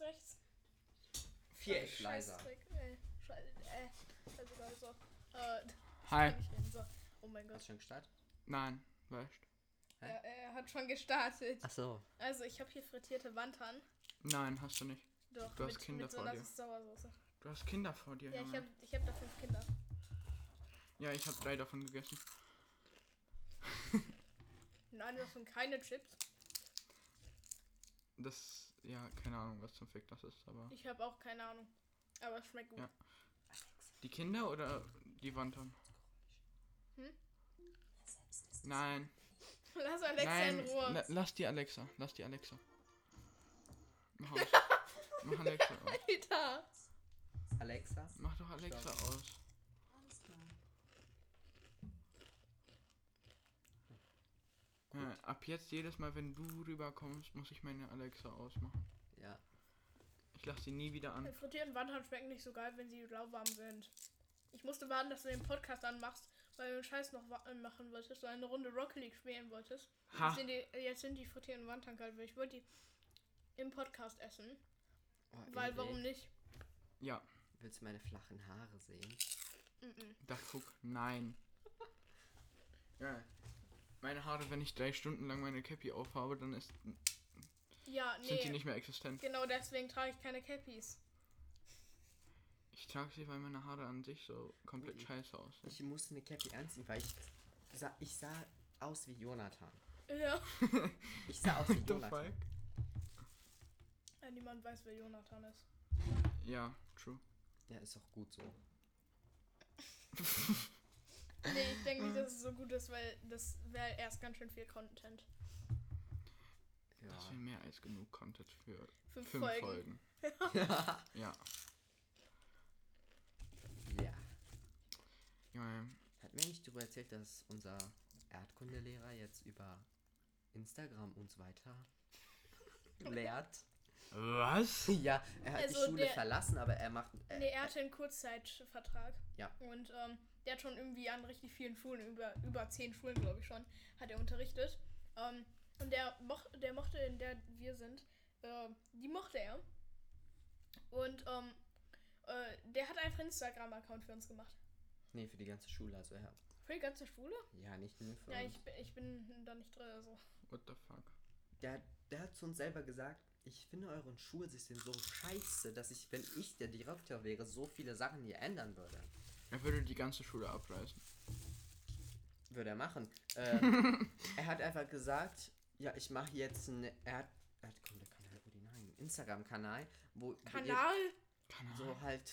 rechts. Viereck. Leiser. Scheißdreck. Äh, Scheiße, äh, scheiße, egal, so. Äh, ich Hi. kann nicht reden, so. Oh mein Gott. Hast du schon gestartet? Nein, weißt. Hä? Ja, er hat schon gestartet. Achso. Also, ich habe hier frittierte Wandern. Nein, hast du nicht. Doch, Du hast mit, Kinder mit so vor einer dir. Sauersoße. Du hast Kinder vor dir, Ja, ich Junge. habe ich hab da fünf Kinder. ja, ich habe drei davon gegessen. Nein, das sind keine Chips. Das, ja, keine Ahnung, was zum Fick das ist, aber... Ich habe auch keine Ahnung. Aber es schmeckt gut. Ja. Die Kinder oder die Wandern? Hm? Nein, Lass Alexa nein, Ne. in Ruhe. la- lass die Alexa, lass die Alexa. Mach aus. Mach Alexa aus. Alter. Alexa? Mach doch Alexa Stopp. aus. Alles klar. Ja, Äh, ab jetzt jedes Mal, wenn du rüberkommst, muss ich meine Alexa ausmachen. Ja. Ich lass sie nie wieder an. Frittierten Wandern schmecken nicht so geil, wenn sie lauwarm sind. Ich musste warten, dass du den Podcast anmachst, weil du den Scheiß noch wa- machen wolltest und eine Runde Rocket League spielen wolltest. Ha. Jetzt sind, die, jetzt sind die frittierten Wandern kalt, weil ich wollte die im Podcast essen. Oh, Weil, Emily, warum nicht? Ja, Willst du meine flachen Haare sehen? Da guck, nein. Ja. Meine Haare, wenn ich drei Stunden lang meine Cappy aufhabe, dann ist, Ja, nee. sind die nicht mehr existent. Genau deswegen trage ich keine Cappies. Ich trage sie, weil meine Haare an sich so komplett scheiße aussehen. Ich musste eine Cappy anziehen, weil ich sah, ich sah aus wie Jonathan. Ja. Ich sah aus wie What the Jonathan. fuck? Ja, Niemand weiß, wer Jonathan ist. Ja, true. Ja, ist auch gut so. Nee, ich denke nicht, dass es so gut ist, weil das wäre erst ganz schön viel Content. Das Ja. wäre mehr als genug Content für Fünf, fünf Folgen. Folgen. ja. ja. Ja, Hat mir nicht darüber erzählt, dass unser Erdkundelehrer jetzt über Instagram und so weiter lehrt? Was? Ja, er hat Also die Schule der- verlassen, aber er macht. Äh, Nee, er hatte einen Kurzzeitvertrag. Ja. Und ähm, der hat schon irgendwie an richtig vielen Schulen, über, über zehn Schulen, glaube ich schon, hat er unterrichtet. Ähm, und der, moch, der mochte, in der wir sind, äh, die mochte er. Und ähm, äh, der hat einfach einen Instagram-Account für uns gemacht. nee, für die ganze Schule, also er. Für die ganze Schule? Ja, nicht nur für Ja, uns. ich, bin- ich bin da nicht drin. Also. What the fuck? Der, der hat zu uns selber gesagt, ich finde euren Schulsystem so scheiße, dass ich, wenn ich der Direktor wäre, so viele Sachen hier ändern würde. Er würde die ganze Schule abreißen. Würde er machen. Ähm, er hat einfach gesagt, ja, ich mache jetzt einen Erd Erdkundekanal, oh, die- nein, einen Instagram-Kanal, wo wo ihr Kanal-Account. so halt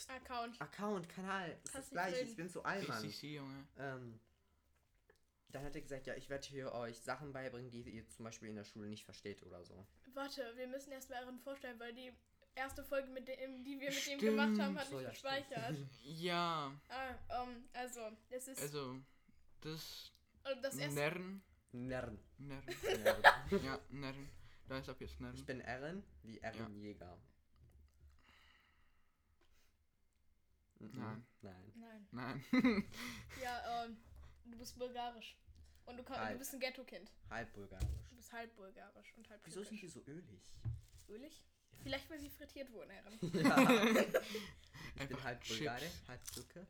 Account, Kanal, ist das Kannst nicht gleiche, reden. ich bin so albern. CCC, Junge. Ähm, dann hat er gesagt, ja, ich werde hier euch Sachen beibringen, die ihr zum Beispiel in der Schule nicht versteht oder so. Warte, wir müssen erstmal Erin vorstellen, weil die erste Folge, mit dem, die wir mit dem Stimmt. gemacht haben, hat So, nicht ja, stimmt. gespeichert. Ja, ah, ähm, also, es ist also, das äh, das erste. Nern. Nern. Nern. Nern. Ja, Nern. Da ist ab jetzt Ich Nern. bin Erin, wie Erin Jäger. Mhm. Nein. Nein. Nein. Nein. Ja, ähm, du bist bulgarisch. Und du, kann, Halb. du bist ein Ghetto-Kind. Halb bulgarisch. Du bist halb bulgarisch und halb Wieso sind türkisch. die so ölig? Ölig? Vielleicht, weil sie frittiert wurden, Erin. Ja. Ich bin Einfach halb Chips. Bulgare, halb Türke.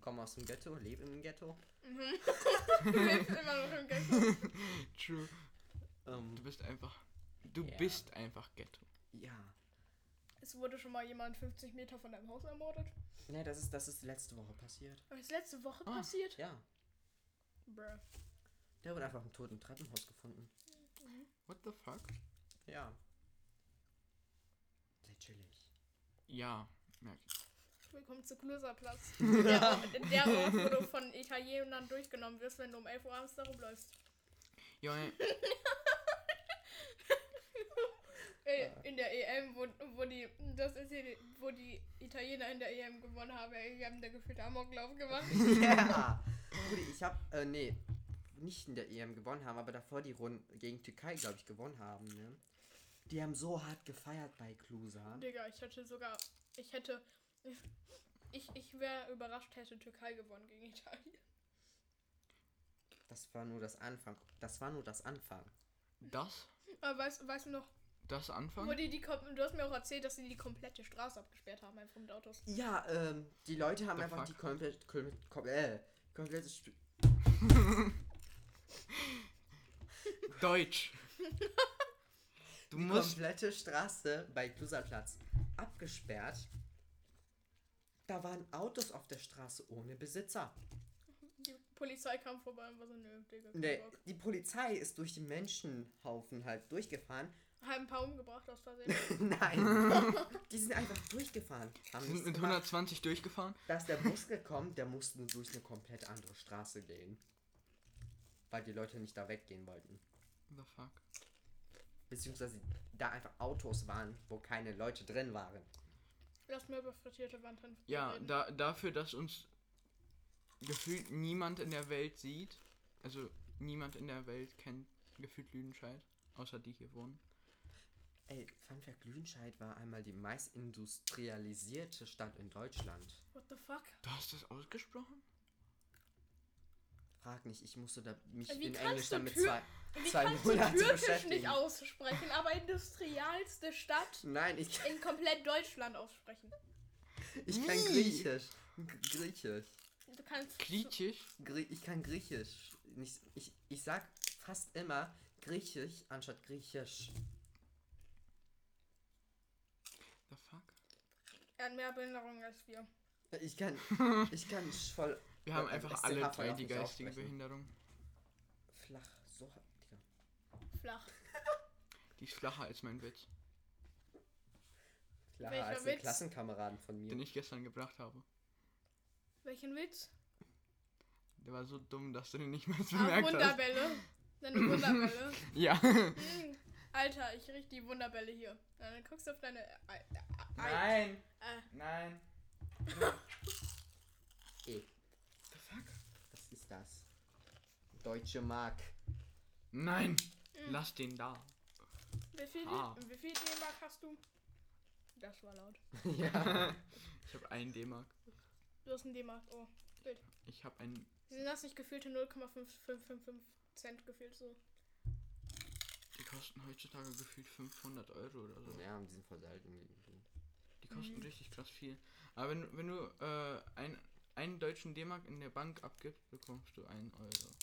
Komme aus dem Ghetto, lebe im Ghetto. Du lebst immer noch im Ghetto. True. Du Ähm, bist einfach. Du Ja. bist einfach Ghetto. ja. Es wurde schon mal jemand 50 Meter von deinem Haus ermordet. Ne, das ist, das ist letzte Woche passiert. Aber ist letzte Woche Ah. passiert? Ja. Bruh. Der wurde einfach im toten Treppenhaus gefunden. What the fuck? Ja. Sehr chillig. Ja, merk ich. Willkommen zu Klöserplatz. der, Ort, der Ort, wo du von Italienern durchgenommen wirst, wenn du um 11 Uhr abends da rumläufst. Junge, Ey, Äh, in der EM, wo, wo die, das ist hier, die- wo die Italiener in der EM gewonnen haben, ey, die haben da gefühlt Amoklauf gemacht. Ja! Bruder, ich hab, äh, nee, nicht in der EM gewonnen haben, aber davor die Runden gegen Türkei, glaube ich, gewonnen haben, ne? Die haben so hart gefeiert bei Klusa. Digga, ich hätte sogar, ich hätte, ich, ich wäre überrascht, hätte Türkei gewonnen gegen Italien. Das war nur das Anfang. Das war nur das Anfang. das? Aber weißt, weißt du noch, das Wo anfangen? die, die, kom- du hast mir auch erzählt, dass sie die komplette Straße abgesperrt haben, einfach mit Autos. Ja, ähm, die Leute haben The einfach fuck? die komplett, kom kom äh, komplette St Deutsch. Du die musst. komplette Straße bei Kluserplatz abgesperrt. Da waren Autos auf der Straße ohne Besitzer. Die Polizei kam vorbei und war so, nö, Digga, kein Nee, Bock. die Polizei ist durch den Menschenhaufen halt durchgefahren. Haben ein paar umgebracht aus Versehen. Nein, die sind einfach durchgefahren. Haben sind nichts mit gemacht. 120 durchgefahren. Da ist der Bus gekommen, der musste durch eine komplett andere Straße gehen. Weil die Leute nicht da weggehen wollten. The fuck. Beziehungsweise da einfach Autos waren, wo keine Leute drin waren. Lass mal über frittierte Wandern Ja, reden. da, dafür, dass uns gefühlt niemand in der Welt sieht. Also niemand in der Welt kennt gefühlt Lüdenscheid. Außer die hier wohnen. Ey, Fun Fact, Lüdenscheid war einmal die meistindustrialisierte Stadt in Deutschland. What the fuck? Du hast das ausgesprochen? Frag nicht, ich musste da mich Wie in kannst Englisch du damit Tür- zwei, Wie zwei kannst du Monate Türkisch beschäftigen. nicht aussprechen, aber industrialste Stadt Nein, ich, kann- in komplett Deutschland aussprechen? ich kann Nie. Griechisch. G- Griechisch. Du kannst. Klitisch? Grie ich kann Griechisch. Nicht, ich, ich sag fast immer Griechisch anstatt Griechisch. The fuck? Er hat mehr Behinderung als wir. Äh, Ich kann, ich kann voll Wir Ja, haben also einfach SCH alle voll drei auf die mich geistige aufsprechen. Behinderung. flach, so, Digga. Flach. Die ist flacher als mein Witz, Klar, Welcher als ein Witz? Klassenkameraden von mir. den ich gestern gebracht habe. Welchen Witz? Der war so dumm, dass du den nicht mehr Ah, bemerkt hast. Wunderbälle. Deine Wunderbälle. Ja. Hm. Alter, ich riech die Wunderbälle hier. Na, Dann guckst du auf deine. Ei- Ei- Ei- Nein, Äh, nein. Ey, The fuck? was ist das? Deutsche Mark. Nein, Mm. lass den da. wie viel, Ah. wie viel D-Mark hast du? Das war laut. ja. Ich habe einen D-Mark. Du hast einen D-Mark. Oh. Ich habe einen. Sind das nicht gefühlte 0,555 Cent gefühlt so? Die kosten heutzutage gefühlt 500 Euro oder so. Ja, die sind voll selten. Die kosten Mhm. richtig krass viel. Aber wenn, du- wenn du äh, ein, einen deutschen D-Mark in der Bank abgibst, bekommst du einen Euro.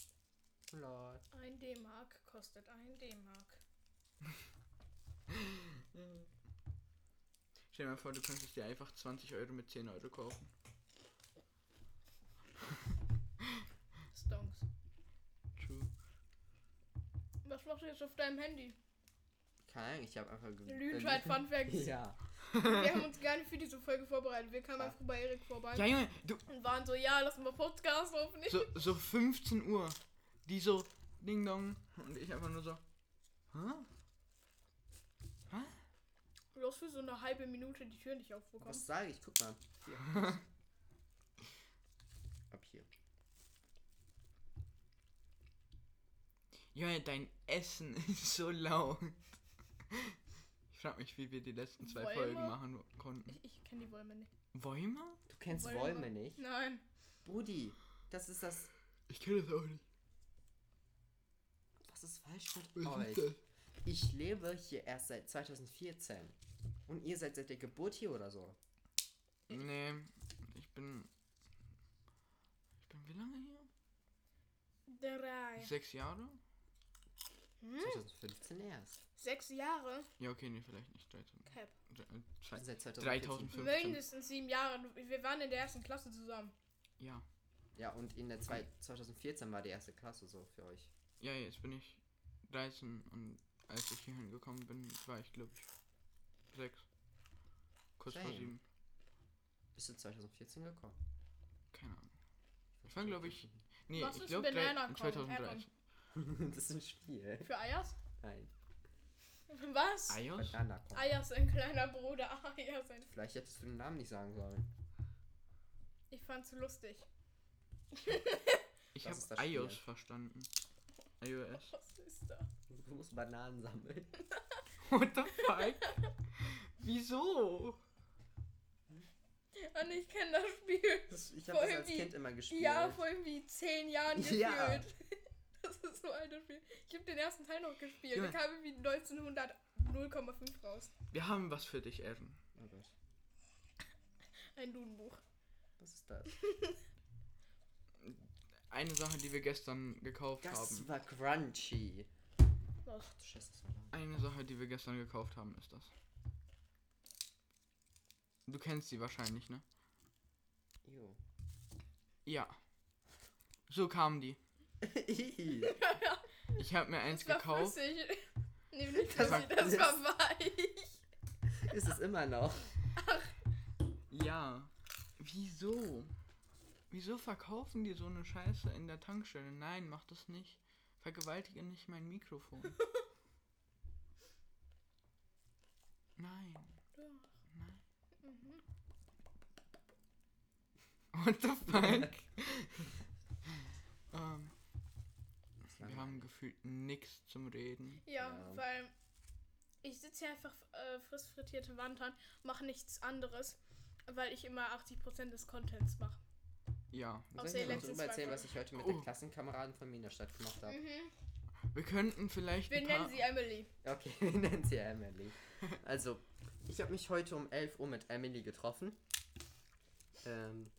Lord. Ein D-Mark kostet ein D-Mark. Stell dir mal vor, du könntest dir einfach 20 Euro mit 10 Euro kaufen. Stonks. True. Was machst du jetzt auf deinem Handy? Keine Ahnung, ich habe einfach ge- Lüdenscheid Fun Facts. Äh, Ja. Wir haben uns gar nicht für diese Folge vorbereitet. Wir kamen einfach bei Erik vorbei Ja, Junge, du, und waren so, ja, lass mal Podcast aufnehmen. so, so 15 Uhr. Die so Ding Dong. Und ich einfach nur so. Hä? Bloß für so eine halbe Minute die Tür nicht aufbekommen. Was sage ich? Guck mal. Hier. Ab hier. Junge, dein Essen ist so laut. Ich frag mich, wie wir die letzten zwei Wollen Folgen wir? machen konnten. Ich, ich kenne die Bäume nicht. Weimar? Du kennst Wollen Wolme wir- nicht? Nein. Brudi, das ist das. Ich kenne das auch nicht. Was ist falsch mit Was ist euch? das? Ich lebe hier erst seit 2014. Und ihr seid seit der Geburt hier oder so. Nee, ich bin. Ich bin wie lange hier? Drei. Sechs Jahre? Hm? 2015 erst. Sechs Jahre? Ja, okay, nee, vielleicht nicht. 13. Cap. Dre- äh, zwei- Seit 2014. 3015. Mindestens sieben Jahre. Du- Wir waren in der ersten Klasse zusammen. Ja. Ja, und in der zwei, 2014 war die erste Klasse so für euch. Ja, jetzt bin ich 13 und als ich hier hingekommen bin, war ich glaube ich 6. Kurz vor Same. 7. Bist du 2014 gekommen? Keine Ahnung. Ich war glaube ich. Nee, Was ich ist glaube Banana Con? 2013. das ist ein Spiel. Für Ayas? Nein. Was? Ayos? Banana kommt. Ayas, ein kleiner Bruder. Ayas, ein... Vielleicht hättest du den Namen nicht sagen sollen. Ich fand's lustig. Ich Das ist das habe Ayos Spiel. verstanden. iOS. Was ist da? Du musst Bananen sammeln. What the fuck? Wieso? Und ich kenne das Spiel. Das, ich Vor habe das allem als die- Kind immer gespielt. Ja, vor irgendwie zehn Jahren gespielt. Ja. Das ist so ein altes Spiel. Ich habe den ersten Teil noch gespielt. Der Junge. kam irgendwie 1900, 0,5 raus. Wir haben was für dich, Evan. Oh Gott. Ein Dudenbuch. Was ist das? Eine Sache, die wir gestern gekauft Das haben. war crunchy. Was? Ach du Scheiße, das war lang. Eine Sache, die wir gestern gekauft haben, ist das. Du kennst sie wahrscheinlich, ne? Ew. Ja. So kamen die. Ih. Ich habe mir eins Das war gekauft. flüssig. Nee, nicht Das flüssig, war- das, war weich. ist es immer noch. Ja. Wieso? Wieso verkaufen die so eine Scheiße in der Tankstelle? Nein, mach das nicht. Vergewaltige nicht mein Mikrofon. Nein. Nein. What the fuck? ähm, wir haben gefühlt nichts zum Reden. Ja, Ja. weil ich sitze hier einfach äh, frisch frittierte Wandern, mache nichts anderes, weil ich immer 80% des Contents mache. Ja. Außer Soll ich ihr dir mal letzten drüber zwei erzählen, was Folgen. ich heute mit Oh. den Klassenkameraden von mir in der Stadt gemacht habe? Mhm. Wir könnten vielleicht. Wir ein paar nennen sie Emily. Okay, wir nennen sie Emily. Also, ich habe mich heute um 11 Uhr mit Emily getroffen. Ähm,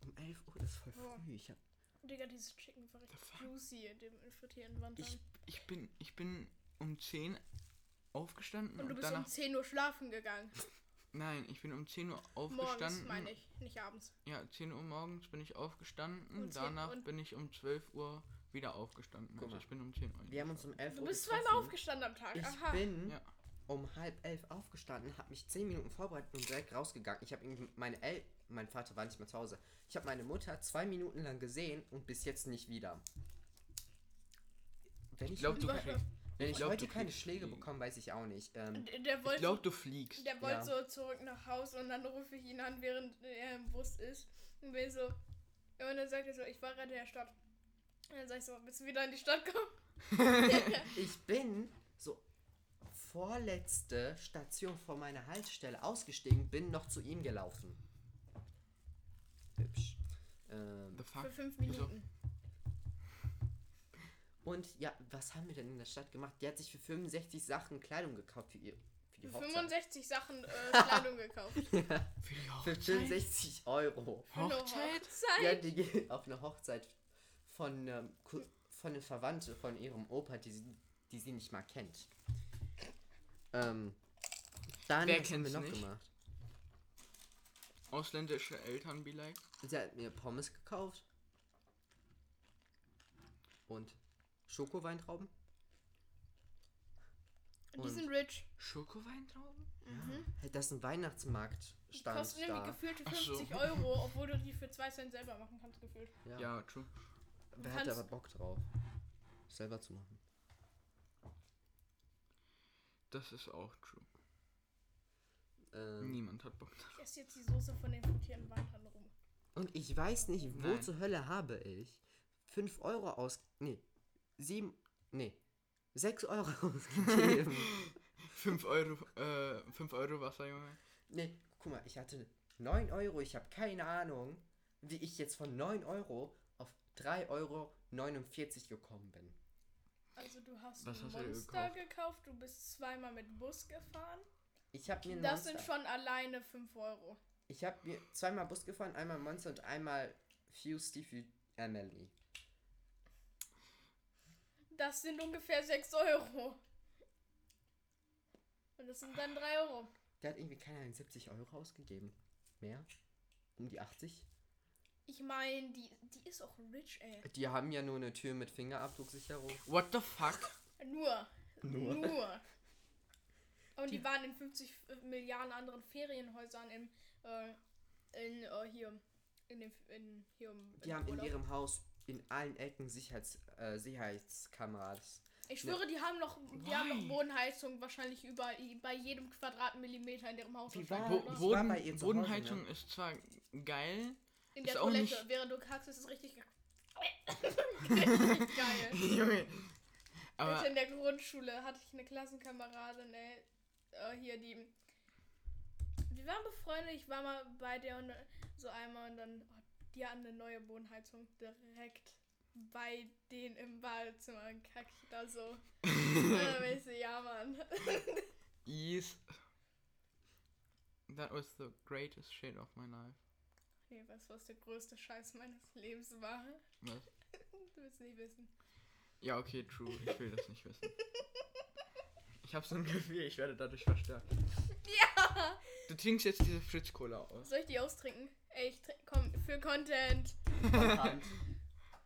um 11 Uhr ist voll Oh. früh. Ich, hab, Digga, dieses Chicken war richtig The fuck? juicy in dem frittierten Wandern. Ich, ich, bin, ich bin um 10 aufgestanden Und und, du bist danach. um 10 Uhr schlafen gegangen. nein, ich bin um 10 Uhr Morgens, aufgestanden. meine ich, nicht abends. Ja, 10 Uhr morgens bin ich aufgestanden. Und 10 danach und- bin ich um 12 Uhr wieder aufgestanden. Guck also mal. ich bin um 10 Uhr. wir haben uns um 11 Du Uhr bist getroffen. zweimal aufgestanden am Tag. Ich Aha. bin Ja. um halb elf aufgestanden, habe mich zehn Minuten vorbereitet und direkt rausgegangen. Ich habe meine El mein Vater war nicht mehr zu Hause. Ich habe meine Mutter zwei Minuten lang gesehen und bis jetzt nicht wieder. Wenn ich, Ich glaube, du, Warte. kriegst- wenn ich glaub, heute du keine kriegst Schläge die- bekomme, weiß ich auch nicht. Ähm, D- Der ich wollte, glaub, du fliegst. der wollte Ja. so zurück nach Haus und dann rufe ich ihn an, während er im Bus ist. Und will so. Und dann sagt er so, ich war gerade in der Stadt. Und dann sag ich so, willst du wieder in die Stadt kommen? ich bin so vorletzte Station vor meiner Haltestelle ausgestiegen, bin noch zu ihm gelaufen. Hübsch. Ähm, The Für fuck? fünf Wieso? Minuten. Und ja, was haben wir denn in der Stadt gemacht? Die hat sich für 65 Sachen Kleidung gekauft für ihr. Für die Für Hochzeit. 65 Sachen äh, Kleidung gekauft. Für die Für Hochzeit? 65 Euro. Für eine Hochzeit? Hochzeit? Ja, die geht auf eine Hochzeit von, ähm, Ku- von einer Verwandte von ihrem Opa, die sie, die sie nicht mal kennt. Ähm, dann Wer was haben kennt's wir noch nicht? gemacht? Ausländische Eltern, be like. Sie hat mir Pommes gekauft. Und Schokoweintrauben. Die Und- sind rich. Schokoweintrauben? Hey, Das ist ein Weihnachtsmarkt. Die Stand kosten da. irgendwie gefühlte Ach so. 50 Euro, obwohl du die für 2 Cent selber machen kannst, gefühlt. Ja. Ja, true. Wer hat kannst- aber Bock drauf, selber zu machen? Das ist auch true. Ähm, Niemand hat Bock. Ich esse jetzt die Soße von den frittierten Wandern rum. und ich weiß nicht, wo Nein. zur Hölle habe ich 5 Euro aus. Nee, 7. Nee, 6 Euro ausgegeben. 5 Euro, äh, 5 Euro Wasser, Junge. nee, guck mal, ich hatte 9 Euro. Ich habe keine Ahnung, wie ich jetzt von 9 Euro auf 3,49 Euro gekommen bin. Also du hast Was ein hast du dir Monster gekauft? du bist zweimal mit Bus gefahren. Ich habe mir, ein Das sind Monster- schon alleine 5 Euro. ich hab mir zweimal Bus gefahren, einmal Monster und einmal Fusty für Emily. Das sind ungefähr 6 Euro. Und das sind dann 3 Euro. Der hat irgendwie keine Ahnung, 70 Euro ausgegeben. Mehr? Um die 80? Ich meine, die, die ist auch rich, ey. Die haben ja nur eine Tür mit Fingerabdrucksicherung. What the fuck? Nur. Nur. Nur. Und die waren in 50 Milliarden anderen Ferienhäusern im, äh, in, äh, hier, in dem, in, hier im, Die im haben in Urlaub. ihrem Haus in allen Ecken Sicherheits, äh, Sicherheitskameras. Ich schwöre, die haben noch, die haben Why? noch Bodenheizung wahrscheinlich überall, bei jedem Quadratmillimeter in ihrem Haus. Die wahrscheinlich, war- Bo ich war oder? Boden, bei ihr zu Hause, Bodenheizung ne? ist zwar geil. in ist der auch Toilette, nicht- während du kackst, ist es richtig ge- richtig geil. Junge. Als Aber in der Grundschule hatte ich eine Klassenkameradin, ey, äh, hier die. Wir waren befreundet, ich war mal bei der und äh, so einmal und dann oh, die hat eine neue Bodenheizung direkt bei denen im Badezimmer und kack ich da so. Und dann bin ich so, ja Mann. Yes. That was the greatest shit of my life. Nee, weißt du, was der größte Scheiß meines Lebens war? Was? Du willst nicht wissen. Ja, okay, true. Ich will das nicht wissen. Ich habe so ein Gefühl, ich werde dadurch verstärkt. Ja! Du trinkst jetzt diese Fritz-Cola aus. Soll ich die austrinken? Ey, ich trink, komm, für Content.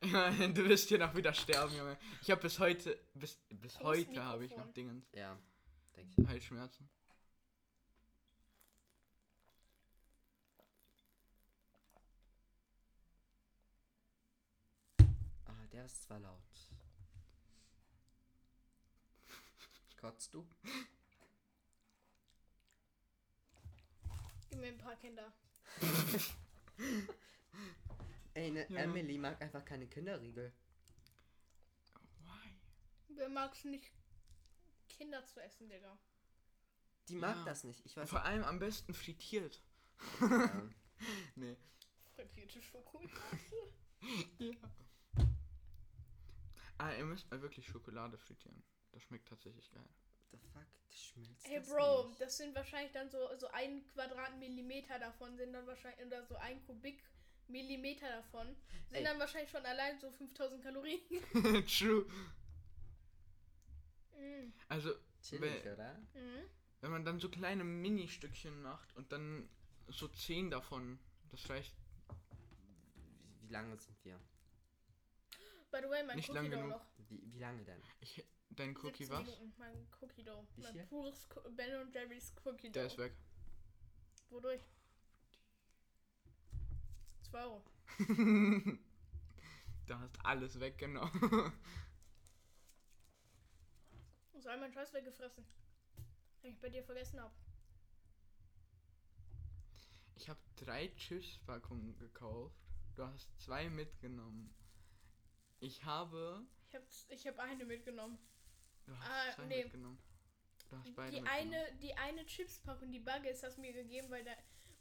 du wirst hier noch wieder sterben, Junge. Ich habe bis heute, bis, bis Großes heute habe ich Mikrofon. noch Dingens. ja, denke ich. Halsschmerzen. Ah, der ist zwar laut. Kotzt du? Gib mir ein paar Kinder. Ey, ne, Ja. Emily mag einfach keine Kinderriegel. Why? Wer magst nicht, Kinder zu essen, Digga? Die mag Ja. das nicht. Ich weiß Vor allem am besten frittiert. nicht. ähm, Nee. Frittierte Schokolade. Ja. Ah, ihr müsst mal wirklich Schokolade frittieren. Das schmeckt tatsächlich geil. the fuck, das schmilzt Hey das Bro, nicht. das sind wahrscheinlich dann so, so ein Quadratmillimeter davon, sind dann wahrscheinlich, oder so ein Kubikmillimeter davon, sind Ey. dann wahrscheinlich schon allein so 5000 Kalorien. True. Mhm. Also, Chillig, oder? Mhm. wenn man dann so kleine Mini-Stückchen macht und dann so zehn davon, das reicht Wie, wie lange sind wir? By the way, mein Nicht Cookie lang Dough genug. noch. Wie, wie lange denn? Ich, dein Cookie 17 was? Minuten, mein Cookie Dough. Wie mein viel? pures Co Ben und Jerry's Cookie Dough. Der ist weg. Wodurch? 2 Euro. da hast alles genau. weggenommen. Ist all mein Scheiß weggefressen. Wenn ich bei dir vergessen hab. Ich habe drei Chips-Packungen gekauft. Du hast zwei mitgenommen. Ich habe. Ich hab's, ich hab eine mitgenommen. Du hast Ah, zwei nee. mitgenommen. Du hast beide Die mitgenommen. eine, die eine Chipspackung, die Buggies hast du mir gegeben, weil, da,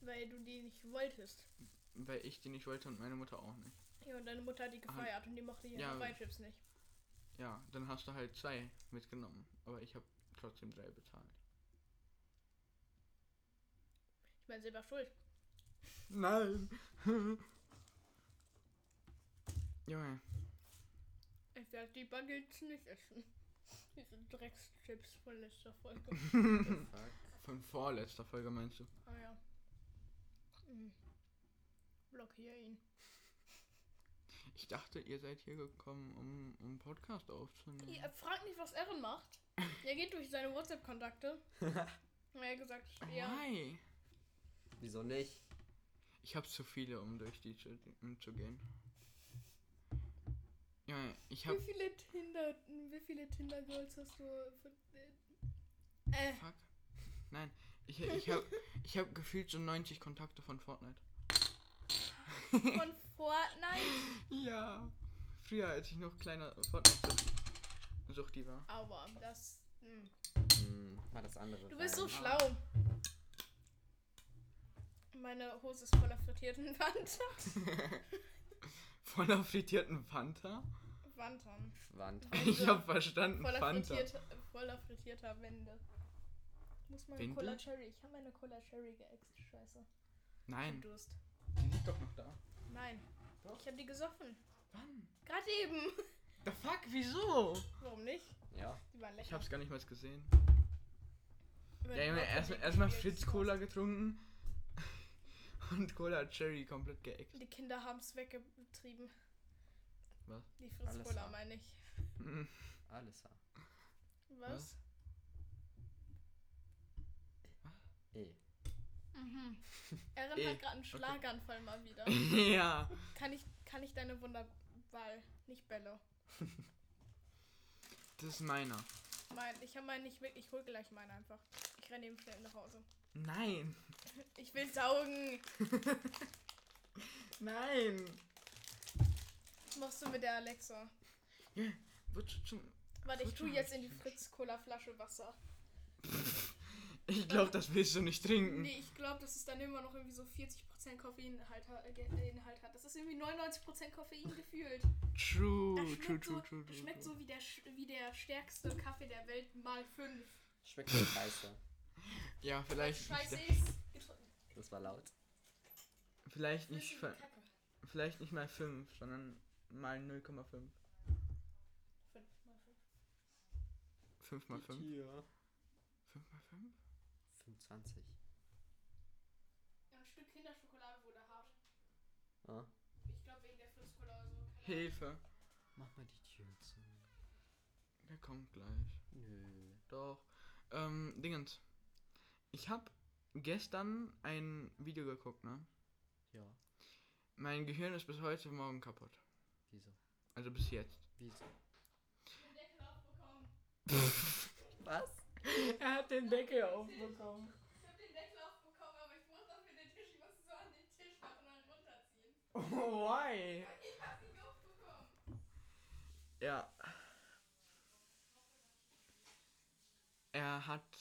weil du die nicht wolltest. Weil ich die nicht wollte und meine Mutter auch nicht. Ja, und deine Mutter hat die Ah. gefeiert und die mochte die Ja. Hawaii Chips nicht. Ja, dann hast du halt zwei mitgenommen. Aber ich habe trotzdem drei bezahlt. Ich meine, selber schuld. Nein! Junge, Ich werde die Buggies nicht essen. Diese Dreckschips von letzter Folge. The fuck? von vorletzter Folge meinst du? Ah ja. Mhm. Blockier ihn. Ich dachte, ihr seid hier gekommen, um, um einen Podcast aufzunehmen. Ja, frag nicht, was Erin macht. Er geht durch seine WhatsApp-Kontakte. Und er hat gesagt, ja. Why? Wieso nicht? Ich habe zu viele, um durch die zu, um zu gehen. Junge, ich Wie habe... viele Tinder, wie viele Tinder-Girls hast du? für- Äh, Fuck. Nein, ich, ich habe ich hab gefühlt so 90 Kontakte von Fortnite. von Fortnite? Ja. Früher, als ich noch kleiner Fortnite-Suchti war. Aber das. Mh. Hm, mal das andere. Du bist so rein. schlau. Meine Hose ist voller frittierten Wandern. Voller frittierten Fanta? Wandern. Wand. Also Ich habe verstanden, Voller, Fanta. frittierte, voller frittierter Wände. Ich muss meine Windel? Cola Cherry. Ich habe meine Cola Cherry geäxt. Scheiße. Ich hab Nein, Durst. die liegt doch noch da. Nein. Doch. Ich habe die gesoffen. Wann? Gerade eben. The fuck, wieso? Warum nicht? Ja. Die waren lecker. Ich hab's gar nicht mal gesehen. Wenn Ja, Junge, Leute erstmal die- erst mal die- Fritz Cola getrunken. Und Cola Cherry komplett geeckt. Die Kinder haben es weggetrieben. Was? Die Fritz Alles Cola wahr. meine ich. Mhm. Alles war. Was? Eh. Mhm. Erin Eh, hat gerade einen Schlaganfall mal wieder. ja. Kann ich, kann ich deine Wunderwahl nicht Bello? Das ist meiner. Mein, ich habe meinen nicht wirklich. Ich hol gleich meinen einfach. Ich renne eben schnell nach Hause. Nein. Ich will saugen. Nein. Was machst du mit der Alexa? Wird schon. Warte, ich Gut, tue dann jetzt hab in die ich Fritz Cola Flasche Wasser. Ich glaube, das willst du nicht trinken. Nee, ich glaube, dass es dann immer noch irgendwie so 40% Koffeininhalt ha- äh, Ge- äh, Inhalt hat. Das ist irgendwie 99% Koffein gefühlt. Das Oh, True, schmeckt, true, so, true, true, das true. schmeckt so wie der, sch- wie der stärkste Kaffee der Welt mal 5. Schmeckt so scheiße. Ja, vielleicht Scheiße nicht, ist. getro- Das war laut. vielleicht nicht, flüssige ver- Kacke. vielleicht nicht mal 5, sondern mal 0,5. Fünf mal fünf. 5 mal 5? 4. 5 mal 5? 25. Ein Stück Kinderschokolade wurde hart. Ah. Ich glaube wegen der Frisco oder so. Keine Ahnung. Hilfe. Mach mal die Tür zu. Der kommt gleich. Nö. Doch. Ähm, Dingens. Ich hab gestern ein Video geguckt, ne? Ja. Mein Gehirn ist bis heute Morgen kaputt. Wieso? Also bis jetzt. Wieso? Ich hab den Deckel aufbekommen. Was? Er hat den Deckel aufbekommen. Ich hab den Deckel aufbekommen, aber ich brauch dafür den Tisch. Ich muss es so an den Tisch machen und dann runterziehen. Oh, why? Ich hab ihn aufbekommen. Oh, Ja. Er hat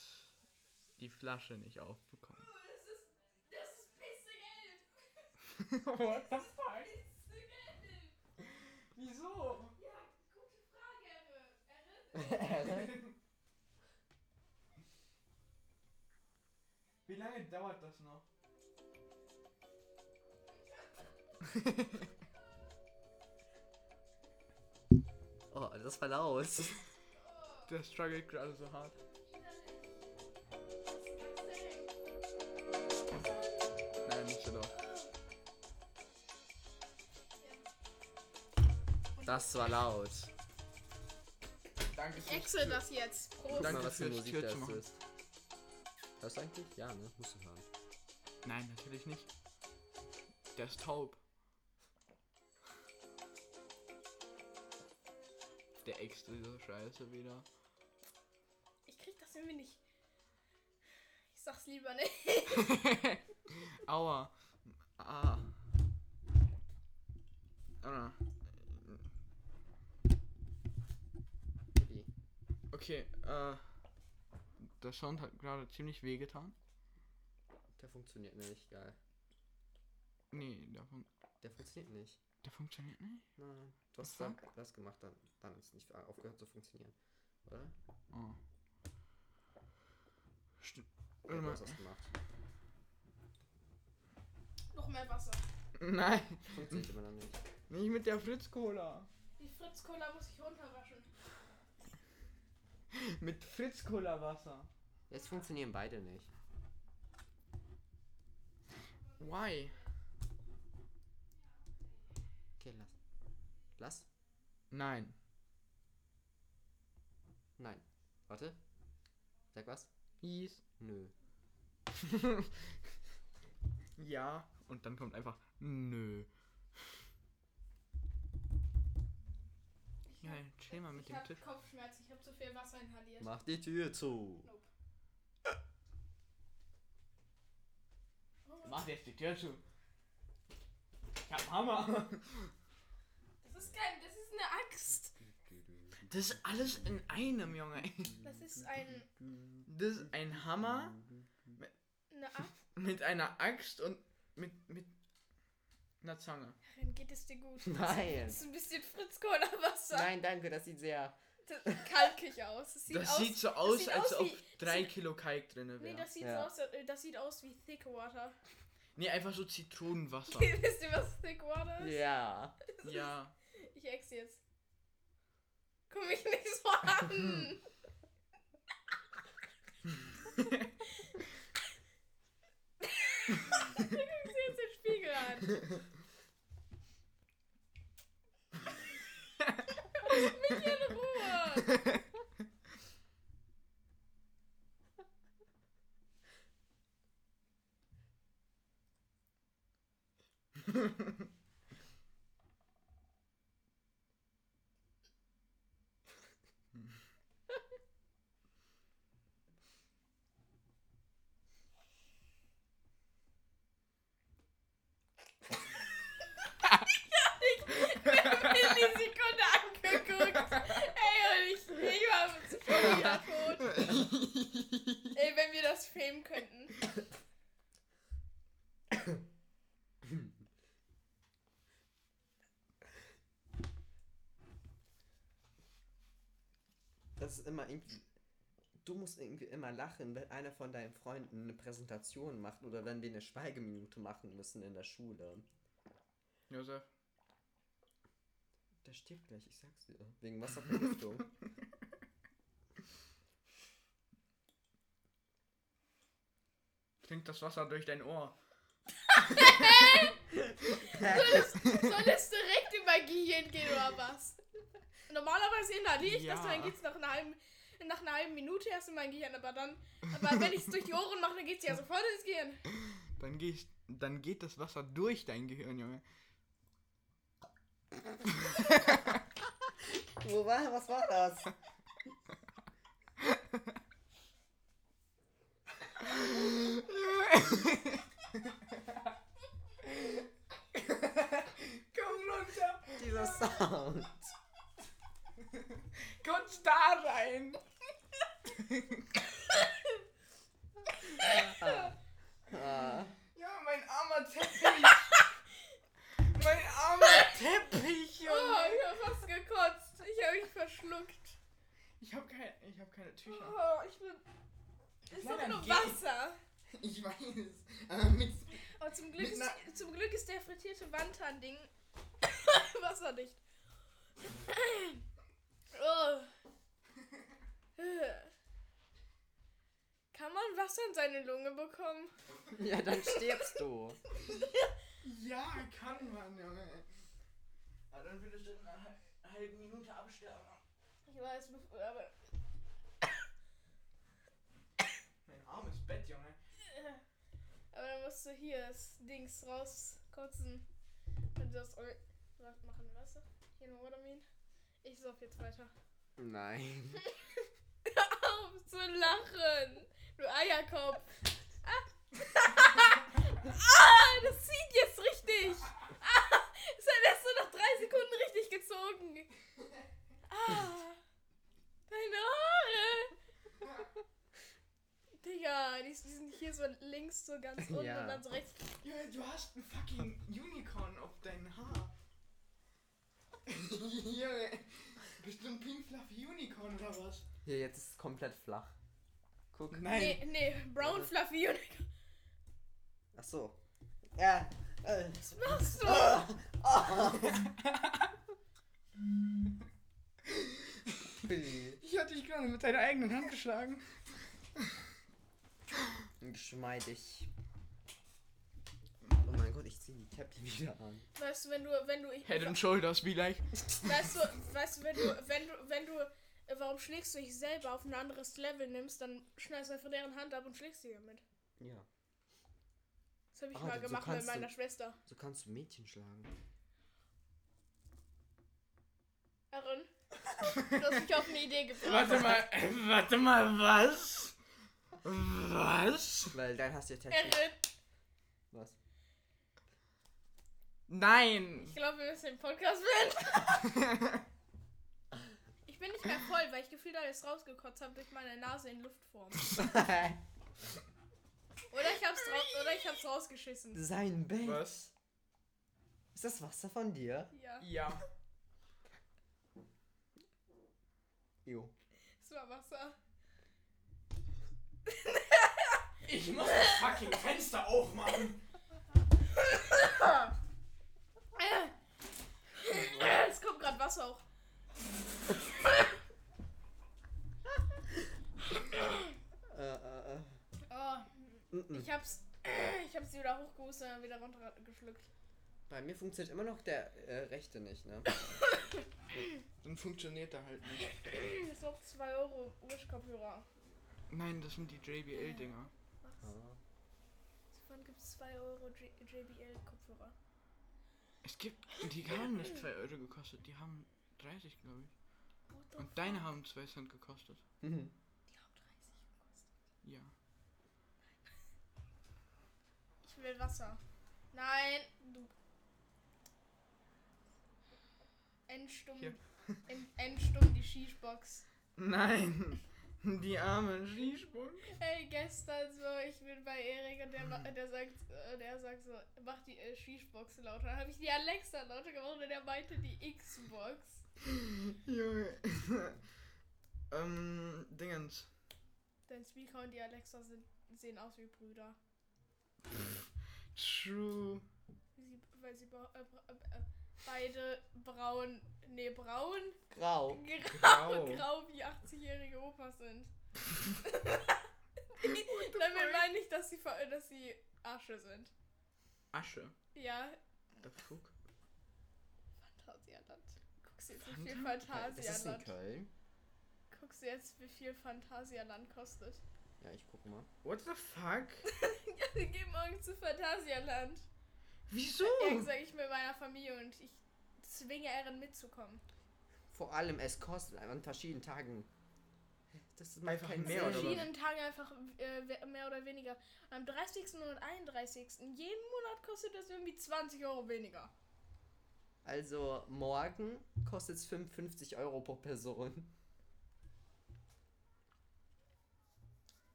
die Flasche nicht aufbekommen. Uh, Das ist. Das ist Pissegeld. What the Pissegeld. Wieso? Ja, gute Frage, Erre. Erre? Wie lange dauert das noch? oh, das war laut. Der struggelt gerade so hart. Nein, nicht so laut. Das war laut. Danke Ich exe das jetzt. Prost. Danke Guck mal, was für fürs Musik Tür das zu machen. ist. Hörst du eigentlich? Ja, ne? Musst du hören. Nein, natürlich nicht. Der ist taub. Der extra diese Scheiße wieder. Ich krieg das irgendwie nicht. Ich sag's lieber nicht. Aua. Ah. Ah. Ui. Okay, äh. Der Sound hat gerade ziemlich wehgetan. Der funktioniert nicht, geil. Nee, der, fun Der funktioniert nicht. der funktioniert nicht. Nein. Du hast Fuck. gesagt, das gemacht, dann, dann ist nicht aufgehört zu funktionieren. Oder? Oh. Stimmt. Ja, Warte du mal. hast das gemacht. Noch mehr Wasser. Nein, Funktioniert immer noch nicht. nicht mit der Fritz-Cola. Die Fritz-Cola muss ich runterwaschen. Mit Fritz-Cola-Wasser. Jetzt funktionieren beide nicht. Why? Okay, lass. Lass? Nein. Nein. Warte. Sag was? Yes. Nö. Ja. Und dann kommt einfach nö. Ich Ja, chill mal mit ich dem hab Tisch. Kopfschmerzen. Ich hab zu viel Wasser inhaliert. Mach die Tür zu. Nope. Mach jetzt die Tür zu. Ich hab Hammer. Das ist kein, das ist eine Axt. Das ist alles in einem, Junge. Das ist ein, Das ist ein Hammer eine Axt. mit einer Axt und mit, mit einer Zange. Darin geht es dir gut. Nein. Das ist ein bisschen Fritz-Cola-Wasser. Nein, danke, das sieht sehr. Das sieht kalkig aus. Das sieht das aus. sieht so aus, sieht als aus ob wie- das 3 sieht- Kilo Kalk drin nee, wäre. das sieht, Ja. so aus, äh, das sieht aus wie Thick Water. Nee, einfach so Zitronenwasser. Wisst ihr, was Thick Water ist? Ja. ja. Ich ex jetzt. Komm mich nicht so an. du guckst dir jetzt den Spiegel an. Lass mich in Ruhe. Ich hab die Sekunde angeguckt. Ey, und ich, ich war schon wieder tot. Ey, wenn wir das filmen könnten. Das ist immer irgendwie. du musst irgendwie immer lachen, wenn einer von deinen Freunden eine Präsentation macht oder wenn wir eine Schweigeminute machen müssen in der Schule. Josef. Der stirbt gleich, ich sag's dir. Wegen Wasservergiftung. Klingt das Wasser durch dein Ohr. Soll es direkt über Gehirn gehen oder was? Normalerweise in der Licht, Ja. dass dann geht's nach einer halben nach einer halben Minute erst in mein Gehirn, aber dann, aber wenn ich es durch die Ohren mache, dann geht's ja sofort ins Gehirn. Dann, geh ich, dann geht das Wasser durch dein Gehirn, Junge. Wo war, was war das? Komm runter! Dieser Sound. Kommst da rein! Ah. Ja, mein armer Teppich! mein armer Teppich, Oh, Junge! ich hab fast gekotzt. Ich habe mich verschluckt. Ich hab, kein, ich hab keine Tücher. Oh, ich bin. Ist Ja, doch dann nur geh. Wasser. Ich weiß. Aber mit, Aber zum Glück, Mit ist, zum Glück ist der frittierte Wandtan-Ding wasserdicht. oh. Kann man Wasser in seine Lunge bekommen? Ja, dann stirbst du. ja, kann man, Junge. Aber dann würdest du in einer hal- halben Minute absterben. Ich weiß, bef- aber. Mein armes Bett, Junge. Aber dann musst du hier das Dings rauskotzen. Und das. Eu- Was machen wir Wasser? Hier nur Watermin. Ich sauf jetzt weiter. Nein. auf zu lachen. Du Eierkopf. Ah, ah das zieht jetzt richtig. Ah, das hast du nach drei Sekunden richtig gezogen. Ah, deine Haare. Digga, die, die sind hier so links so ganz unten Ja. und dann so rechts. Junge, du hast ein fucking Unicorn auf deinem Haar. Junge, bist du ein Pink Fluffy Unicorn oder was? Hier, jetzt ist es komplett flach. Guck. Nee, nee, brown fluffy Unicorn. Ach so. Ja. Äh. Was machst du? Billy. Ich hatte dich gerade mit deiner eigenen Hand geschlagen. Geschmeidig. Oh mein Gott, ich zieh die Cappy wieder an. Weißt du, wenn du, wenn du, Head and Shoulders vielleicht. Weißt du, weißt du, wenn du, wenn du, wenn du, äh, warum schlägst du dich selber auf ein anderes Level nimmst, dann schneidest du einfach deren Hand ab und schlägst sie damit. Ja. Das habe ich Ah, mal denn so gemacht mit kannst du- meiner Schwester. So kannst du Mädchen schlagen. Erin, du hast mich auf eine Idee gebracht. Warte mal, äh, warte mal, was? Was? Weil dann hast du halt ja Technik. Erin, Was? Nein! ich glaube, wir müssen den Podcast beenden. Ich bin nicht mehr voll, weil ich gefühlt alles rausgekotzt habe durch meine Nase in Luftform. Oder ich hab's, ra oder ich hab's rausgeschissen. Sein Bett. Ist das Wasser von dir? Ja, Ja. Jo. es war Wasser. Ich muss das fucking Fenster aufmachen. Äh, Es kommt gerade Wasser auch. Äh, äh, Mm, äh. Oh, Mm-mm. ich hab's. äh, Ich hab's wieder hochgehustet und dann wieder runtergeschluckt. Bei mir funktioniert immer noch der äh, rechte nicht, ne? Dann funktioniert er halt nicht. Das ist noch 2 Euro Wish-Kopfhörer. Nein, das sind die JBL-Dinger. Ah. Wann gibt's 2 Euro J- JBL-Kopfhörer? Es gibt, die haben nicht 2 Euro gekostet, die haben 30, glaube ich. What the Und deine haben 2 Cent gekostet. Mhm. Die haben 30 gekostet. Ja. Ich will Wasser. Nein, du. Endstumm. Hier. End- Endstumm die Schießbox. Nein, die armen Skisprung. Ey, gestern so, ich bin bei Erik und der, ma- Hm. der sagt, äh, der sagt so, mach die äh, Schießbox lauter. Dann habe ich die Alexa lauter gemacht und er meinte die Xbox. Junge. ähm, Dingens. Dein Speaker und die Alexa sind, sehen aus wie Brüder. True. Sie, weil sie bra- äh, bra- äh, äh, beide braun, nee, braun, Grau. grau, Grau. grau wie 80-jährige Opas sind. Damit meine ich, dass sie, ver- dass sie Asche sind. Asche. Ja, Das guck. Phantasialand. Guckst du jetzt, wie viel Phantasialand, Köln. guckst du jetzt, wie viel Phantasialand kostet? Ja, ich guck mal. What the fuck? Ja, wir gehen morgen zu Phantasialand. Wieso? Ehrlich gesagt, ich bin mit meiner Familie und ich zwinge Erin mitzukommen. Vor allem, es kostet an verschiedenen Tagen. Das ist Einfach mehr, An oder was? verschiedenen Tagen einfach äh, we- mehr oder weniger. Und am 30. und 31. jeden Monat kostet das irgendwie 20 Euro weniger. Also morgen kostet es 55 Euro pro Person.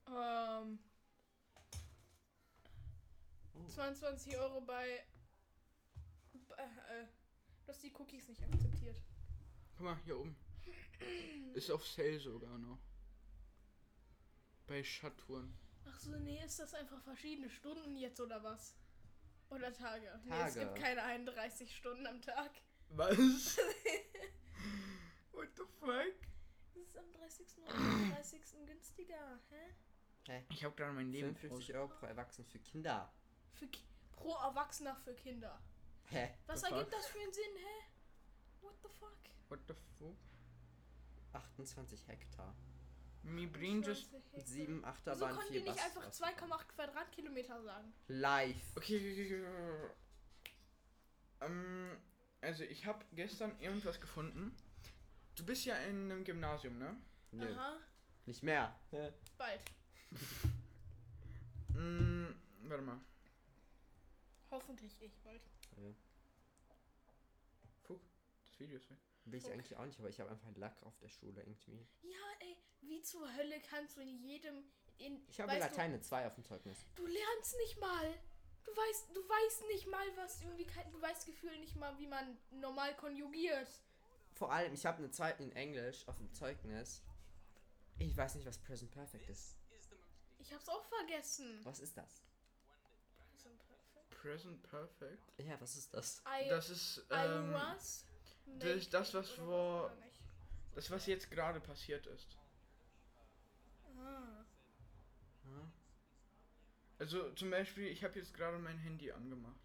Ähm. Oh. 22 Euro bei. bei äh, du hast die Cookies nicht akzeptiert. Guck mal, hier oben. Ist auf Sale sogar noch. Bei Schatturen. Ach so, nee, ist das einfach verschiedene Stunden jetzt oder was? Oder Tage? Nee, es Tage. gibt keine 31 Stunden am Tag. Was? What the fuck? Es ist am 30. oder am 30. günstiger, hä? Ich habe gerade mein Leben 55 Euro pro Erwachsenen für Kinder. Für Ki pro Erwachsener für Kinder. Hä? Was The fuck? ergibt das für einen Sinn, hä? What the fuck? What the fuck? 28 Hektar. Mi bringes. 20 Hektar. 7 Wieso Achterbahn, konnten die 4 nicht einfach Wasser. 2,8 Quadratkilometer sagen? Live. Okay, okay, okay, okay. Ähm, also ich habe gestern irgendwas gefunden. Du bist ja in einem Gymnasium, ne? Nö, Aha, nicht mehr. bald. Mm, warte mal. Hoffentlich ich bald. Guck, das Video ist weg. Will ich Okay. eigentlich auch nicht, aber ich habe einfach einen Lack auf der Schule irgendwie. Ja, ey, wie zur Hölle kannst du in jedem. In, Ich habe weißt Latein eine 2 auf dem Zeugnis. Du, du lernst nicht mal. Du weißt, du weißt nicht mal, was irgendwie kein, du weißt Gefühl nicht mal, wie man normal konjugiert. Vor allem, ich habe eine 2 in Englisch auf dem Zeugnis. Ich weiß nicht, was Present Perfect ist. Ich hab's auch vergessen. Was ist das? Present Perfect. Ja, was ist das? I, Das ist, I ähm, was das ist das, was naked, oder vor- oder nicht? das, was jetzt gerade passiert ist. Ah. Also zum Beispiel, ich habe jetzt gerade mein Handy angemacht.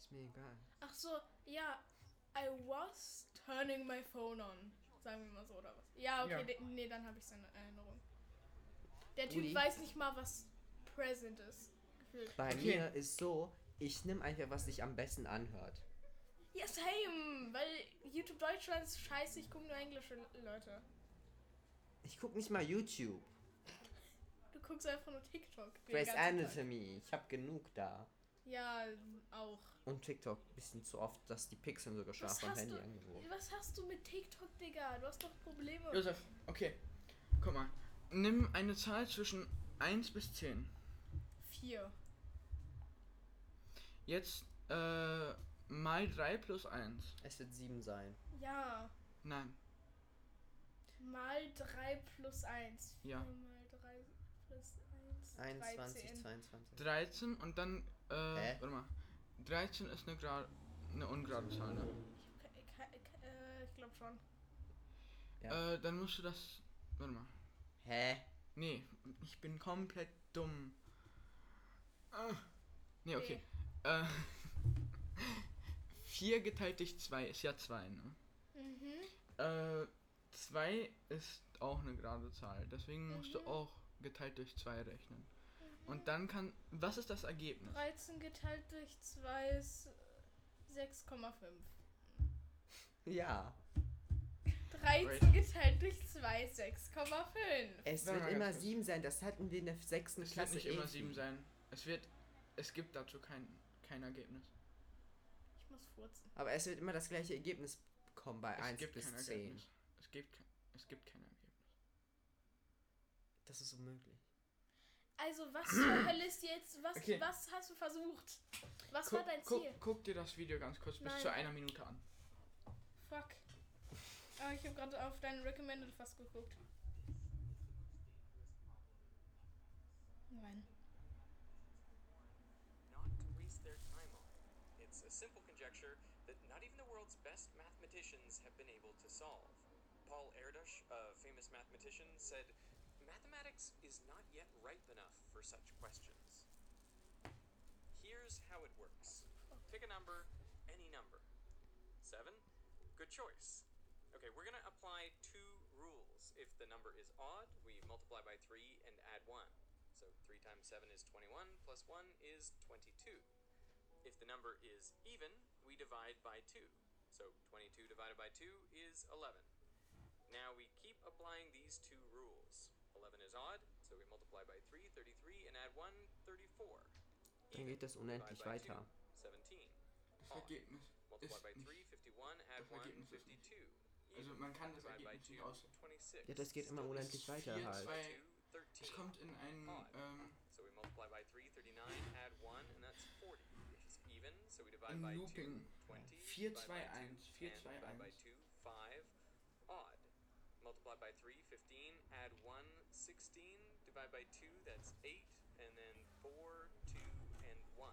Ist mir egal. Ach so, ja. I was turning my phone on. Sagen wir mal so, oder was? Ja, okay, Ja. de- nee, dann habe ich seine Erinnerung. Der Typ Uli? weiß nicht mal, was present ist. Gefühlt. Bei Okay. mir ist so, ich nehme einfach, was sich am besten anhört. Ja, same, weil YouTube Deutschland ist scheiße, ich gucke nur englische Leute. Ich guck nicht mal YouTube. Du guckst einfach nur TikTok. den Grey's ganzen Tag. Anatomy. Ich habe genug da. Ja, auch. Und TikTok ein bisschen zu oft, dass die Pixel sogar Was scharf am hast Handy du- angewogen. Was hast du mit TikTok, Digga? Du hast doch Probleme. Josef, okay. Guck mal. Nimm eine Zahl zwischen 1 bis 10. Vier. Jetzt äh, mal 3 plus 1. Es wird 7 sein. Ja. Nein. Mal 3 plus 1. Ja. Mal 3 plus 1. 21, 22. 13 und dann, äh, Hä? warte mal. 13 ist eine, Gra eine ungerade Zahl, ne? Ich, hab ke- ke- ke- äh, ich glaube schon. Ja. Äh, dann musst du das. Warte mal. Hä? Nee, ich bin komplett dumm. Ah. Nee, okay. Äh, 4 geteilt durch 2 ist ja 2, ne? Mhm. Äh, 2 ist auch eine gerade Zahl, deswegen musst Mhm. du auch geteilt durch 2 rechnen. Und dann kann. Was ist das Ergebnis? 13 Mhm. geteilt durch 2 ist äh, 6,5. Ja. 13 geteilt durch 2 ist 6,5. Es Warte wird mal immer ganz kurz. 7 sein. Das hatten wir in der 6. Es wird Klasse. nicht immer eh 7 sein. Es wird. Es gibt dazu kein, kein Ergebnis. Ich muss furzen. Aber es wird immer das gleiche Ergebnis kommen bei Es 1 gibt kein bis 10. Ergebnis. Es gibt, kein- es gibt kein Ergebnis. Das ist unmöglich. Also, was zur Hölle ist jetzt? Was, Okay. was hast du versucht? Was war Guck, dein guck, Ziel? guck dir das Video ganz kurz bis Nein. zu einer Minute an. Fuck. Ah, ich habe gerade auf deinen Recommended fast geguckt. Nein. not to waste their time on. It's a simple conjecture that not even the world's best mathematicians have been able to solve. Paul Erdős, a famous mathematician, said, Mathematics is not yet ripe enough for such questions. Here's how it works pick a number, any number. Seven? Good choice. Okay, we're gonna apply two rules. If the number is odd, we multiply by three and add one. So three times seven is 21, plus one is 22. If the number is even, we divide by two. So 22 divided by two is 11. Now we keep applying these two rules. 11 is odd, so we multiply by 3, 33, and add 1, 34. Dann geht das unendlich Divide by two, weiter. 17. Das Odd. Ergebnis Multiply ist by nicht. 3, 51, add Das Ergebnis 1, ist 52. Also Even. man kann das Divide by Ergebnis nicht 2, aus. 26. Ja, das geht immer Still unendlich weiter vier, halt. zwei. two, Es 13. kommt in einen, ähm, So we multiply by 3, 39, add 1, and that's 40, which is even. So we divide in by 2, Looping. 20. 4, divide 2, 1, 4, 2, by 2, 10, divide by 1. 2, 5, odd. Multiply by 3, 15, add 1, 16, divide by 2, that's 8, and then 4, 2, and 1.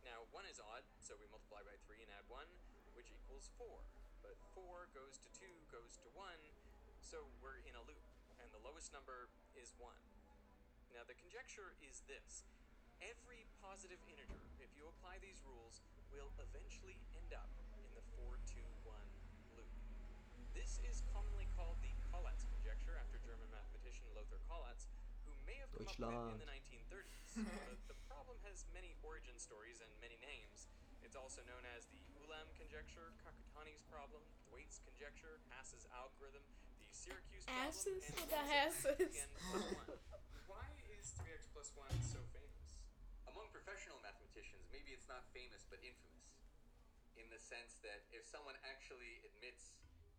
Now, 1 is odd, so we multiply by 3 and add 1, which equals 4. But 4 goes to 2, goes to 1, so we're in a loop, and the lowest number is 1. Now, the conjecture is this every positive integer, if you apply these rules, will eventually end up in the 421 loop. This is commonly called the Collatz conjecture after German mathematician Lothar Collatz, who may have come up with it in the 1930s. but the problem has many origin stories and many names. It's also known as the Ulam conjecture, Kakutani's problem, Thwaites conjecture, Haas's algorithm, the Syracuse problem, Asses and oder also Hasses? the plus one. Why is 3x plus 1 so famous? Among professional mathematicians, maybe it's not famous but infamous, in the sense that if someone actually admits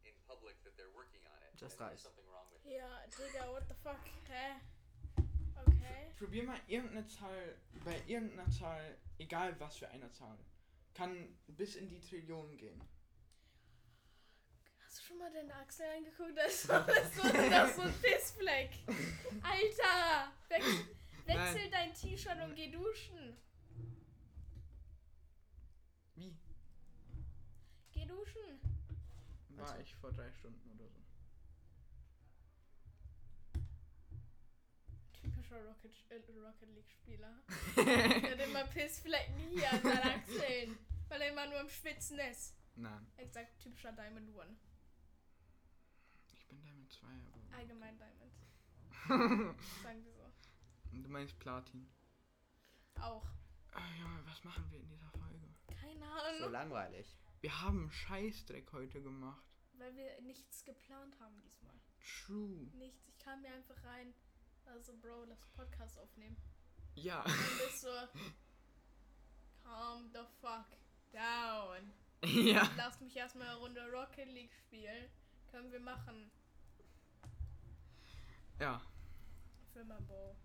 in public that they're working on it, Just then nice. there's something wrong with it. Ja, Digga, what the fuck? Hä? Okay. Probier mal irgendeine Zahl, bei irgendeiner Zahl, egal was für eine Zahl, kann bis in die Trillionen gehen. Hast du schon mal deine Achsel angeguckt? Da ist so, da ist so, da ist so ein Pissfleck. Alter! Wechsel, wechsel dein T-Shirt und geh duschen. Wie? Geh duschen. War Also- ich vor drei Stunden oder so. Typischer Rocket, äh, Rocket League-Spieler. Der hat immer Pissflecken hier an seinen Achseln. Weil er immer nur am Schwitzen ist. Nein. Exakt, typischer Diamond One. Ich bin Diamond 2, aber. Allgemein Diamond. Ah. Sagen wir so. Du meinst Platin. Auch. Ah, Junge, was machen wir in dieser Folge? Keine So Ahnung. langweilig. Wir haben Scheißdreck heute gemacht. Weil wir nichts geplant haben diesmal. True. Nichts. Ich kam mir einfach rein. Also, Bro, lass einen Podcast aufnehmen. Ja. Und bist so. Calm the fuck down. ja. Lass mich erstmal eine Runde Rocket League spielen. Können wir machen. Ja. Für mein Bro.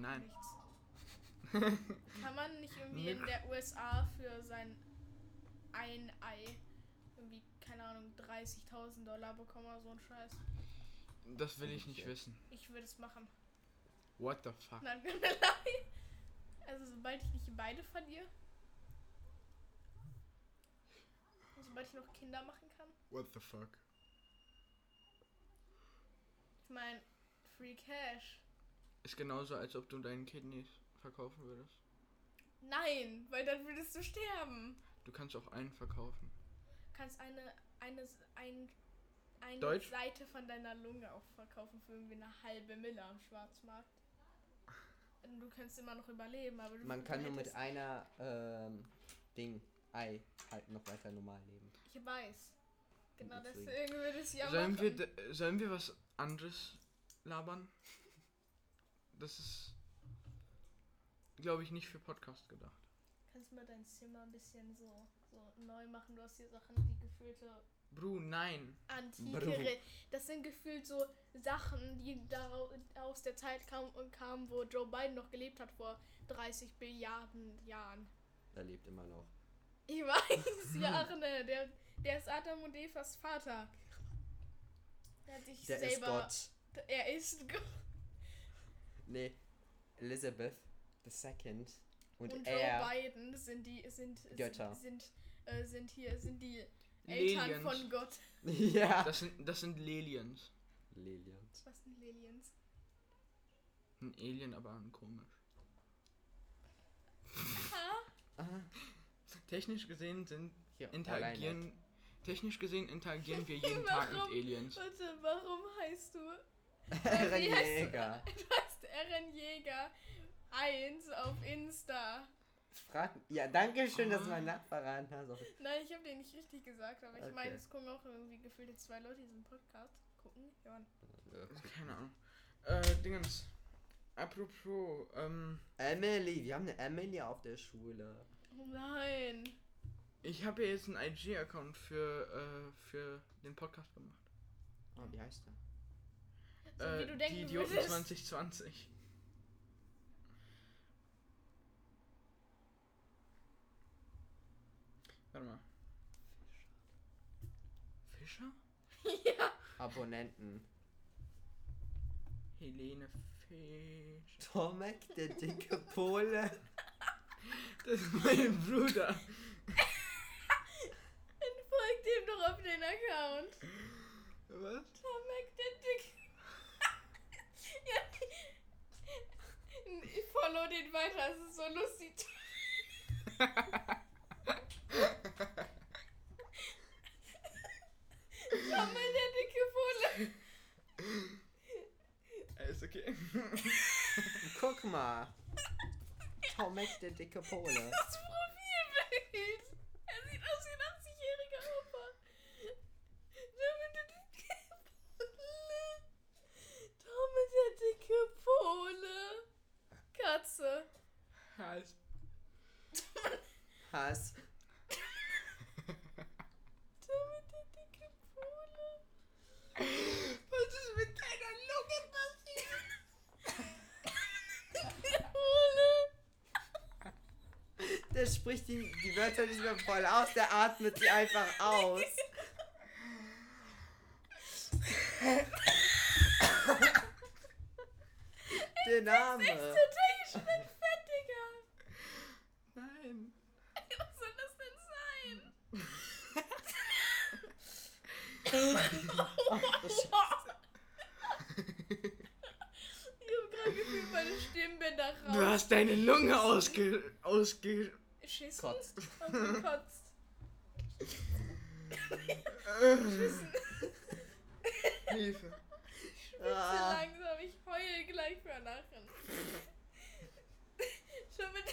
Nein. Nichts. Kann man nicht irgendwie in Nix. der USA für sein ein Ei irgendwie, keine Ahnung, 30.000 Dollar bekommen oder so ein Scheiß? Das will ich nicht wissen. Ich würde es machen. What the fuck? Nein, gonna lie. Also sobald ich nicht beide verliere. Und sobald ich noch Kinder machen kann. What the fuck? Ich meine, Free Cash. Ist genauso, als ob du deinen Kidneys verkaufen würdest. Nein, weil dann würdest du sterben. Du kannst auch einen verkaufen. Du kannst eine, eine, ein, eine Deutsch? Seite von deiner Lunge auch verkaufen für irgendwie eine halbe Mille am Schwarzmarkt. Und du kannst immer noch überleben, aber du Man du kann nur mit hättest- einer ähm, Ding Ei halt noch weiter normal leben. Ich weiß. Genau Deswegen. deswegen würde ich es ja sollen, machen. wir, d- sollen wir was anderes labern? Das ist, glaube ich, nicht für Podcast gedacht. Kannst du mal dein Zimmer ein bisschen so, so neu machen? Du hast hier Sachen, die gefühlte Bru, nein. antike. Brr. Re- Das sind gefühlt so Sachen, die darau- aus der Zeit kamen und kamen, wo Joe Biden noch gelebt hat vor 30 Milliarden Jahren. Da lebt immer noch. Ich weiß, ja, Arne, der, der ist Adam und Evas Vater. Er hat sich Der ist selber. Gott. Er ist Gott. Nee, Elizabeth II und, Und Joe er. Biden sind die sind Götter. sind sind, äh, sind hier sind die Eltern Lilians. von Gott. ja. Das sind, das sind Lilians. Lilian. Was sind Lilians? Ein Alien, aber ein komisch. Technisch gesehen sind Hier, interagieren. Technisch gesehen interagieren wir jeden Tag Warum? mit Aliens. Warte, warum heißt du? Alleine. Wie heißt du? Jäger. Du heißt Eren Jäger 1 auf Insta. Frag, ja, danke schön, Ah. dass du meinen Namen verraten hast. Auf- Nein, ich habe den nicht richtig gesagt, aber ich Okay. meine, es gucken auch irgendwie gefühlte zwei Leute diesen Podcast. Gucken, hören. Keine Ahnung. Äh, Dingens. Apropos, ähm, Emily, wir haben eine Emily auf der Schule. Oh nein. ich habe ja jetzt einen IG-Account für, äh, für den Podcast gemacht. Oh, wie heißt der? So äh, wie du denken die Idioten würdest. 2020. Warte mal. Fischer? ja. Abonnenten. Helene Fisch. Tomek, der dicke Pole. Das ist mein Bruder. Dann folgt ihm doch auf den Account. Was? Tomek, der Dick. ja. Ich follow den weiter, es ist so lustig. Tomek, der dicke Pole. Alles okay. Guck mal. Tomek, der dicke Pole. Das Profilbild. Er sieht aus wie ein 80-jähriger Opa. Damit der dicke Pole. Damit der dicke Pole. Katze. Heiß. Hass. Damit der dicke Pole. Was ist mit deiner Lunge passiert? Dicke Pole. Der spricht die, die Wörter nicht mehr voll aus, der atmet sie einfach aus. Der Name. Extentation mit Fett, Digga. Nein. Was soll das denn sein? Ich hab gerade gefühlt meine Stimmbänder raus. Du hast deine Lunge ausge... ausge... Schissen Kotzt. und gekotzt. Äh, Hilfe. Zu Ah, langsam, ich heule gleich vor Lachen. Schon mit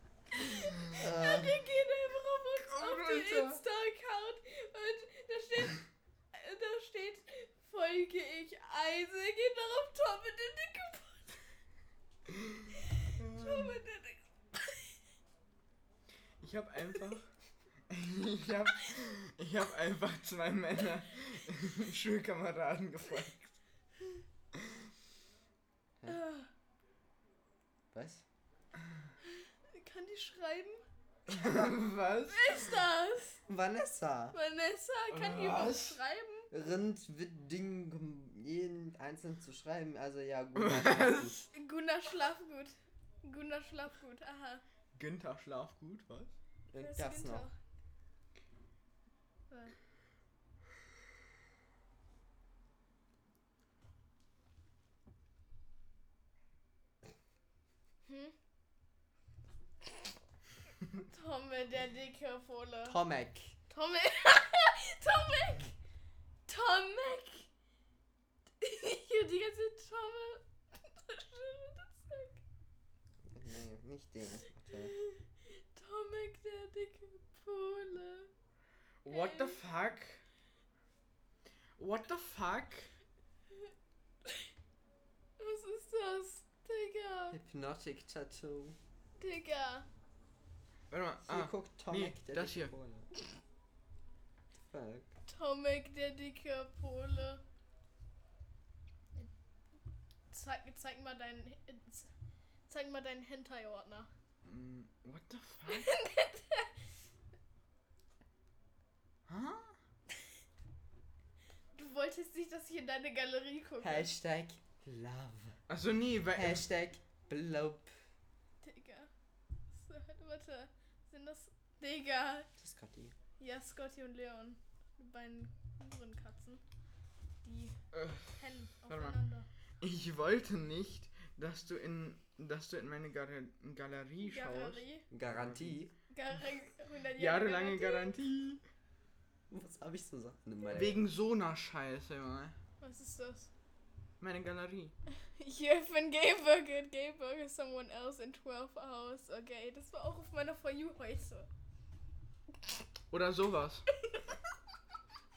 Ja, wir ah. gehen einfach auf, uns, Komm auf den runter. Insta-Account und da steht, äh, da steht, folge ich Eise, geht noch auf Tom mit der dicke Pol- Tom mit der dicke Ich hab einfach. Ich hab, ich hab einfach zwei Männer Schulkameraden gefolgt. Ah, Was? Kann die schreiben? Was? Wer ist das? Vanessa. Vanessa, kann die überhaupt Was? schreiben? Rind wird Ding, um jeden einzelnen zu schreiben. Also ja, gut. Was? Gunnar Schlafgut. Gunnar Schlafgut, aha. Günther schlaf gut, was? Wer ist Das Günther? noch. Ah. Hm? Tomme, der dicke Pole. Tomek. Tomek. Tomek. Tomek. Ich hab die ganze Tomme. Nee, nicht den. Okay. Tomek, der dicke Pole. What the fuck? What the fuck? Was ist das? Digga. Hypnotic Tattoo. Digga. Warte mal. Hier Ah, guckt Tomek, nee, der das hier. dicke Pole. Fuck. Tomek, der dicke Pole. Zeig, zeig mal deinen. äh, z- Zeig mal deinen Hentai-Ordner. mm, what the fuck? Huh? Du Du wolltest nicht, dass ich in deine Galerie gucke. Hashtag Love. Also nee, weil Hashtag Blob. Digga. So, warte. Sind das. Digga. Das ist gerade die. Ja, Scotty und Leon. Die beiden anderen Katzen. Die Äh, pennen warte mal. aufeinander. ich wollte nicht, dass du in dass du in meine Gal Galerie schaust. Galerie. Garantie. Gare- 100 Jahre Jahrelange Garantie. Garantie. Was habe ich zu sagen? in meiner- Wegen so einer Scheiße, mal. Was ist das? Meine Galerie. You have been gay burger, gay burger someone else in 12 hours. Okay, das war auch auf meiner For You heute. Oder sowas.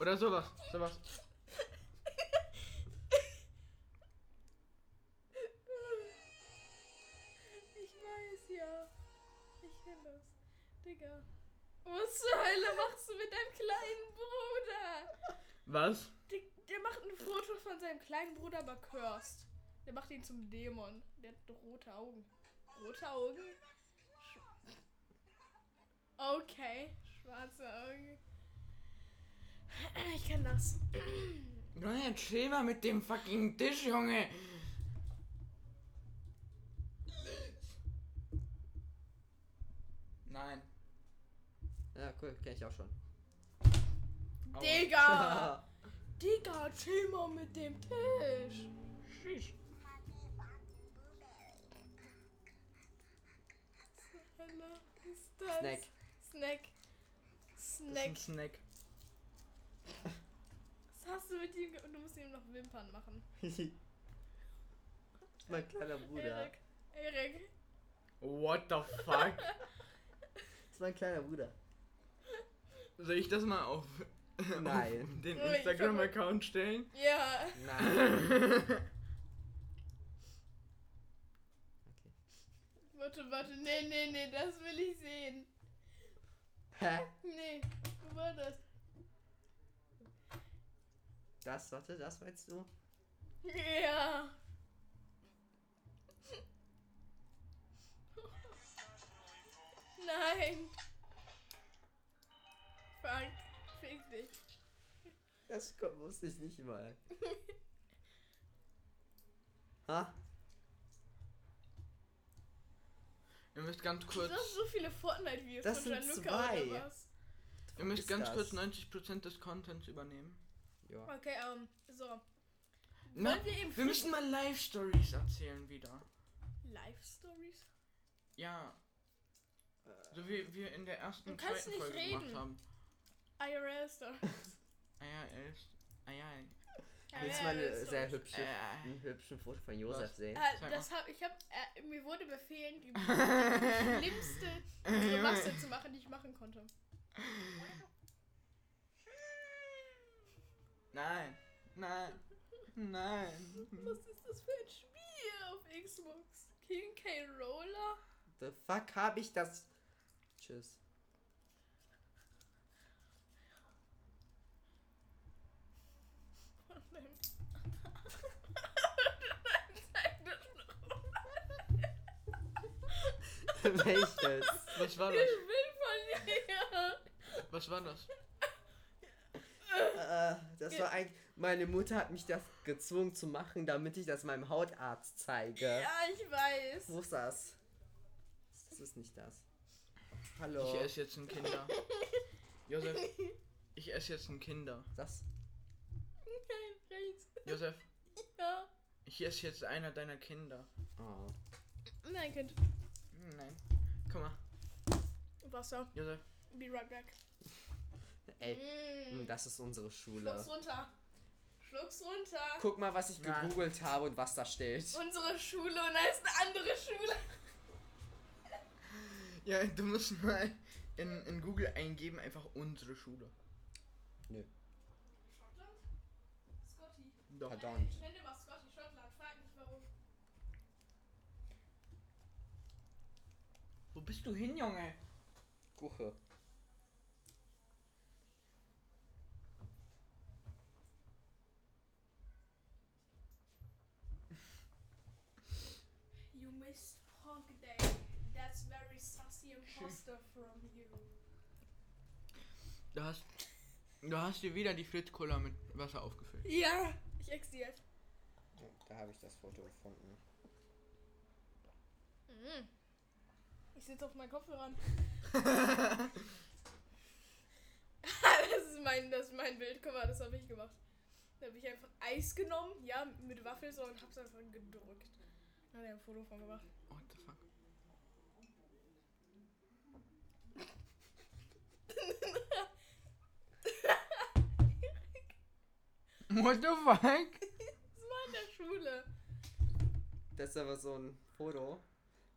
Oder sowas. Sowas. Ich weiß ja. Ich kenn das. Digga. Was zur Hölle machst du mit deinem kleinen Bruder? Was? Dig- Der macht ein Foto von seinem kleinen Bruder, aber cursed. Der macht ihn zum Dämon. Der hat rote Augen. Rote Augen? Sch okay. Schwarze Augen. Ich kenn das. Junge, chill mal mit dem fucking Tisch, Junge. Nein. Ja, cool, kenne ich auch schon. Aua. Digga! Ah. Digga, chill mal mit dem Tisch. Tschüss. Hallo, ist das? Snack. Snack. Das ist ein Snack. Snack. Was hast du mit ihm ge- Du musst ihm noch Wimpern machen. mein kleiner Bruder. Erik. Erik. What the fuck? Das ist mein kleiner Bruder. Soll ich das mal auf, Nein. auf den Junge, ich hab- Instagram-Account stellen? Ja. Nein. Warte, warte. Nee, nee, nee, das will ich sehen. Hä? Nee, wo war das? Das, warte, das meinst du? Ja. Nein. Fuck. Fick dich. Das ko- wusste ich nicht mal. ha? Ihr müsst ganz Du hast kurz, so viele Fortnite-Videos Das von sind Gianluca zwei. oder was? ihr müsst Ist ganz das? kurz 90% des Contents übernehmen. Ja. Okay, ähm, so. Na, Wollen wir eben wir müssen mal Live-Stories erzählen wieder. Live-Stories? Ja. So wie wir in der ersten Du kannst zweiten nicht Folge reden. gemacht haben. IRL-Stories. Ah ja, elf. Ah ja. äh, Willst du mal eine sehr IRL-Stories. hübsche, einen hübschen Foto von Josef Was? sehen? Ah, Sag das hab, ich hab, äh, mir wurde befehlen, die Äh. schlimmste Masse zu machen, die ich machen konnte. Nein. Nein. Nein. Was ist das für ein Spiel auf Xbox? King K. Roller? The fuck hab ich das? Tschüss. Von deinem- Von deinem Techno- Welches? Was war Ich das? will von dir. Was war das? äh, das war eigentlich. Meine Mutter hat mich das gezwungen zu machen, damit ich das meinem Hautarzt zeige. Ja, ich weiß. Wo ist das? Das ist nicht das. Hallo. Ich esse jetzt ein Kinder. Josef. Ich esse jetzt ein Kinder. das. Nein, rechts. Josef. Ja. Ich esse jetzt einer deiner Kinder. Oh. Nein, Kind. Nein. Guck mal. Wasser. Josef. Be right back. Ey, Mm. das ist unsere Schule. Schluck's runter. Schluck's runter. Guck mal, was ich Nein. gegoogelt habe und was da steht. Unsere Schule und da ist eine andere Schule. Ja, du musst mal in, in Google eingeben, einfach unsere Schule. Schottland? Scotty. Doch. Verdammt. Ich nenne immer Scotty Schottland. Frag mich warum. Wo bist du hin, Junge? Guche. You missed Punk Day. That's very sassy imposter from you. Du hast Du hast dir wieder die Fritz-Cola mit Wasser aufgefüllt. Ja, ich exiliert. Ja, Da habe ich das Foto gefunden. Mhm. Ich sitze auf meinen Kopfhörern. das, ist mein, das ist mein Bild. Guck mal, das habe ich gemacht. Da habe ich einfach Eis genommen, ja, mit Waffel so und hab's einfach gedrückt. Da hat er ein Foto von gemacht. What the fuck? What the fuck? Das war in der Schule. Das ist aber so ein Foto,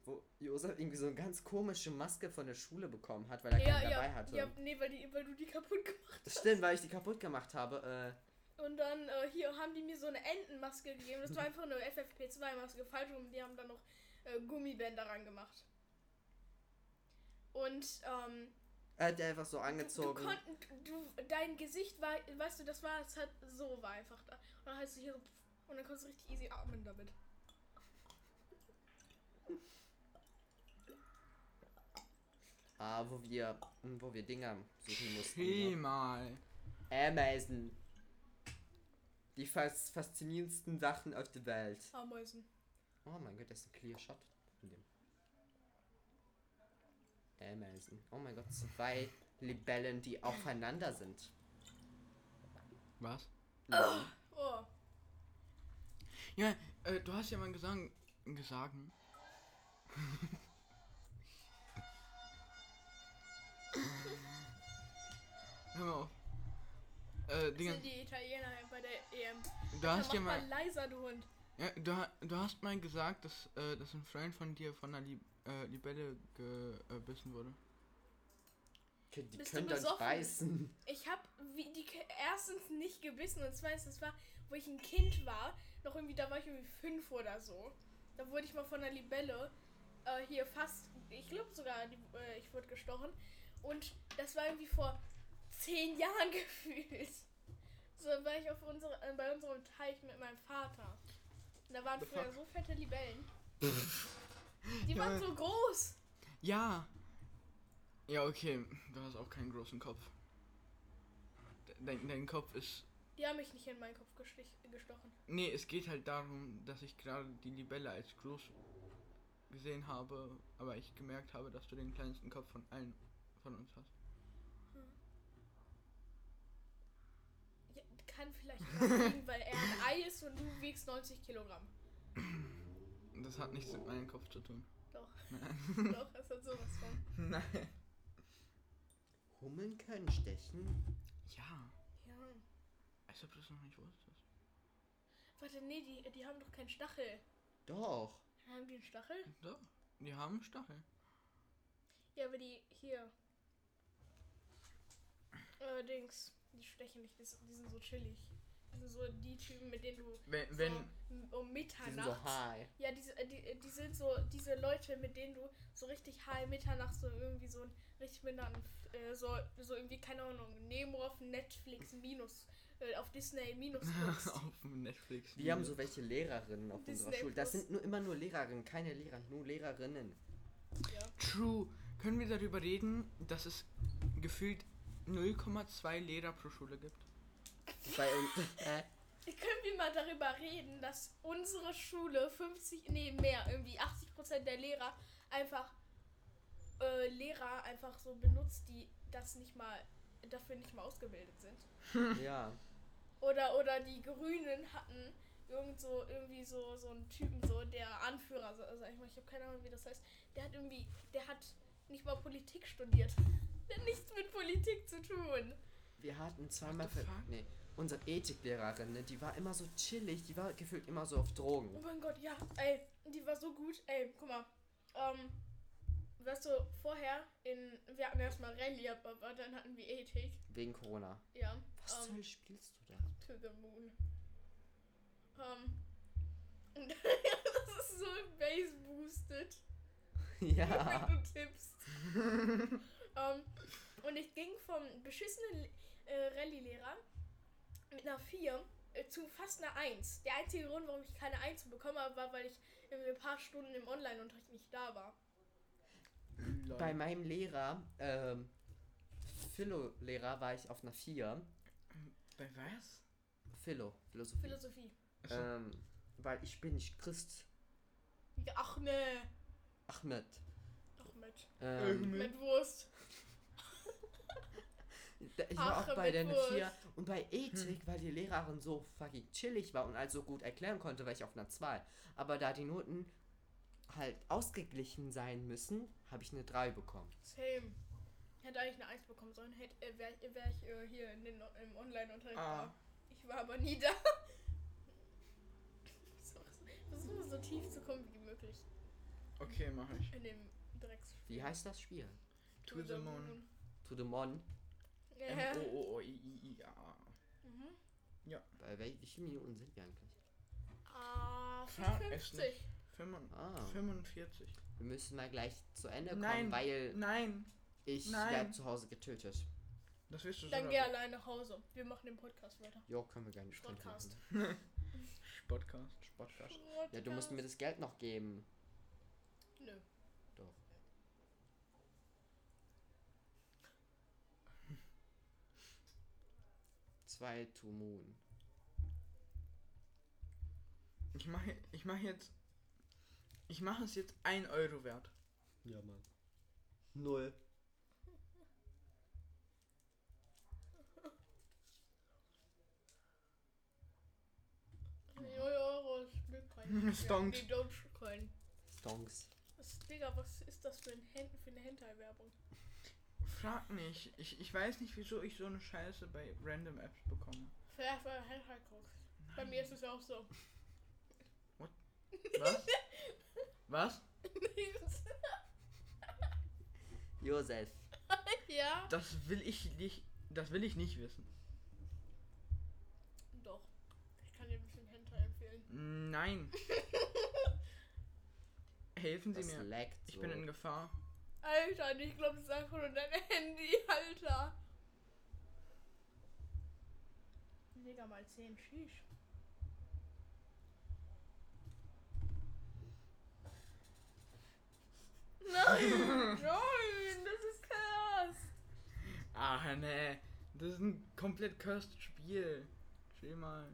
wo Josef irgendwie so eine ganz komische Maske von der Schule bekommen hat, weil er Ja, keine dabei ja, hatte. ja. Nee, weil, die, weil du die kaputt gemacht Das stimmt, weil ich die kaputt gemacht habe. Und dann äh, hier haben die mir so eine Entenmaske gegeben. Das war einfach eine FFP2-Maske, falsch rum. Die haben dann noch äh, Gummibänder rangemacht. Und ähm, Äh, er hat die einfach so du- angezogen. Du, konnt- du, dein Gesicht war, weißt du, das war, es hat so war einfach da. Und dann hast du hier so, pff, und dann konntest du richtig easy atmen damit. Ah, wo wir, wo wir Dinger suchen mussten. Hey Ne? mal. Amazon. Die fas faszinierendsten Sachen auf der Welt. Ameisen. Oh mein Gott, das ist ein Clear Shot von dem. Amazon. Oh mein Gott, zwei Libellen, die aufeinander sind. Was? Oh, Ja, äh, du hast ja mal gesagt, gesagt. ne? Hör mal auf. Äh, das Dinger, sind Also die Italiener bei der EM. du Dann hast ja mach mal mal, leiser, du Hund. ja, du, ha- du hast mal gesagt, dass, äh, dass ein Freund von dir von einer Lib äh, Libelle gebissen wurde. Kö- Die Bist du können doch nicht besoffen? beißen. Ich habe die Ke- erstens nicht gebissen und zweitens, das war, wo ich ein Kind war, noch irgendwie, da war ich irgendwie fünf oder so. Da wurde ich mal von einer Libelle äh, hier fast, ich glaube sogar, die, äh, ich wurde gestochen. Und das war irgendwie vor zehn Jahren gefühlt. So dann war ich auf unsere, äh, bei unserem Teich mit meinem Vater. Und da waren The früher fuck? so fette Libellen. die Ja. waren so groß. Ja. Ja, okay. Du hast auch keinen großen Kopf. De- Dein, dein Kopf ist.lich- Die haben mich nicht in meinen Kopf gestich- gestochen. Nee, es geht halt darum, dass ich gerade die Libelle als groß gesehen habe, aber ich gemerkt habe, dass du den kleinsten Kopf von allen von uns hast. Ja, kann vielleicht dran liegen, weil er ein Ei ist und du wiegst 90 Kilogramm. Und Das hat nichts mit meinem Kopf zu tun. Doch, Nein. doch, es hat sowas von. Nein. Hummeln können stechen. Ja, Ja. als ob du es noch nicht wusstest. Warte, nee, die, die haben doch keinen Stachel. Doch. Haben die einen Stachel? So, die haben einen Stachel. Ja, aber die hier. Äh, Dings. Die stechen nicht, die sind die sind so chillig. Das sind so die Typen, mit denen du Wenn, so wenn, m- um Die sind so Mitternacht. high. ja, die, äh, die, die sind so diese Leute, mit denen du so richtig high Mitternacht so irgendwie so ein richtig mit einem, äh, so, so irgendwie, keine Ahnung, Nemo auf Netflix minus, äh, auf Disney minus guckst. auf dem Netflix. Wir haben so welche Lehrerinnen auf Disney unserer Schule. Das Plus. sind nur immer nur Lehrerinnen, keine Lehrer, nur Lehrerinnen. True. Können wir darüber reden, dass es gefühlt 0,2 Lehrer pro Schule gibt? Bei uns. Hä? Können wir mal darüber reden, dass unsere Schule 50, nee, mehr, irgendwie 80 Prozent der Lehrer einfach, äh, Lehrer einfach so benutzt, die das nicht mal, dafür nicht mal ausgebildet sind. ja. Oder, oder die Grünen hatten irgend so, irgendwie so, so einen Typen, so der Anführer, so- also ich, mein, ich habe keine Ahnung, wie das heißt. Der hat irgendwie, der hat nicht mal Politik studiert. Der hat nichts mit Politik zu tun. Wir hatten zweimal. What the Ver fuck? nee. Unsere Ethiklehrerin, ne, die war immer so chillig, die war gefühlt immer so auf Oh Drogen. mein Gott, ja, ey, die war so gut. Ey, guck mal. Ähm, weißt du, vorher in, wir hatten erstmal Rallye, aber aber dann hatten wir Ethik. Wegen Corona. Ja. Was ähm, zum spielst du da? to the moon. Ähm. und das ist so base boosted. ja. wenn du tippst. Ähm, und ich ging vom beschissenen äh, Rallye-Lehrer mit einer 4 äh, zu fast einer 1. Der einzige Grund, warum ich keine 1 bekommen habe, war, weil ich irgendwie ein paar Stunden im Online-Unterricht nicht da war. Bei meinem Lehrer, ähm, Philo-Lehrer, war ich auf einer 4 Bei was? Philo, Philosophie. Philosophie. Achso. ähm, weil ich bin nicht Christ. Ja, Ach ne. Ahmed. Ach mit. Ähm, Mhm. Mit Wurst. da, ich war auch bei Ahmed den Wurst. vier. Und bei Ethik, weil die Lehrerin so fucking chillig war und alles so gut erklären konnte, war ich auf einer 2. Aber da die Noten halt ausgeglichen sein müssen, habe ich eine 3 bekommen. Same. Hätte eigentlich eine Eins bekommen sollen. Hätte äh, wäre wär ich äh, hier in den, im Online-Unterricht Ah. da. Ich war aber nie da. So- Versuche so tief zu kommen wie möglich Okay, mach ich. in dem Drecks. Wie heißt das Spiel? To the moon. To the Mon. Ja. M-O-O-I-I-I-A. Mhm. Bei wel wie vielen Minuten sind wir eigentlich? Ah, Ja, echt 50. Fünfund- Ah. 45. Wir müssen mal gleich zu Ende kommen, Nein. weil Nein, ich Nein. werde zu Hause getötet. das wirst du Dann so. geh allein nach Hause. Wir machen den Podcast weiter. Jo, können wir gar nicht drin Podcast. machen. Podcast. Podcast. Ja, du musst mir das Geld noch geben. Nö. Doch. Zwei to Moon. Ich mache ich mach jetzt. Ich mache es jetzt 1 Euro wert. Ja, Mann. Null. Null Euro ist Bitcoin. Stonks. Ja, nee, Dogecoin. Stonks. Was- Digga, was ist das für, ein Hen für eine Hentai-Werbung? Frag nicht. Ich, ich weiß nicht, wieso ich so eine Scheiße bei Random Apps bekomme. Fair, fair, Hentai guckst. Bei mir ist es auch so. Was? Was? Josef. ja? Das will ich nicht. Das will ich nicht wissen. Doch. Ich kann dir ein bisschen Hentai empfehlen. Nein. Helfen Sie Das mir. laggt so. Ich bin in Gefahr. Alter, ich glaube, es ist einfach nur dein Handy, Alter. Digga, mal 10, sheesh. Nein, nein, das ist krass. Ah, ne. Das ist ein komplett cursed Spiel. Chill mal.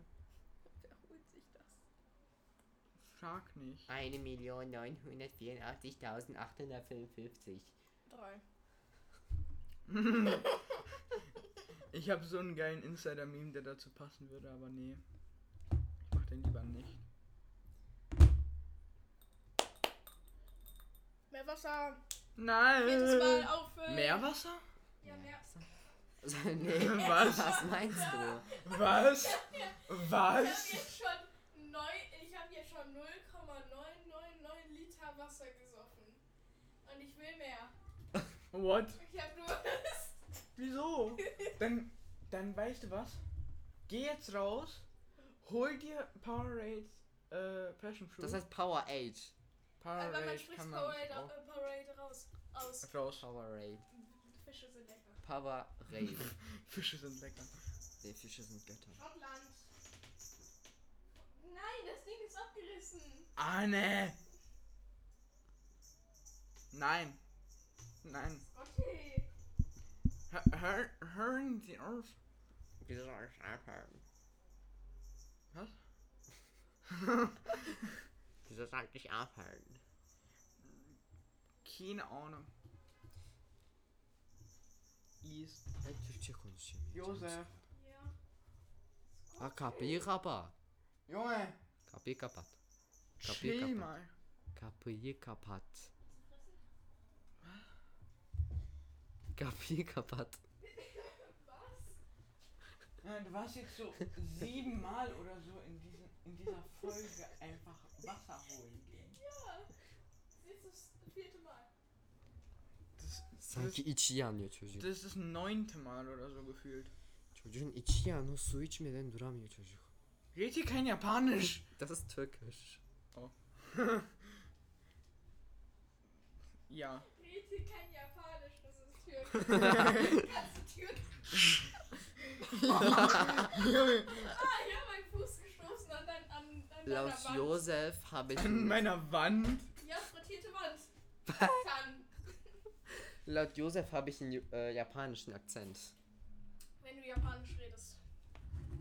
Wer holt sich das? Frag nicht. 1.984.855. Drei. Ich habe so einen geilen Insider-Meme, der dazu passen würde, aber nee. Ich mach den lieber nicht. Mehr Wasser. Viertes Mal Nein! auffüllen. Meerwasser? Ja, mehr. Also, nee. Was? Was meinst du? Was? Ich habe Was? jetzt schon neu, ich habe jetzt schon 0,999 Liter Wasser gesoffen. Und ich will mehr. What? Ich habe nur Wieso? Dann, dann weißt du was? Geh jetzt raus, hol dir Powerades, äh, Passion Fruit. Das heißt Power Age. aber man Powerade spricht kann man Powerade, auch äh, Powerade raus. Aus. raus. Power Raid. Fische sind lecker. Power Raid. Fische sind lecker. nee, Fische sind Götter. Schottland. Nein, das Ding ist abgerissen. Ah, ne. Nein. Nein. Okay. Hör- Hör, hören Sie auf. Wie soll ich abhaben? Was? Wieso sagt ich abhalten? Keine Ahnung. East. Josef. Ja. Ah, KP Kappa. Junge. KP Kappa. Kapier Chill kaputt. mal. KP Kappa. KP Kappa. Ja, du warst jetzt so siebenmal oder so in, diesen, in dieser Folge einfach Wasser holen gehen. Ja. Jetzt ist das vierte Mal. Das, das, Sanki içiyan ya çocuk. das ist das neunte Mal oder so gefühlt. Çocuğun içi yanıyor, su içmeden duramıyor çocuk. Redet ihr kein Japanisch? Das ist türkisch. Ja. Rete kann Japanisch, das ist Türkisch. Kannst du Türkisch? Ah, ich habe meinen Fuß gestoßen an, dein, an, an deiner Laut Wand. Josef habe ich. An meiner Wand. Ja, frittierte Wand. Dann, Laut Josef habe ich einen äh, japanischen Akzent. wenn du Japanisch redest.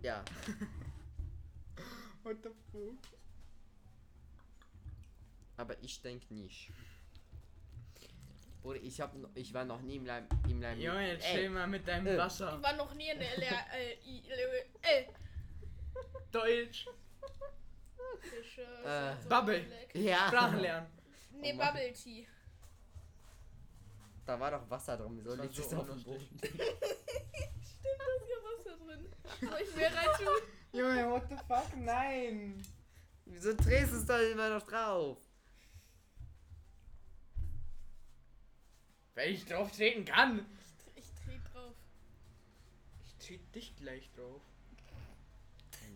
Ja. What the fuck? Aber ich denke nicht. Bruder, ich, hab, no- ich war noch nie im Leim. Im Leim Junge, Ey, chill mal mit deinem Äh. Ich Wasser. war noch nie in der LR, äh, I- L- äh, Deutsch. Fisch, Äh, so Bubble. leck. Ja. Sprache lernen. Nee, Oh Mann. Bubble Tea. Da war doch Wasser drin. Wieso Das war liegt so es auf dem unlustig. Boden? Stimmt, da ist ja Wasser drin. Soll ich mehr reintun? Junge, what the fuck? Nein. Wieso drehst du es da immer noch drauf? Wenn ich drauf treten kann. Ich dreh drauf. Ich trete dich gleich drauf.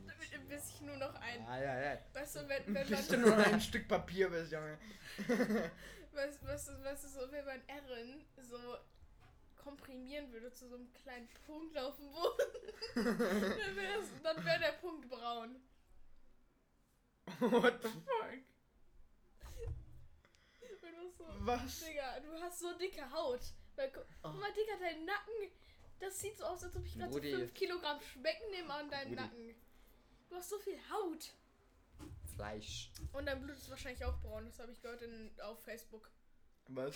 Damit Bis ich nur noch ein. Ja, Ah, ja, ja. Weißt du, wenn, wenn Bist du man. nur ein Stück Papier bist, Junge. Weißt weißt du, weißt du, so, wenn man Erin so komprimieren würde zu so einem kleinen Punkt auf dem Boden, dann wäre dann wär der Punkt braun. What the fuck? Wenn du so. Was? Digga, du hast so dicke Haut. Weil, gu- guck mal, Digga, dein Nacken. Das sieht so aus, als ob ich gerade so Brudi. 5 Kilogramm Speck nehme an deinem Brudi. Nacken. Du hast so viel Haut. Fleisch. Und dein Blut ist wahrscheinlich auch braun. Das habe ich gehört in, auf Facebook. Was?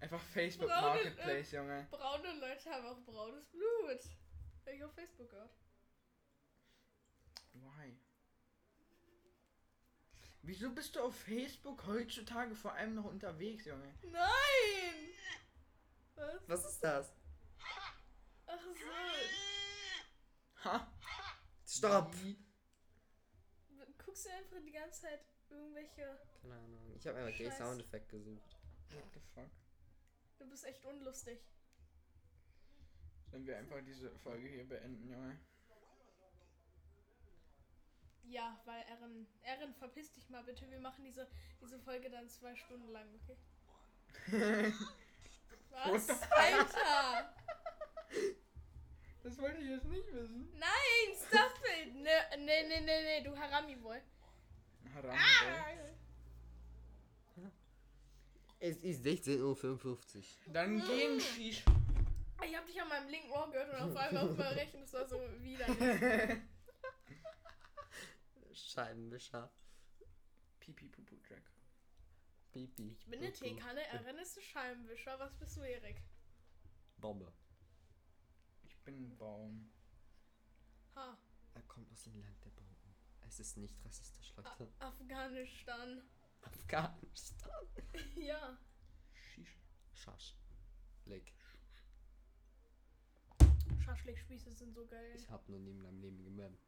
Einfach Facebook Braune- Marketplace, Junge. Braune Leute haben auch braunes Blut. Habe ich auf Facebook gehört. Why? Wieso bist du auf Facebook heutzutage vor allem noch unterwegs, Junge? Nein! Was? Was ist das? Ach so. Ha? Stopp! Wie? Guckst du einfach die ganze Zeit irgendwelche. Keine Ahnung. Ich habe einfach Gay Scheiß. Sound Effect gesucht. What the fuck? Du bist echt unlustig. Sollen wir einfach diese Folge hier beenden, Junge? Ja, weil Erin. Erin, verpiss dich mal bitte. Wir machen diese, diese Folge dann zwei Stunden lang, okay? Was? What the- Alter! Das wollte ich jetzt nicht wissen. Nein, stop it! Ne, ne, ne, ne, ne, du Harami-Boy. Haram, Ah! Es ist 16.55 Uhr. Boy. Dann gehen Shish. Ich hab dich an meinem linken Ohr gehört und auf einmal auf meinem rechten. Das war so widerlich. Scheibenwischer. Pipi Pupu Jack. Pipi. Ich Ich bin eine Teekanne, Erin ist ein Scheibenwischer. Was bist du, Erik? Bombe. Ich bin ein Baum. Ha, Er kommt aus dem Land der Bomben. Es ist nicht rassistisch, Ah. Leute. Afghanistan. Afghanistan. Ja. Shish. Schasch. Leck. Schaschlikspieße sind so geil. Ich hab noch nie in meinem Leben gemerkt.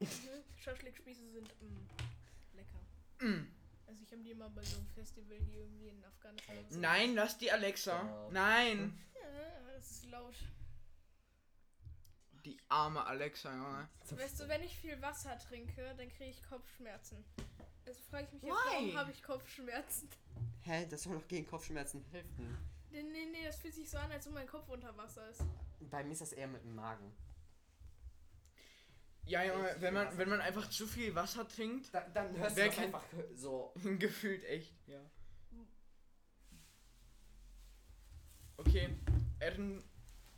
Mhm. Schaschlikspieße sind mm, lecker. Mm. Also ich habe die immer bei so einem Festival hier irgendwie in Afghanistan. und so. Nein, lass die Alexa. Stop. Nein. Ja, Äh, es ist laut. Die arme Alexa, Junge. Weißt du, wenn ich viel Wasser trinke, dann kriege ich Kopfschmerzen. Also frage ich mich jetzt, Why? warum habe ich Kopfschmerzen? Hä, das soll doch gegen Kopfschmerzen helfen. Nee, nee, nee, das fühlt sich so an, als ob mein Kopf unter Wasser ist. Bei mir ist das eher mit dem Magen. Ja, Junge, wenn man, wenn man einfach zu viel Wasser trinkt, Dann, dann hörst Wer du das kennt- einfach so. Gefühlt echt, ja. Okay, Erin,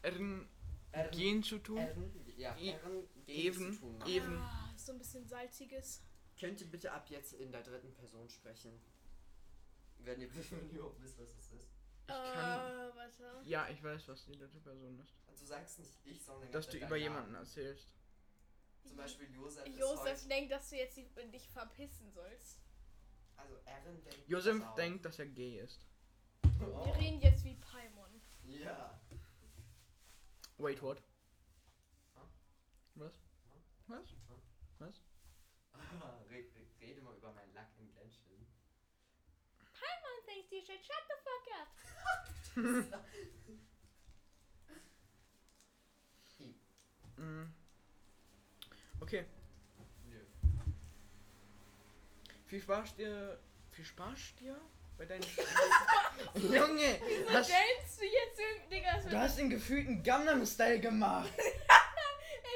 Erin, Erden, gehen zu tun. Erden, ja, I- Erden, gegen Even, zu tun. Even. Ah, so ein bisschen salziges. Könnt ihr bitte ab jetzt in der dritten Person sprechen? Wenn ihr, wenn ihr überhaupt wisst, was das ist. Äh, kann- warte. Ja, ich weiß, was die dritte Person ist. Und du sagst nicht ich, sondern Dass ganz du dein über Name. jemanden erzählst. Zum Beispiel Josef. ist Josef heute- denkt, dass du jetzt die- äh, dich verpissen sollst. Also Erden denkt. Josef das auch. denkt, dass er gay ist. Oh. Wir reden jetzt wie Paimon. Ja. Wait, what? Huh? Was? Huh? Was? Huh? Was? Re- re- Rede mal über meinen Lack im Glänzchen. Paimon thinks you should shut the fuck up. Mm. Okay, Nö. viel Spaß dir. Viel Spaß dir bei deinen. Junge! Hast, Stellst du jetzt irgendwie, Digga, das du hast den gefühlten Gangnam-Style gemacht! Ey,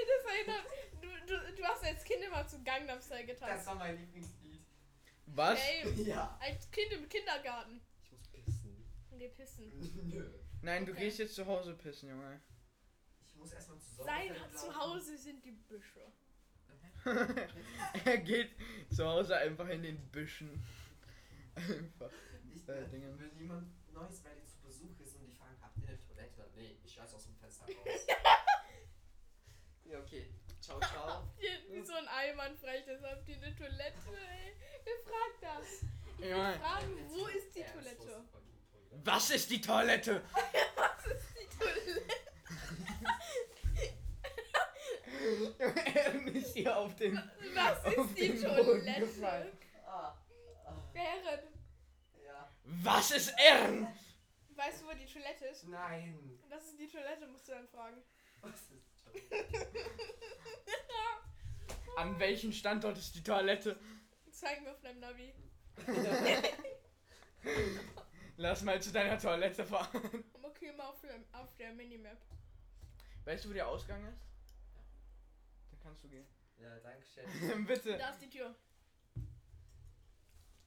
das erinnert. Du, du, du hast als Kind immer zu Gangnam Style Das getanzt. war mein Lieblingslied. Was? Ey, Ja. als Kind im Kindergarten. Ich muss pissen. Ja, geh pissen. Nö. Nein, du Okay. gehst jetzt zu Hause pissen, Junge. Ich muss erstmal zu Sein Sommerfeld laufen. Zuhause sind die Büsche. er geht zu Hause einfach in den Büschen. Einfach. Ich, Äh, äh, Dinge. wenn jemand Neues bei dir zu Besuch ist und die fragen, habt ihr eine Toilette? Nee, ich scheiß aus dem Fenster raus. ja, okay. Ciao, ciao. Hier, Wie so ein Einwandfrech, das habt ihr eine Toilette, ey. Wer fragt das? Junge. Fragen, wo ist die Ja, das ist Toilette? voll gut, Toilette. Was ist die Toilette? Die Toilette. er ist hier auf dem. Was Auf ist die den Boden Toilette? gefallen. Ah, ah, Während. ja. Was ist Ern? Weißt du, wo die Toilette ist? Nein. Was ist die Toilette, musst du dann fragen. Was ist Toilette? An welchem Standort ist die Toilette? Zeig mir auf deinem Navi. Lass mal zu deiner Toilette fahren. Okay, mal auf der, auf der Minimap. Weißt du, wo der Ausgang ist? Dann kannst du gehen. ja, danke schön. Bitte. Da ist die Tür.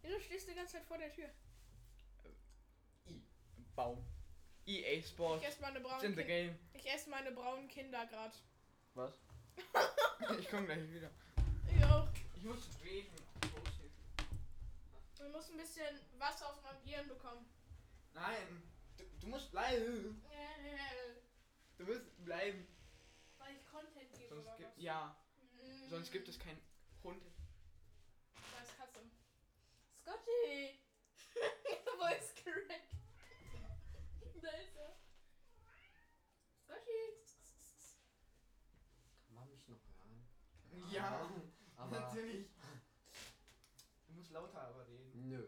Wieso stehst du die ganze Zeit vor der Tür? Baum. EA Ich Sports. esse meine It's braunen in the Kinder. game. Ich esse meine braunen Kinder grad. Was? ich komm gleich wieder. Ich auch. Ich muss reden. Ich muss ein bisschen Wasser auf mein Gehirn bekommen. Nein. Du, du musst bleiben. Weil Du musst bleiben. ich Content gebe Sonst oder gibt, was? ja, Mm. sonst gibt es keinen Hund. Da ist Katze. Scotty! Wo ist Craig? da ist er. Scotty! Kann man mich noch hören? Ja, Aber. natürlich. Du musst lauter aber reden. Nö.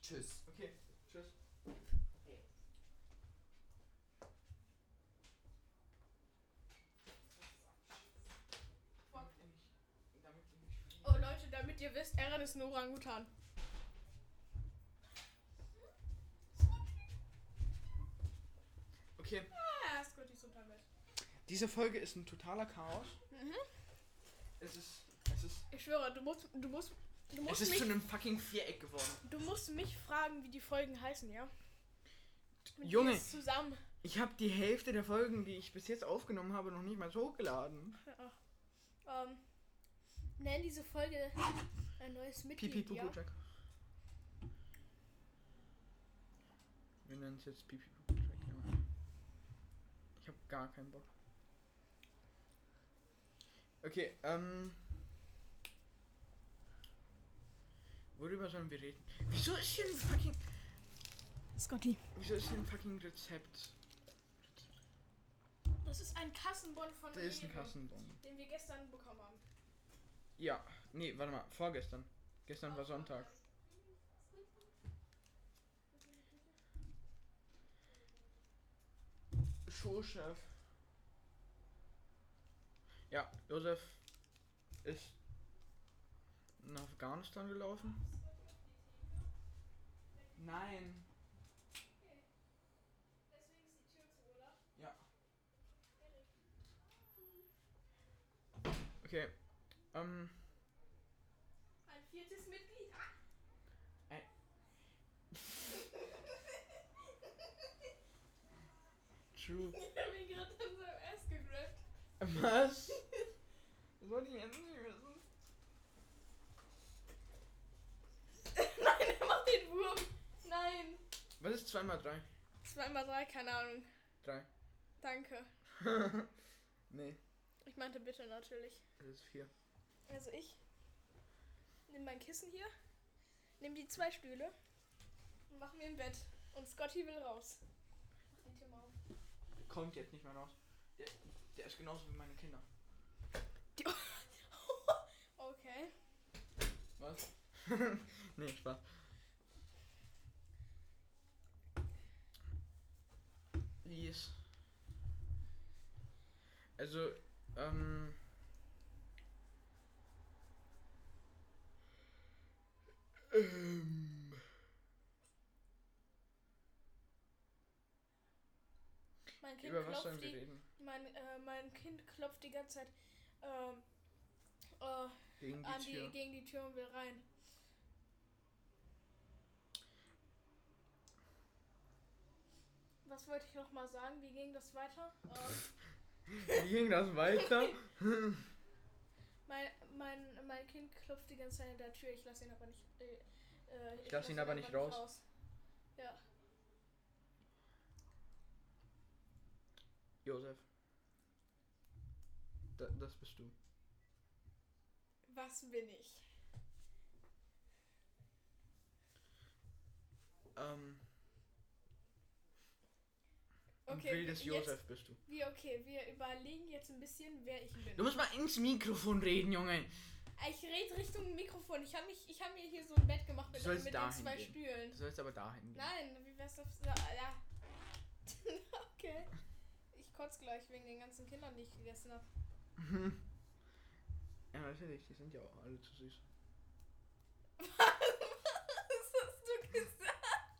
Tschüss. Okay, tschüss. Oh Leute, damit ihr wisst, Aaron ist ein Orangutan. Okay, Ah, Scotty ist unter Bett. diese Folge ist ein totaler Chaos. Mhm. Es ist, es ist, Ich schwöre, du musst, du musst, du es musst ist zu mich, einem fucking Viereck geworden. du musst mich fragen, wie die Folgen heißen, ja? Und Junge. jetzt Zusammen. Ich habe die Hälfte der Folgen, die ich bis jetzt aufgenommen habe, noch nicht mal hochgeladen. Ach, ähm, nenn diese Folge ein neues Mitglied, Pipi ja? Pupu Jack. Wir nennen es jetzt Pipi Pupu Jack. ja. Ich habe gar keinen Bock. Okay, ähm. Worüber sollen wir reden? Wieso ist hier ein fucking. Scotty. Wieso ist hier ein fucking Rezept? Das ist ein Kassenbon von Da ist ein Rewe, Kassenbon. den wir gestern bekommen haben. Ja, nee, warte mal, vorgestern. Gestern war Sonntag. Schulchef. Ja, Josef ist nach Afghanistan gelaufen. Nein. Ja. Okay. Ähm, Ein viertes Mitglied? true. Ich hab ihn gerade an seinem Ass gegrabt. Was? Das wollte ich jetzt nicht wissen. Nein, er macht den Wurm. Nein. Was ist 2 mal 3? Zwei mal drei, keine Ahnung. 3. Danke. nee, Ich meinte bitte natürlich. das ist 4. Also ich nehme mein Kissen hier, nehme die zwei Stühle und mache mir ein Bett. Und Scotty will raus. Mach die Tür mal auf. Kommt jetzt nicht mehr raus. Der, der ist genauso wie meine Kinder. Okay. Was? nee, Spaß. Yes. Also, ähm. Ähm. Mein Kind Über was sollen klopft die, wir reden? mein, äh, mein Kind klopft die ganze Zeit ähm, äh, Gegen an die die, Tür. gegen die Tür und will rein. was wollte ich nochmal sagen? Wie ging das weiter? Ähm, Wie ging das weiter? mein, mein, mein Kind klopft die ganze Zeit an der Tür. Ich lasse ihn aber nicht. Äh, äh, Ich lass ihn aber nicht raus. Ja. Josef. Da, das bist du. Was bin ich? Ähm, Okay. ein wildes wir- jetzt- Josef bist du. Wir, okay, wir überlegen jetzt ein bisschen, wer ich bin. Du musst mal ins Mikrofon reden, Junge. Ich rede Richtung Mikrofon. Ich habe mich, ich habe mir hier so ein Bett gemacht mit, Du sollst mit den dahin zwei gehen. Du Stühlen. sollst aber dahin gehen. Nein, wie wär's auf da, da. Okay. Ich kotze gleich wegen den ganzen Kindern, die ich gegessen habe. Ja, natürlich, die sind ja auch alle zu süß. Was hast du gesagt?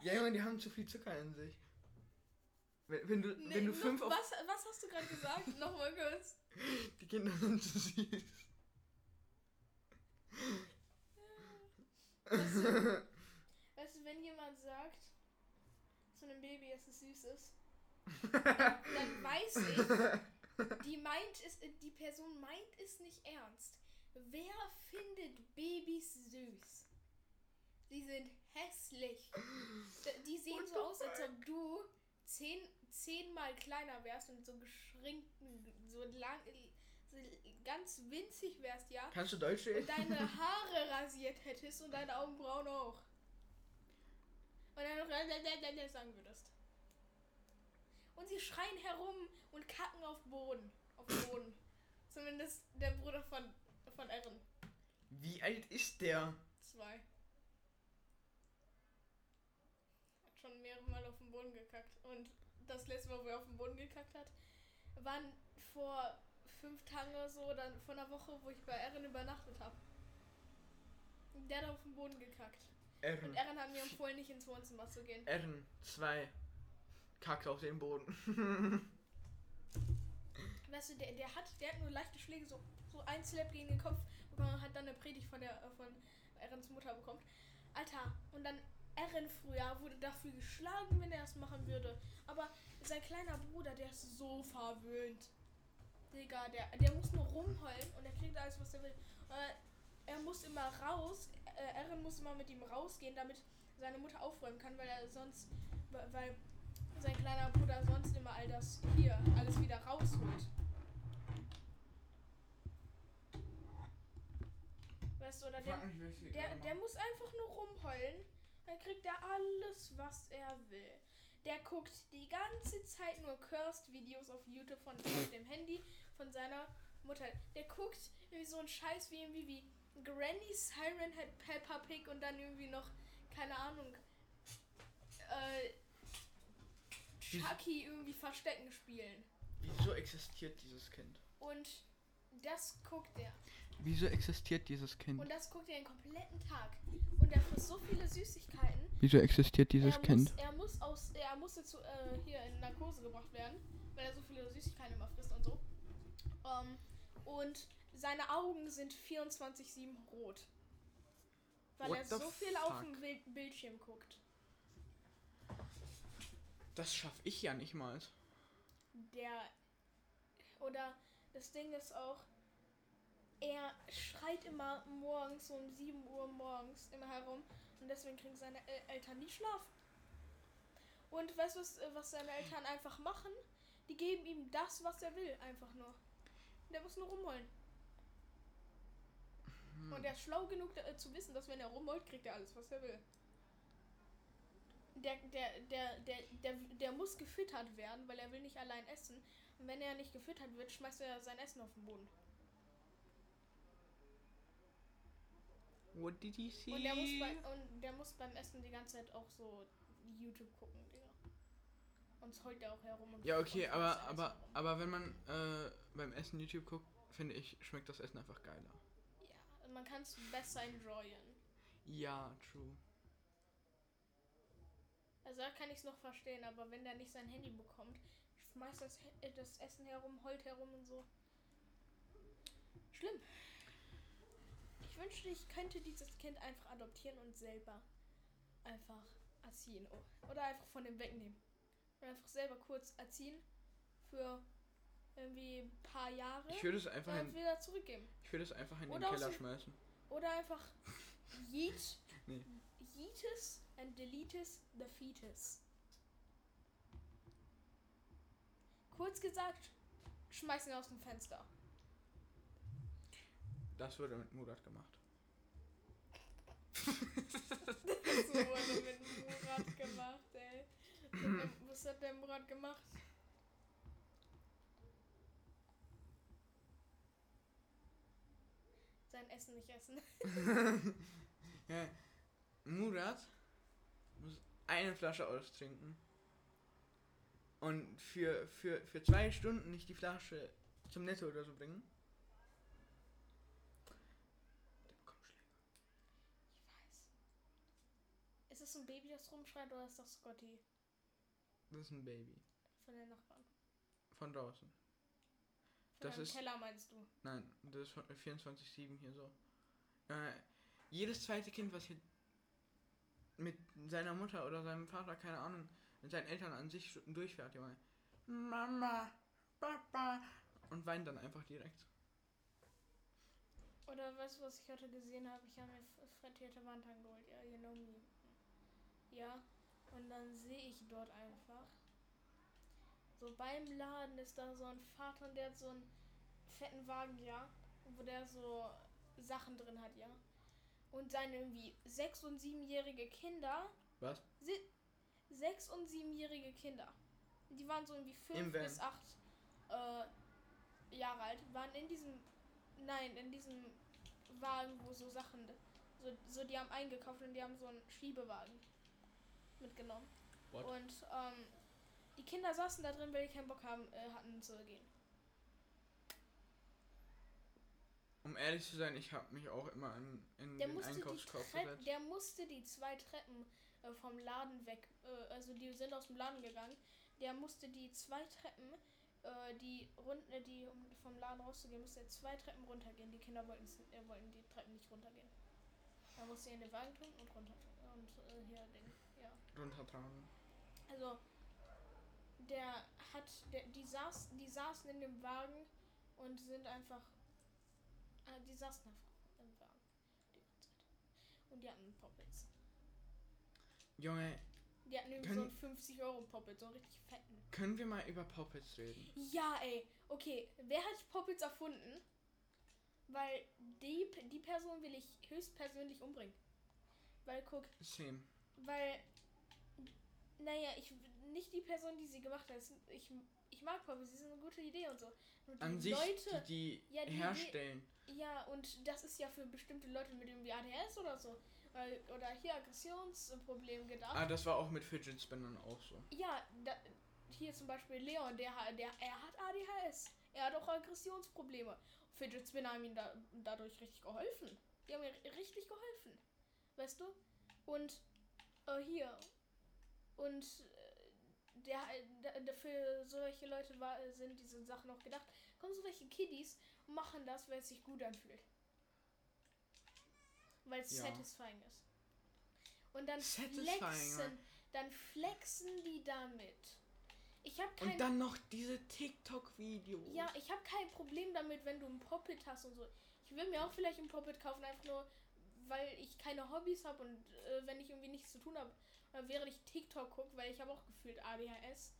Ja, Junge, die haben zu viel Zucker in sich. Wenn, wenn du, Nee, wenn du noch- fünf auf. was, was hast du gerade gesagt? Nochmal kurz. Die Kinder sind zu süß. Weißt du, wenn jemand sagt zu einem Baby, dass es süß ist, dann weiß ich, die meint es, die Person meint es nicht ernst. Wer findet Babys süß? Sie sind hässlich. D- Die sehen so aus, als ob du zehn, zehnmal kleiner wärst und so geschrinkten, so lang, so ganz winzig wärst, ja? Kannst du Deutsch und reden? deine Haare rasiert hättest und deine Augenbrauen auch. Und dann noch äh, sagen würdest. Und sie schreien herum und kacken auf Boden. Auf den Boden. Zumindest der Bruder von, von Erin. Wie alt ist der? Zwei. Hat schon mehrere Mal auf den Boden gekackt. Und das letzte Mal, wo er auf den Boden gekackt hat, waren vor fünf Tagen oder so, dann vor einer Woche, wo ich bei Erin übernachtet habe. Der hat auf den Boden gekackt. Und Erin. Erin hat mir empfohlen, nicht ins Wohnzimmer zu gehen. Erin 2. Kackt auf den Boden. Weißt du, der, der hat, der hat nur leichte Schläge, so, so ein Slap gegen den Kopf bekommen und hat dann eine Predigt von der äh, von Erins Mutter bekommen. Alter, und dann Erin früher wurde dafür geschlagen, wenn er es machen würde. Aber sein kleiner Bruder, der ist so verwöhnt. Digga, der, der muss nur rumheulen und er kriegt alles, was er will. Äh, er muss immer raus, äh, Erin muss immer mit ihm rausgehen, damit seine Mutter aufräumen kann, weil er sonst, weil sein kleiner Bruder sonst immer all das hier, alles wieder rausholt. Weißt du, oder der, der, der muss einfach nur rumheulen, dann kriegt er alles, was er will. Der guckt die ganze Zeit nur Cursed-Videos auf YouTube von auf dem Handy von seiner Mutter. Der guckt irgendwie so einen Scheiß wie irgendwie wie Granny Siren hat Peppa Pig und dann irgendwie noch, keine Ahnung, äh, Chucky irgendwie Verstecken spielen. Wieso existiert dieses Kind? Und das guckt er. Wieso existiert dieses Und Kind? das guckt er den kompletten Tag. Und er frisst so viele Süßigkeiten. Wieso existiert er Muss, er muss aus, er musste zu, äh, hier in Narkose gebracht werden, weil er so viele Süßigkeiten immer frisst und so. Ähm, und seine Augen sind 24-7 rot. Weil What er the so viel auf fuck? dem Bild Bildschirm guckt. Das schaff ich ja nicht mal. Der. Oder das Ding ist auch, er schreit immer morgens um 7 Uhr morgens immer herum und deswegen kriegen seine El Eltern nie Schlaf. Und weißt du, was, äh, was seine Eltern einfach machen? Die geben ihm das, was er will, einfach nur. Der muss nur rumholen. Und er ist schlau genug da, äh, zu wissen, dass wenn er rumholt, kriegt er alles, was er will. Der, der, der, der, der, der muss gefüttert werden, weil er will nicht allein essen. Und wenn er nicht gefüttert wird, schmeißt er sein Essen auf den Boden. What did he see? Und der muss, bei, und der muss beim Essen die ganze Zeit auch so YouTube gucken, Digga. Sonst heult er auch herum. Und ja, okay, und aber, frisst sein aber, Essen herum. aber wenn man äh, beim Essen YouTube guckt, finde ich, schmeckt das Essen einfach geiler. Ja, man kann es besser enjoyen. Ja, true. Also da kann ich es noch verstehen, aber wenn der nicht sein Handy bekommt, schmeißt das, He- äh, das Essen herum, heult herum und so. Schlimm. Ich wünschte, ich könnte dieses Kind einfach adoptieren und selber einfach erziehen. O- Oder einfach von dem wegnehmen. und einfach selber kurz erziehen für irgendwie ein paar Jahre Ich würde es einfach und in, wieder zurückgeben. ich würde es einfach in den Oder aus Keller dem- schmeißen. Oder einfach yeet, Nee. yeetes and deletes the fetus. Kurz gesagt, schmeißen aus dem Fenster. Das wurde mit Murat gemacht. So wurde mit Murat gemacht, ey. Was hat der Murat gemacht? Sein Essen nicht essen. Ja. Murat muss eine Flasche austrinken. Und für, für, für zwei Stunden nicht die Flasche zum Netto oder so bringen. Der bekommt Schläge. Ich weiß. Ist es ein Baby, das rumschreit, oder ist das Scotty Das ist ein Baby. von den Nachbarn? Von draußen. Von Das deinem ist- Keller meinst du? Nein, das ist von 24-7 hier so. Äh, jedes zweite Kind, was hier mit seiner Mutter oder seinem Vater, keine Ahnung, mit seinen Eltern an sich so durchfährt, Junge. Mama, Papa. Und weint dann einfach direkt. Oder weißt du, was ich heute gesehen habe? Ich habe mir f- frittierte Wandtang geholt. Ja, you know me. Ja. Und dann sehe ich dort einfach. So beim Laden ist da so ein Vater und der hat so einen fetten Wagen, ja. Wo der so Sachen drin hat, ja. Und seine irgendwie sechs- und siebenjährige Kinder. Was? si- Sechs- und siebenjährige Kinder. Die waren so irgendwie Im fünf Van. bis acht äh, Jahre alt. Waren in diesem. Nein, in diesem Wagen, wo so Sachen. So, so die haben eingekauft und die haben so einen Schiebewagen mitgenommen. What? Und ähm, die Kinder saßen da drin, weil die keinen Bock haben, äh, hatten zu gehen. Um ehrlich zu sein, ich habe mich auch immer in, in Der den musste, die Einkaufskorb Trepp, gesetzt. der musste die zwei Treppen äh, vom Laden weg, äh, also die sind aus dem Laden gegangen. Der musste die zwei Treppen, äh, die rund, äh, die um vom Laden rauszugehen, musste er zwei Treppen runtergehen. Die Kinder wollten, äh, wollten die Treppen nicht runtergehen. Er musste in den Wagen tun und runter und äh, hier den, ja. Runtertragen. Also, der hat, der, die, saß, die saßen in dem Wagen und sind einfach, äh, die saßen einfach im Wagen die ganze Zeit. Und die hatten Poppets. Junge, Die hatten irgendwie so einen 50 Euro Poppet, so einen richtig fetten. können wir mal über Poppets reden? Ja, ey, okay, wer hat Poppets erfunden? Weil die, P- die Person will ich höchstpersönlich umbringen. Weil guck, Same. Weil, naja, ich nicht die Person, die sie gemacht hat. Es- Ich, ich mag Poppy, sie ist eine gute Idee und so. Nur die An sich, Leute, die, die Ja, die- die- herstellen. ja, und das ist ja für bestimmte Leute mit irgendwie ADS oder so. weil- Oder hier Aggressionsproblem gedacht. ah, das war auch mit Fidget Spinnern auch so. ja, da, hier zum Beispiel Leon, der, ha- der er hat ADHS. Er hat auch Aggressionsprobleme. Fidget Spinner haben ihm da, dadurch richtig geholfen. Die haben mir richtig geholfen. Weißt du? Und äh, hier. Und äh, der, der, der für solche Leute war, sind diese Sachen auch gedacht. Kommen so welche Kiddies und machen das, weil es sich gut anfühlt. Weil es Ja. satisfying ist. Und dann Satisfying, flexen, Mann. dann flexen die damit. Ich habe kein Und dann noch diese TikTok-Videos. ja, ich habe kein Problem damit, wenn du ein Poppet hast und so. Ich will mir auch vielleicht ein Poppet kaufen, einfach nur, weil ich keine Hobbys habe und äh, wenn ich irgendwie nichts zu tun habe, während ich TikTok gucke, weil ich habe auch gefühlt ADHS.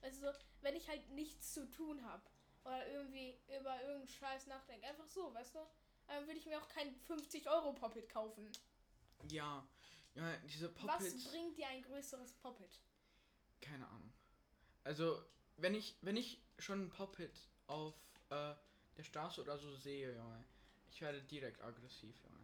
Also so, wenn ich halt nichts zu tun habe oder irgendwie über irgendeinen Scheiß nachdenke, einfach so, weißt du? Dann würde ich mir auch kein 50-Euro-Poppet kaufen. Ja, ja diese Poppets. Was bringt dir ein größeres Poppet? keine Ahnung. Also, wenn ich, wenn ich schon ein Poppet auf äh, der Straße oder so sehe, Junge, ich werde direkt aggressiv, Junge.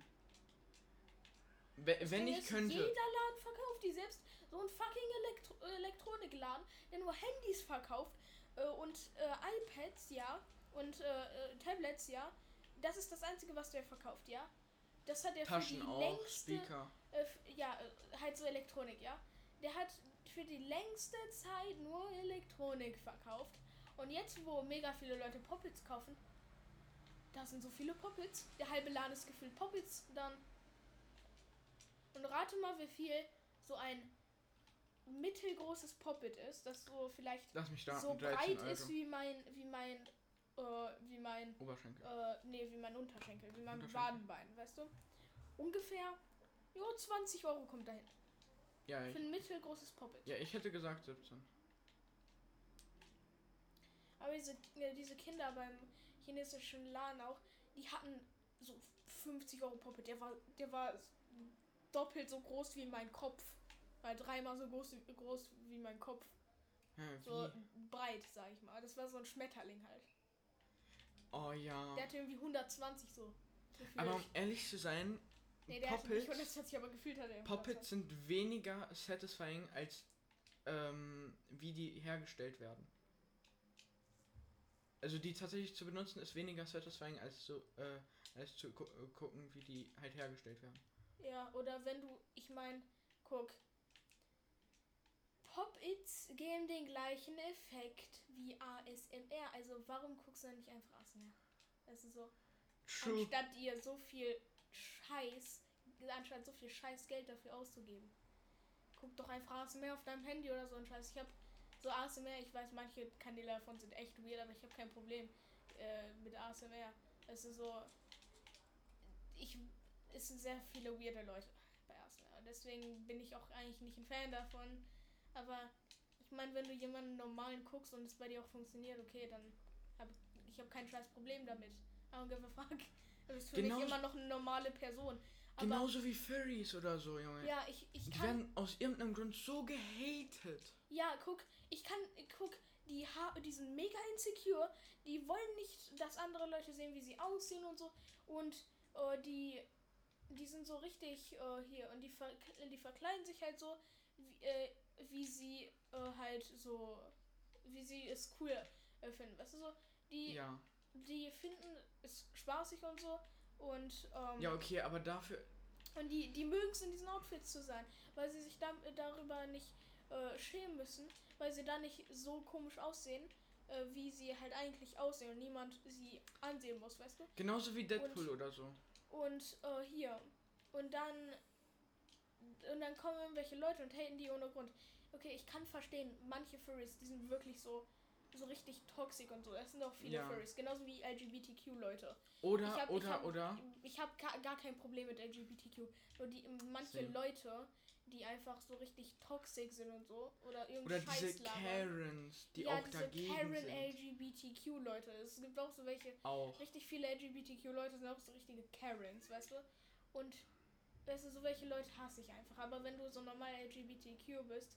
We wenn Ding ich ist, könnte. Jeder Laden verkauft die selbst. So ein fucking Elektro äh, Elektronikladen, der nur Handys verkauft äh, und äh, iPads, ja. Und äh, äh, Tablets, ja. Das ist das Einzige, was der verkauft, ja. Das hat er für die Taschen auch, längste. Speaker. Äh, f- ja, äh, halt so Elektronik, ja. Der hat für die längste Zeit nur Elektronik verkauft. Und jetzt, wo mega viele Leute Poppets kaufen, da sind so viele Poppets. Der halbe Laden ist gefüllt Poppets dann. Und rate mal, wie viel so ein mittelgroßes Poppet ist, das so vielleicht Lass mich starten. also so 13 breit Euro. ist wie mein, wie mein, äh, wie mein, Oberschenkel. äh, nee, wie mein Unterschenkel, wie mein Unterschenkel. Wadenbein, weißt du? Ungefähr, jo, 20 Euro kommt dahin. Ja, Für ich, ein mittelgroßes Poppet. ja, ich hätte gesagt 17. Aber diese, äh, diese Kinder beim chinesischen Laden auch, die hatten so 50 Euro Poppet. Der war, der war doppelt so groß wie mein Kopf. War dreimal so groß, groß wie mein Kopf. Hä, wie? So breit, sag ich mal. Das war so ein Schmetterling halt. Oh ja. Der hatte irgendwie 120 so. gefühlt. Aber um ehrlich zu sein, nee, der hatte nicht Poppets, 120, aber gefühlt hat er Poppets 120. sind weniger satisfying als ähm, wie die hergestellt werden. Also die tatsächlich zu benutzen ist weniger satisfying als zu, äh, als zu gu äh, gucken, wie die halt hergestellt werden. Ja, oder wenn du, ich mein, guck. Pop-Its geben den gleichen Effekt wie ASMR. Also warum guckst du dann nicht einfach ASMR? Das ist so, True. anstatt dir so viel Scheiß, anstatt so viel Scheiß Geld dafür auszugeben. Guck doch einfach ASMR auf deinem Handy oder so ein Scheiß. Ich hab so ASMR, ich weiß, manche Kanäle davon sind echt weird, aber ich habe kein Problem äh, mit ASMR. Es ist so, ich, es sind sehr viele weirde Leute bei ASMR. Deswegen bin ich auch eigentlich nicht ein Fan davon. Aber ich meine, wenn du jemanden normalen guckst und es bei dir auch funktioniert, okay, dann hab ich habe kein scheiß Problem damit. I don't give a fuck. Du bist für Genau- mich immer noch eine normale Person. Aber Genauso wie Furries oder so, Junge. ja, ich, ich Die kann. werden aus irgendeinem Grund so gehatet. Ja, guck, ich kann, guck, die, ha die sind mega insecure, die wollen nicht, dass andere Leute sehen, wie sie aussehen und so. Und äh, die, die sind so richtig äh, hier und die, ver die verkleiden sich halt so, wie, äh, wie sie äh, halt so, wie sie es cool äh, finden. Weißt du so? Die, Ja. die finden es spaßig und so. Und, ähm, Ja, okay, aber dafür. und die, die mögen es in diesen Outfits zu sein, weil sie sich dam- darüber nicht äh, schämen müssen, weil sie da nicht so komisch aussehen, äh, wie sie halt eigentlich aussehen und niemand sie ansehen muss, weißt du? Genauso wie Deadpool oder so. Und äh, hier. Und dann. Und dann kommen irgendwelche Leute und haten die ohne Grund. Okay, ich kann verstehen, manche Furries, die sind wirklich so so richtig toxisch und so. Es sind auch viele Ja. Furries, genauso wie LGBTQ-Leute. Oder, Ich hab- ich oder, hab- oder. Ich habe gar, gar kein Problem mit LGBTQ. Nur die manche Same. Leute, die einfach so richtig toxisch sind und so oder Oder irgendein Scheiß diese labern. Karens, die ja, auch diese dagegen Karen sind. LGBTQ Leute. Es gibt auch so welche auch. richtig viele LGBTQ Leute sind auch so richtige Karens, weißt du? Und weißt du, so welche Leute hasse ich einfach, aber wenn du so normal LGBTQ bist,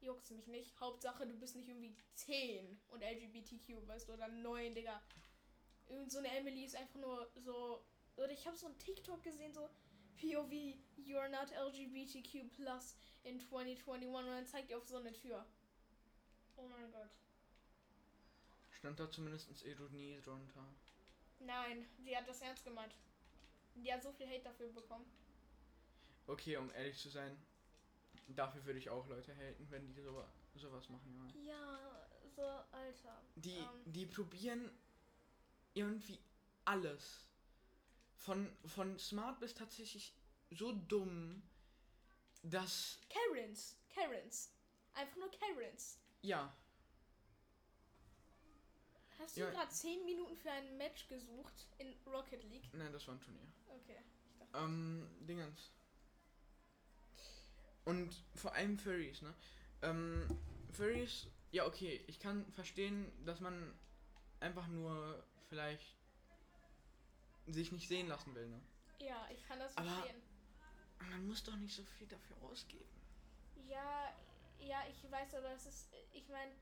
juckt's mich nicht. Hauptsache, du bist nicht irgendwie 10 und LGBTQ, weißt du, oder 9, Digga. Irgend so eine Emily ist einfach nur so. Oder ich habe so ein TikTok gesehen, so POV, you're not LGBTQ plus in 2021 und dann zeigt ihr auf so eine Tür. Oh mein Gott. Stand da zumindest Ironie drunter. Nein, die hat das ernst gemeint. Die hat so viel Hate dafür bekommen. Okay, um ehrlich zu sein, dafür würde ich auch Leute haten, wenn die sowa- sowas machen. Junge. Ja, so, Alter. Die, Ähm, die probieren irgendwie alles. Von, von smart bis tatsächlich so dumm, dass. Karens. Karens. Einfach nur Karens. Ja, Hast du Ja. gerade 10 Minuten für ein Match gesucht in Rocket League? nein, das war ein Turnier. Okay. Ich dachte, Ähm, Dingens. Und vor allem Furries, ne? Ähm, Furries, ja, okay, ich kann verstehen, dass man einfach nur vielleicht sich nicht sehen lassen will, ne? ja, ich kann das Aber- verstehen. Man muss doch nicht so viel dafür ausgeben. Ja, ja, ich weiß, aber es ist, ich meine,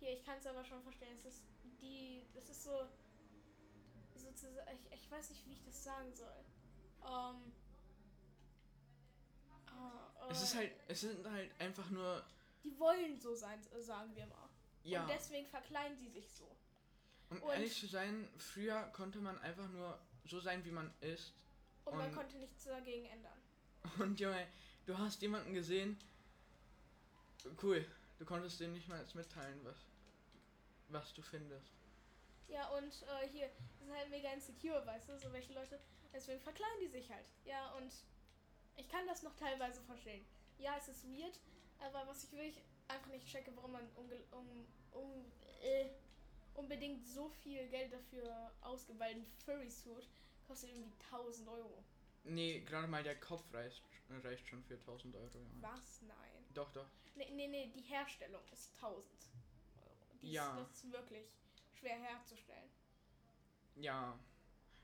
hier, ich kann es aber schon verstehen. Es ist die, es ist so, sozusagen, ich, ich weiß nicht, wie ich das sagen soll. Ähm. ah, Es ist äh, halt, es sind halt einfach nur, Die wollen so sein, sagen wir mal. ja, Und deswegen verkleiden sie sich so. um und- ehrlich zu sein, früher konnte man einfach nur so sein, wie man ist. Und, man Und- konnte nichts dagegen ändern. Und Junge, du hast jemanden gesehen. Cool. Du konntest dem nicht mal mitteilen, was, was du findest. Ja, und äh, hier, die sind halt mega insecure, weißt du, so welche Leute. Deswegen verkleiden die sich halt. Ja, und ich kann das noch teilweise verstehen. Ja, es ist weird, Aber was ich wirklich einfach nicht checke, warum man unge- um, um, äh, unbedingt so viel Geld dafür ausgibt, weil ein Furry-Suit kostet irgendwie 1000 Euro. Nee, gerade mal der Kopf reicht, reicht schon für 1000 Euro. Junge. Was? Nein. Doch, doch. Nee, nee, nee, die Herstellung ist 1000 Euro. Die Ja. ist, das ist wirklich schwer herzustellen. Ja.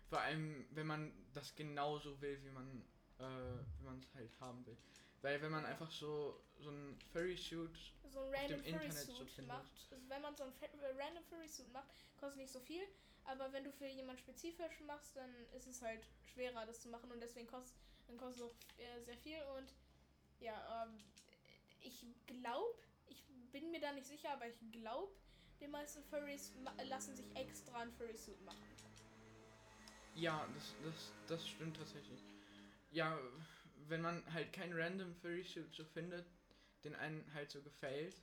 Vor allem, wenn man das genauso will, wie man äh, wie man es halt haben will. Weil wenn man einfach so so ein Furry Suit, So ein random dem Internet so Furry-Suit findet. macht, also wenn man so ein Fa- random Furry-Suit macht, kostet nicht so viel. Aber wenn du für jemanden spezifisch machst, dann ist es halt schwerer, das zu machen und deswegen kostet dann kostet es auch äh, sehr viel und ja, ähm, ich glaube, ich bin mir da nicht sicher, aber ich glaube, die meisten Furries ma- lassen sich extra ein Furry-Suit machen. ja, das das das stimmt tatsächlich. Ja, wenn man halt kein random Furry Suit so findet, den einen halt so gefällt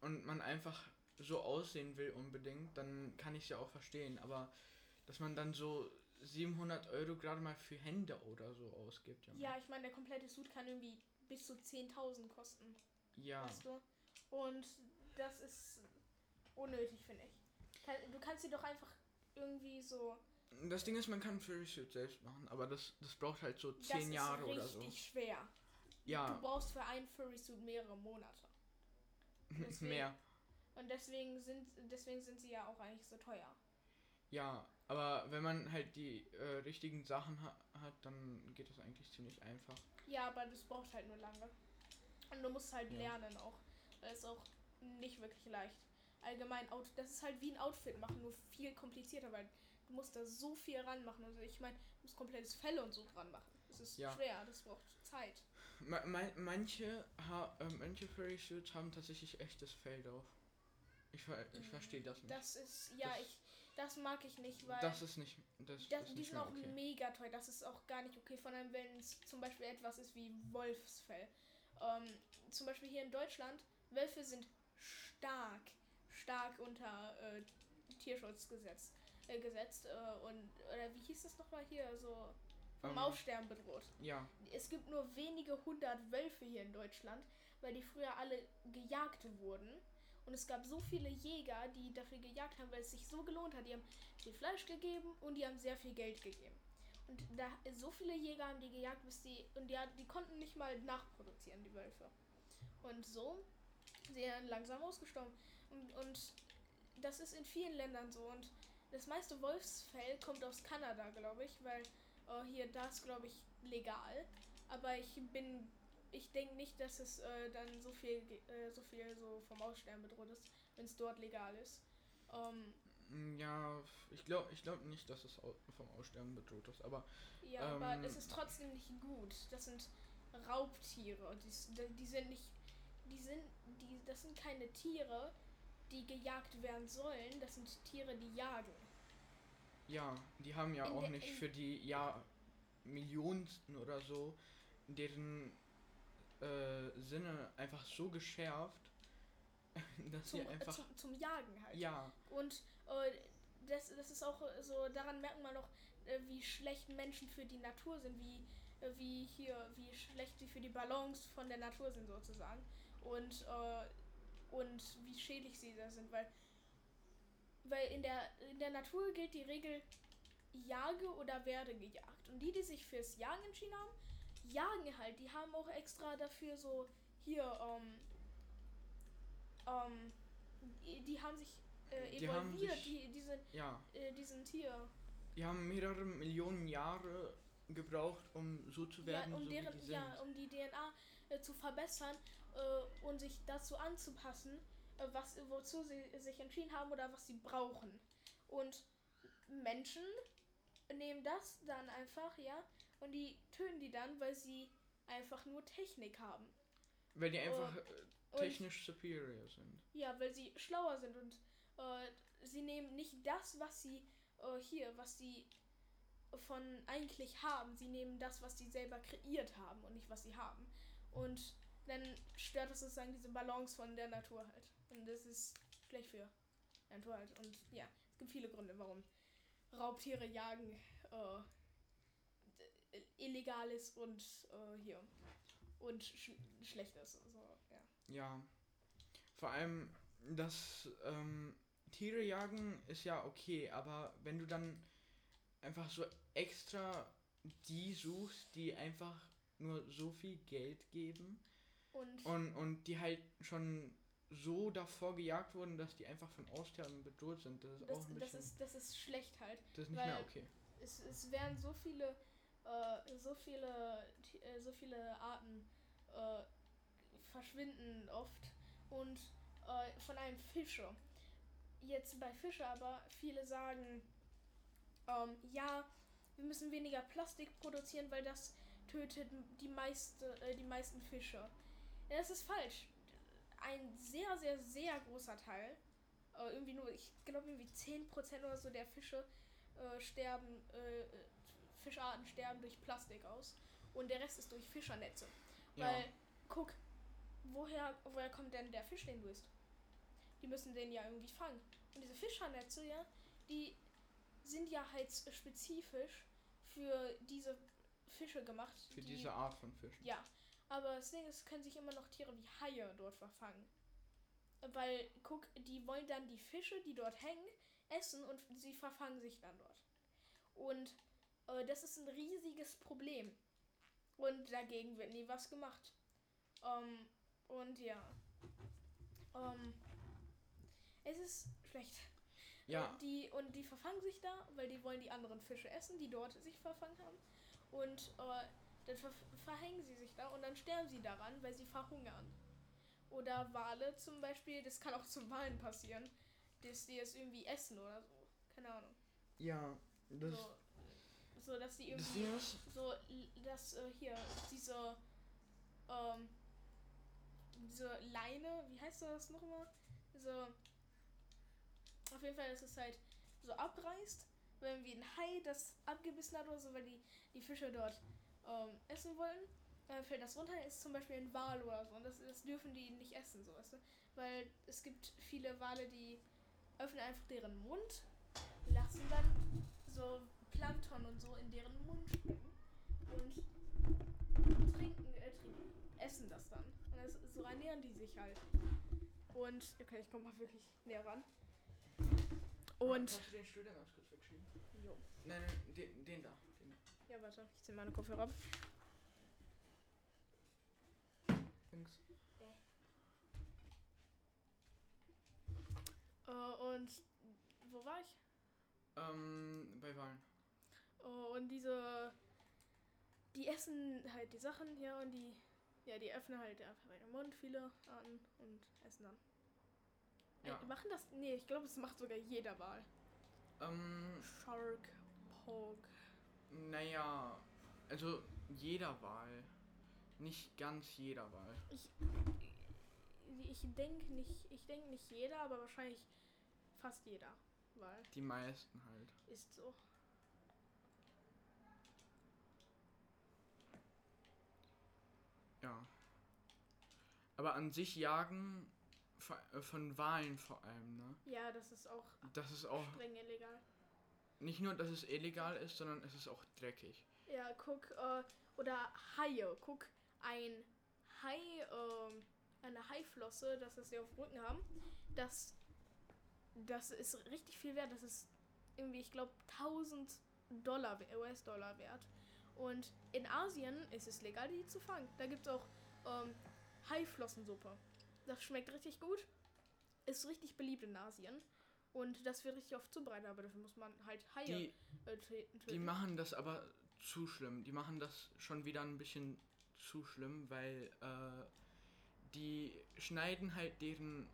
und man einfach so aussehen will unbedingt, dann kann ich es ja auch verstehen. Aber dass man dann so 700 Euro gerade mal für Hände oder so ausgibt, Junge. Ja, ich meine, der komplette Suit kann irgendwie bis zu 10.000 kosten. Ja. Weißt du? Und das ist unnötig, finde ich. Kann- Du kannst sie doch einfach irgendwie so. Das Ding ist, man kann Furry Suit selbst machen, aber das, das braucht halt so das zehn Jahre ist oder richtig so. schwer. Du Ja, brauchst für einen Furry-Suit mehrere Monate. deswegen- mehr. Und deswegen sind, deswegen sind sie ja auch eigentlich so teuer. Ja, aber wenn man halt die äh, richtigen Sachen ha hat, dann geht das eigentlich ziemlich einfach. Ja, aber das braucht halt nur lange. Und du musst halt Ja. lernen auch. Das ist auch nicht wirklich leicht. Allgemein, Out das ist halt wie ein Outfit machen, nur viel komplizierter, weil du musst da so viel ranmachen. Also ich meine, du musst komplettes Fell und so dran machen. Das ist Ja. schwer, das braucht Zeit. Ma ma- manche, ha äh, manche Furry Suits haben tatsächlich echtes Fell drauf. Ich, ver ich verstehe das nicht. Mm, Das ist, ja, Das- ich, das mag ich nicht, weil Das ist nicht. Das, das, ist die nicht sind mehr auch okay. mega teuer. Das ist auch gar nicht okay, vor allem wenn es zum Beispiel etwas ist wie Wolfsfell. Ähm, zum Beispiel hier in Deutschland, Wölfe sind stark, stark unter äh, Tierschutzgesetz äh, gesetzt. Äh, und, oder wie hieß das nochmal hier? So vom Ähm. Aussterben bedroht. Ja, Es gibt nur wenige hundert Wölfe hier in Deutschland, weil die früher alle gejagt wurden. Und es gab so viele Jäger, die dafür gejagt haben, weil es sich so gelohnt hat. Die haben viel Fleisch gegeben und die haben sehr viel Geld gegeben. Und da so viele Jäger haben die gejagt, bis die und die, die konnten nicht mal nachproduzieren die Wölfe. Und so sind sie dann langsam ausgestorben. Und, und das ist in vielen Ländern so. Und das meiste Wolfsfell kommt aus Kanada, glaube ich, weil äh, hier das glaube ich legal. Aber ich bin, ich denke nicht, dass es äh, dann so viel, ge- äh, so viel so vom Aussterben bedroht ist, wenn es dort legal ist. Ähm, Mm, ja, ich glaube ich glaub nicht, dass es au- vom Aussterben bedroht ist, aber ja, aber Ähm. es ist trotzdem nicht gut. Das sind Raubtiere und die, s- die- die sind nicht, die sind, die, das sind keine Tiere, die gejagt werden sollen. Das sind Tiere, die jagen. Ja, die haben ja In auch der- nicht in- für die ja Millionsten oder so deren äh, Sinne einfach so geschärft, dass Zum, äh, sie einfach zum, zum Jagen halt. ja Und äh, das, das ist auch äh, so, daran merkt man auch, äh, wie schlecht Menschen für die Natur sind, wie, äh, wie hier, wie schlecht sie für die Balance von der Natur sind sozusagen. Und, äh, und wie schädlich sie da sind, weil, weil in, der, in der Natur gilt die Regel, jage oder werde gejagt. Und die, die sich fürs Jagen entschieden haben, jagen halt. Die haben auch extra dafür so, hier, ähm, ähm, die- die haben sich äh, Die haben evolviert, sich- die, diese, ja. äh, diesen Tier. Die haben mehrere Millionen Jahre gebraucht, um so zu werden, ja, um so wie deren, die sind. ja, um die DNA äh, zu verbessern äh, und sich dazu anzupassen, äh, was, wozu sie sich entschieden haben oder was sie brauchen. Und Menschen nehmen das dann einfach, ja, und die töten die dann, weil sie einfach nur Technik haben. Weil die einfach äh, Und, technisch superior sind. Ja, weil sie schlauer sind und äh, sie nehmen nicht das, was sie äh, hier, was sie von eigentlich haben. Sie nehmen das, was sie selber kreiert haben und nicht was sie haben. Und dann stört das sozusagen diese Balance von der Natur halt. Und das ist schlecht für die Natur halt. Und ja, es gibt viele Gründe, warum Raubtiere jagen äh, d- illegal ist und äh, hier und sch schlecht ist. Also, ja. Ja. Vor allem das ähm, Tiere jagen ist ja okay, aber wenn du dann einfach so extra die suchst, die einfach nur so viel Geld geben Und, und, und die halt schon so davor gejagt wurden, dass die einfach vom Aussterben bedroht sind, das ist das, auch ein das, bisschen, ist, das ist schlecht halt. das ist nicht mehr weil- okay. Es, es wären so viele, äh, so viele, Ti- äh, so viele Arten äh, verschwinden oft und äh, von einem Fischer. Jetzt bei Fische aber viele sagen, ähm, ja, wir müssen weniger Plastik produzieren, weil das tötet m- die meiste, äh, die meisten Fische. Ja, Das ist falsch. Ein sehr, sehr, sehr großer Teil, äh, irgendwie nur, ich glaube irgendwie 10% oder so der Fische äh, sterben, äh, äh, Fischarten sterben durch Plastik aus und der Rest ist durch Fischernetze. Ja. Weil, guck, woher, woher kommt denn der Fisch, den du isst? Die müssen den ja irgendwie fangen. Und diese Fischernetze, ja, die sind ja halt spezifisch für diese Fische gemacht. Für diese Art von Fischen. Ja, aber das Ding ist, es können sich immer noch Tiere wie Haie dort verfangen. Weil, guck, die wollen dann die Fische, die dort hängen, essen und sie verfangen sich dann dort. Und äh, das ist ein riesiges Problem. Und dagegen wird nie was gemacht. Ähm, und ja. Ähm, es ist schlecht. Ja, Und die, und die verfangen sich da, weil die wollen die anderen Fische essen, die dort sich verfangen haben. Und äh, dann ver verhängen sie sich da und dann sterben sie daran, weil sie verhungern. Oder Wale zum Beispiel, das kann auch zu Walen passieren, dass die es irgendwie essen oder so. Keine Ahnung. ja, das, So, so dass die das irgendwie Ding ist, so l- dass äh, hier diese ähm, diese Leine, wie heißt das nochmal? Diese auf jeden Fall, dass es halt so abreißt, wenn wie ein Hai das abgebissen hat oder so, weil die die Fische dort ähm, essen wollen, dann fällt das runter, ist zum Beispiel ein Wal oder so und das, das dürfen die nicht essen, so weißt du? weil es gibt viele Wale, die öffnen einfach deren Mund, lassen dann so Plankton und so in deren Mund schwimmen und trinken, äh, trinken, essen das dann. Und das, so ernähren die sich halt. Und, okay, ich komme mal wirklich näher ran. Und, Kannst du den Stuhl da ganz kurz wegschieben? jo. Nein, nein, den, den da. Den da. Ja, warte, ich ziehe meine Kopfhörer ab. Links. Äh, und, wo war ich? Ähm, bei Wahlen. Oh, und diese. Die essen halt die Sachen hier und die. Ja, die öffnen halt einfach den Mund, viele Arten und essen dann. Äh, Ja. Machen das. Nee, ich glaube, das macht sogar jeder Wal. Ähm, Shark, Pog. naja, also jeder Wahl. Nicht ganz jeder Wahl. Ich denke nicht, ich denke nicht jeder, aber wahrscheinlich fast jeder Wal Die meisten halt. ist so. Ja. Aber an sich jagen vor- äh, von Wahlen vor allem, ne? Ja, das ist auch Das ist auch streng illegal. nicht nur, dass es illegal ist, sondern es ist auch dreckig. Ja, guck, äh, oder Haie. Guck, ein Hai, ähm, eine Haiflosse, das was sie auf dem Rücken haben, das, das ist richtig viel wert. Das ist irgendwie, ich glaube, 1000 Dollar, we- US-Dollar wert. Und in Asien ist es legal, die zu fangen. Da gibt es auch ähm, Haiflossensuppe. Das schmeckt richtig gut. Ist richtig beliebt in Asien. Und das wird richtig oft zubereitet, aber dafür muss man halt Haie Die, äh, töten. die machen das aber zu schlimm. Die machen das schon wieder ein bisschen zu schlimm, weil äh, die schneiden halt deren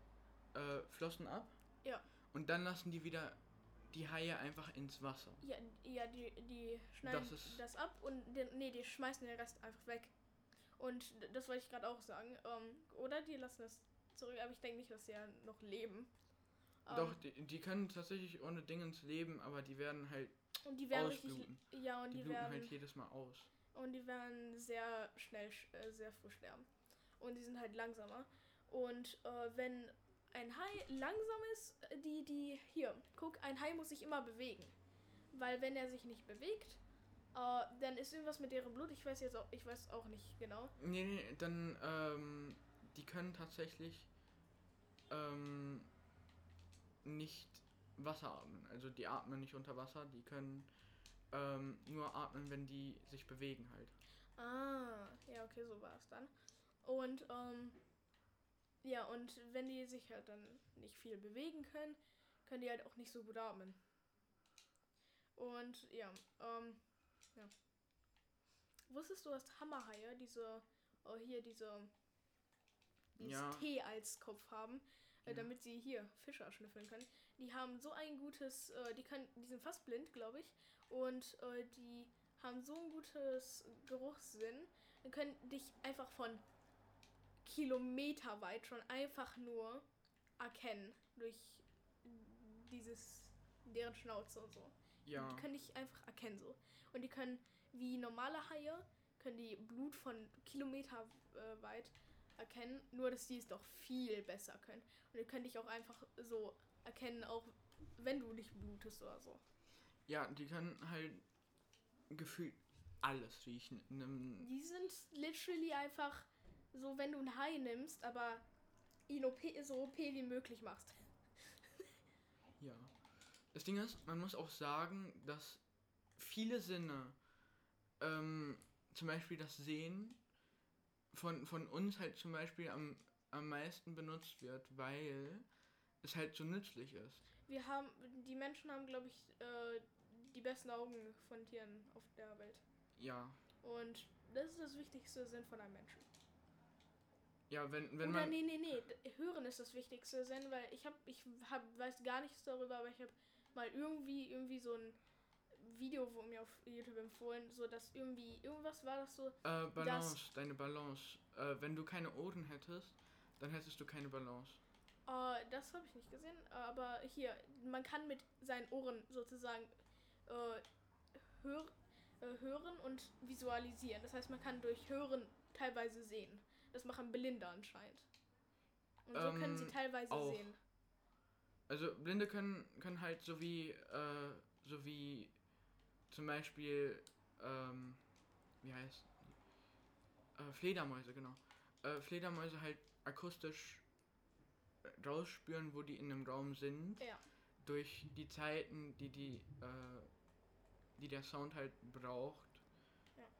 äh, Flossen ab. Ja. Und dann lassen die wieder die Haie einfach ins Wasser. Ja, ja die, die schneiden Das das, ist- ab und den, nee, die schmeißen den Rest einfach weg. Und d- das wollte ich gerade auch sagen. Ähm, oder die lassen das zurück, aber ich denke nicht, dass sie ja noch leben. Ähm, Doch, die, die können tatsächlich ohne Dingens leben, aber die werden halt, und die werden richtig. ausbluten. Ja, und die die, bluten werden. halt jedes Mal aus. Und die werden sehr schnell, sch- äh, sehr früh sterben. Und die sind halt langsamer. Und äh, wenn ein Hai langsam ist, äh, die, die, hier, guck, ein Hai muss sich immer bewegen. Weil wenn er sich nicht bewegt, äh, dann ist irgendwas mit deren Blut. Ich weiß jetzt auch, ich weiß auch nicht genau. Nee, nee, dann, ähm, die können tatsächlich, ähm, nicht Wasser atmen. Also die atmen nicht unter Wasser, die können, ähm, nur atmen, wenn die sich bewegen halt. Ah, ja, okay, so war es dann. Und, ähm, ja, und wenn die sich halt dann nicht viel bewegen können, können die halt auch nicht so gut atmen. Und, ja, ähm, ja. Wusstest du, dass Hammerhaie diese, oh, hier, diese, dieses Ja. T als Kopf haben, äh, Ja. damit sie hier Fische schnüffeln können? Die haben so ein gutes, äh, die können, die sind fast blind, glaube ich, und, äh, die haben so ein gutes Geruchssinn, und können dich einfach von Kilometer weit schon einfach nur erkennen durch dieses deren Schnauze und so. Ja. Die können dich einfach erkennen so. Und die können wie normale Haie können die Blut von Kilometer äh, weit erkennen, nur dass die es doch viel besser können. Und die können dich auch einfach so erkennen, auch wenn du nicht blutest oder so. Ja, die können halt gefühlt alles riechen. In einem Die sind literally einfach so, wenn du ein Hai nimmst, aber ihn OP, so OP wie möglich machst. ja. Das Ding ist, man muss auch sagen, dass viele Sinne, ähm, zum Beispiel das Sehen, von, von uns halt zum Beispiel am, am meisten benutzt wird, weil es halt so nützlich ist. Wir haben, die Menschen haben, glaube ich, äh, die besten Augen von Tieren auf der Welt. Ja. Und das ist das wichtigste Sinn von einem Menschen. Ja, wenn, wenn Oder man. nee, nee, nee, d- hören ist das wichtigste Sinn, weil ich habe, ich hab, weiß gar nichts darüber, aber ich habe mal irgendwie, irgendwie so ein Video wurde mir auf YouTube empfohlen, so dass irgendwie, irgendwas war das so, Äh, Balance, deine Balance. Äh, wenn du keine Ohren hättest, dann hättest du keine Balance. Äh, das habe ich nicht gesehen, aber hier, man kann mit seinen Ohren sozusagen äh, hör, äh, hören und visualisieren. Das heißt, man kann durch Hören teilweise sehen. Das machen Blinde anscheinend. Und so können sie Ähm, teilweise auch. sehen. Also Blinde können, können halt so wie, äh, so wie zum Beispiel, ähm, wie heißt die? äh, Fledermäuse, genau. Äh, Fledermäuse halt akustisch äh, rausspüren, wo die in einem Raum sind, Ja. durch die Zeiten, die die, äh, die der Sound halt braucht,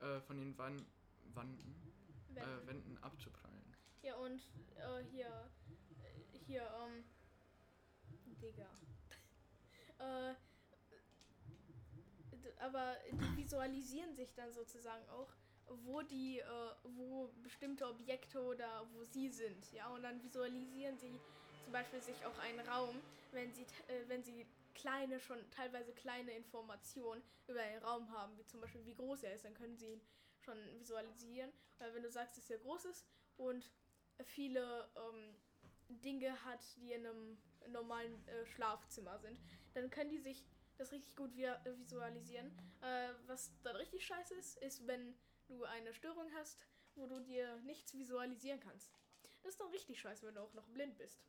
äh, von den Wan Wanden, Wenn, äh, Wänden abzuprallen. ja, und äh, hier, äh, hier, ähm, Digga. äh, d- aber die visualisieren sich dann sozusagen auch, wo die, äh, wo bestimmte Objekte oder wo sie sind, ja, und dann visualisieren sie zum Beispiel sich auch einen Raum, wenn sie, t- äh, wenn sie kleine, schon teilweise kleine Informationen über den Raum haben, wie zum Beispiel wie groß er ist, dann können sie ihn schon visualisieren, weil wenn du sagst, dass er groß ist und viele ähm, Dinge hat, die in einem normalen äh, Schlafzimmer sind, dann können die sich das richtig gut vi- visualisieren. Äh, was dann richtig scheiße ist, ist, wenn du eine Störung hast, wo du dir nichts visualisieren kannst. Das ist doch richtig scheiße, wenn du auch noch blind bist.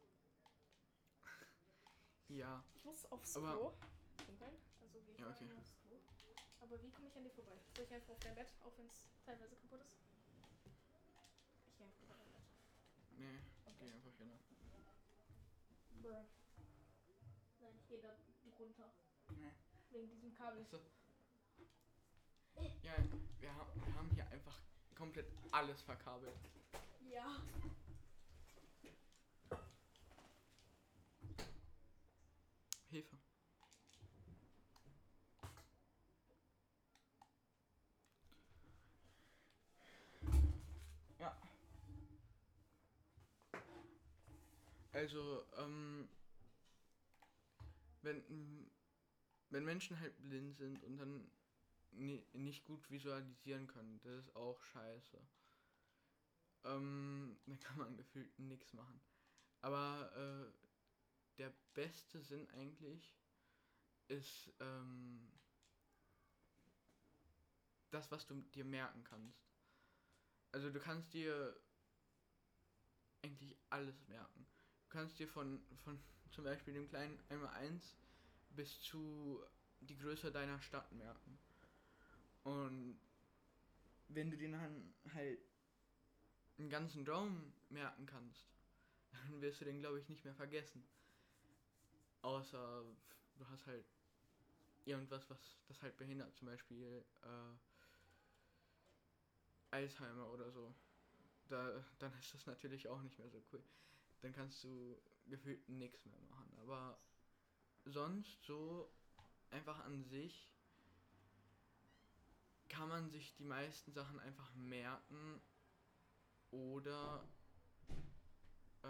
Ja. Ich muss aufs Aber- Klo. Pinkeln. Also gehe ich Ja, mal okay. einmal aufs Klo. Aber wie komme ich an dir vorbei? Soll ich einfach auf dein Bett, auch wenn es teilweise kaputt ist? Ich gehe einfach auf dein Bett. Nee, geh einfach hin. Bruh. Nein, ich gehe da runter. Nee. Wegen diesem Kabel. Achso. Ja, wir haben, wir haben hier einfach komplett alles verkabelt. Ja. Hilfe. Ja. Also, ähm, wenn, wenn Menschen halt blind sind und dann ni- nicht gut visualisieren können, das ist auch scheiße. Ähm, da kann man gefühlt nichts machen. Aber, äh, der beste Sinn eigentlich ist ähm, das, was du dir merken kannst. Also du kannst dir eigentlich alles merken. Du kannst dir von, von zum Beispiel dem kleinen 1x1 bis zu die Größe deiner Stadt merken. Und wenn du dir dann halt einen ganzen Daumen merken kannst, dann wirst du den, glaube ich, nicht mehr vergessen. Außer du hast halt irgendwas, was das halt behindert, zum Beispiel äh, Alzheimer oder so. Da, dann ist das natürlich auch nicht mehr so cool. Dann kannst du gefühlt nichts mehr machen. Aber sonst so einfach an sich kann man sich die meisten Sachen einfach merken oder äh,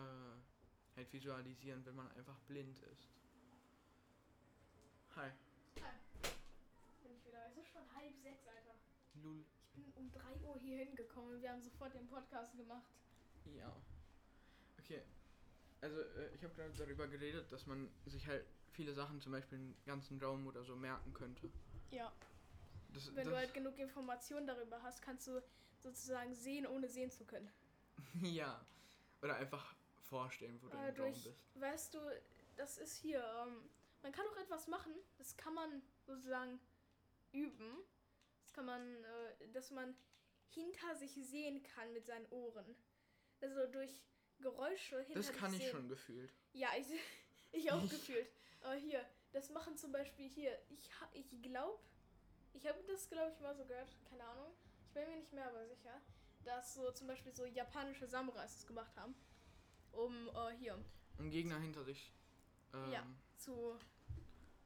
halt visualisieren, wenn man einfach blind ist. Hi, Bin ich wieder. Es ist schon halb sechs, Alter. Lul. Ich bin um 3 Uhr hier hingekommen und wir haben sofort den Podcast gemacht. Ja. E Okay. Also äh, ich habe gerade darüber geredet, dass man sich halt viele Sachen, zum Beispiel einen ganzen Raum oder so, merken könnte. Ja. Das, Wenn das, du halt genug Informationen darüber hast, kannst du sozusagen sehen, ohne sehen zu können. ja. Oder einfach vorstellen, wo du Äh, im Raum durch, bist. weißt du, das ist hier. Ähm, man kann auch etwas machen, das kann man sozusagen üben. Das kann man, äh, dass man hinter sich sehen kann mit seinen Ohren. Also durch Geräusche hinter Das kann sich ich sehen. schon gefühlt. Ja, ich, ich auch gefühlt. Aber hier, das machen zum Beispiel hier. Ich, ha- ich glaube, ich habe das, glaube ich, mal so gehört. Keine Ahnung. Ich bin mir nicht mehr aber sicher, dass so zum Beispiel so japanische Samurais das gemacht haben. Um äh, hier um Gegner hinter sich ähm, Ja. zu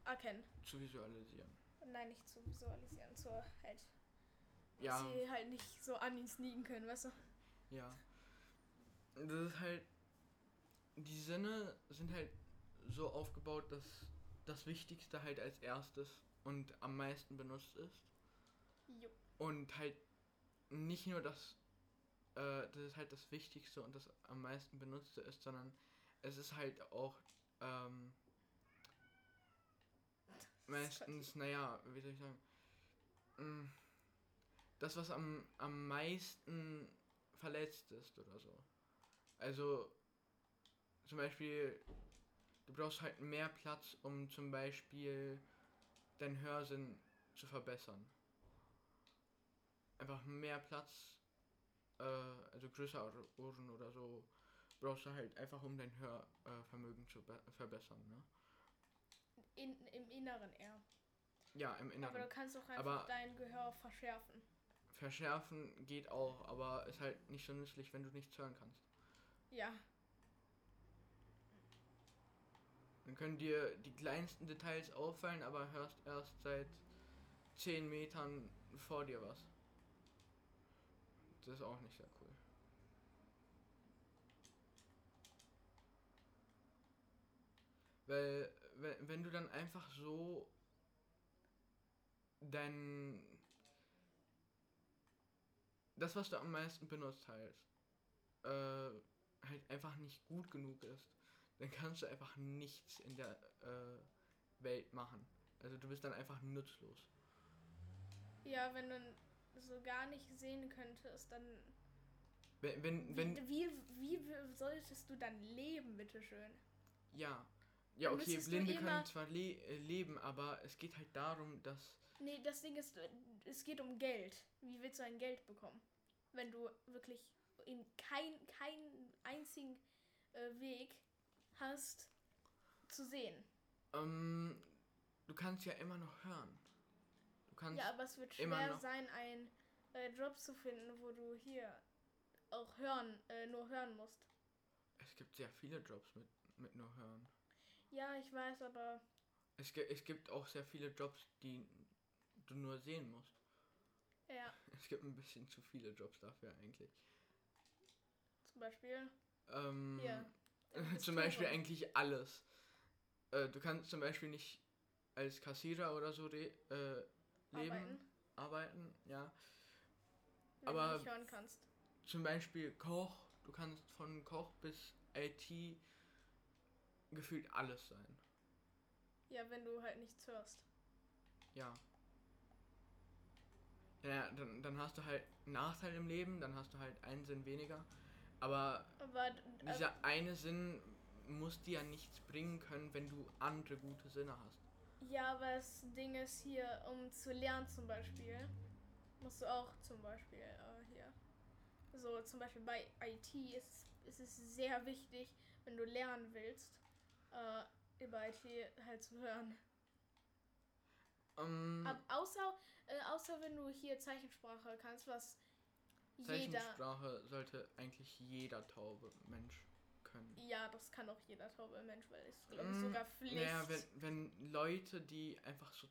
erkennen. zu visualisieren. Nein, nicht zu visualisieren, zu halt. Ja. Dass sie halt nicht so an ihn sneaken können, weißt du? Ja. Das ist halt. Die Sinne sind halt so aufgebaut, dass das Wichtigste halt als erstes und am meisten benutzt ist. Jo. Und halt nicht nur das, äh, das ist halt das Wichtigste und das am meisten benutzte ist, sondern es ist halt auch ähm, meistens, naja, wie soll ich sagen, mm, das, was am, am meisten verletzt ist oder so. Also zum Beispiel, du brauchst halt mehr Platz, um zum Beispiel deinen Hörsinn zu verbessern einfach mehr Platz, äh, also größere Ohren oder so, brauchst du halt einfach, um dein Hörvermögen äh, Vermögen zu be- verbessern, ne? In, Im Inneren eher. Ja, Aber im du Inneren. kannst auch Aber- einfach dein Gehör verschärfen. Verschärfen geht auch, aber ist halt nicht so nützlich, wenn du nichts hören kannst. Ja. Dann können dir die kleinsten Details auffallen, aber hörst erst seit 10 Metern vor dir was. Das ist auch nicht sehr cool. Weil, we- wenn du dann einfach so dein. Das, was du am meisten benutzt, halt. Äh, halt einfach nicht gut genug ist, dann kannst du einfach nichts in der äh, Welt machen. Also du bist dann einfach nutzlos. Ja, wenn du so gar nicht sehen könntest, dann. Wenn, wenn, wenn wie, wie, wie w- solltest du dann leben, bitteschön? ja. Ja, Dann okay, müsstest du Blinde immer- können zwar le äh, leben, aber es geht halt darum, dass. Nee, das Ding ist, es geht um Geld. Wie willst du ein Geld bekommen? Wenn du wirklich in kein, keinen einzigen äh, Weg hast zu sehen. Ähm, du kannst ja immer noch hören. Du kannst. Ja, aber es wird immer schwer noch- sein, einen äh, Job zu finden, wo du hier auch hören, äh, nur hören musst. Es gibt sehr viele Jobs mit, mit nur hören. Ja, ich weiß, aber Es, gi- es gibt auch sehr viele Jobs, die du nur sehen musst. ja, Es gibt ein bisschen zu viele Jobs dafür eigentlich. zum Beispiel. Ähm, Hier, zum Beispiel eigentlich alles. Äh, du kannst zum Beispiel nicht als Kassierer oder so re äh, leben, arbeiten. Leben. ja. Wenn aber- du nicht hören kannst. Zum Beispiel Koch, du kannst von Koch bis IT gefühlt alles sein, Ja, wenn du halt nichts hörst. ja. Ja, dann, dann hast du halt einen Nachteil im Leben, dann hast du halt einen Sinn weniger. Aber Aber d- dieser eine Sinn muss dir ja nichts bringen können, wenn du andere gute Sinne hast. Ja, aber das Ding ist hier, um zu lernen zum Beispiel, kannst du auch zum Beispiel äh, hier. So, zum Beispiel bei IT ist, ist es sehr wichtig, wenn du lernen willst, äh, über IT halt zu hören. Ähm, Ab, außer, äh, außer wenn du hier Zeichensprache kannst, was jeder. Zeichensprache sollte eigentlich jeder taube Mensch können. Ja, das kann auch jeder taube Mensch, weil es glaube ich Mm, sogar Pflicht. Naja, wenn, wenn Leute, die einfach so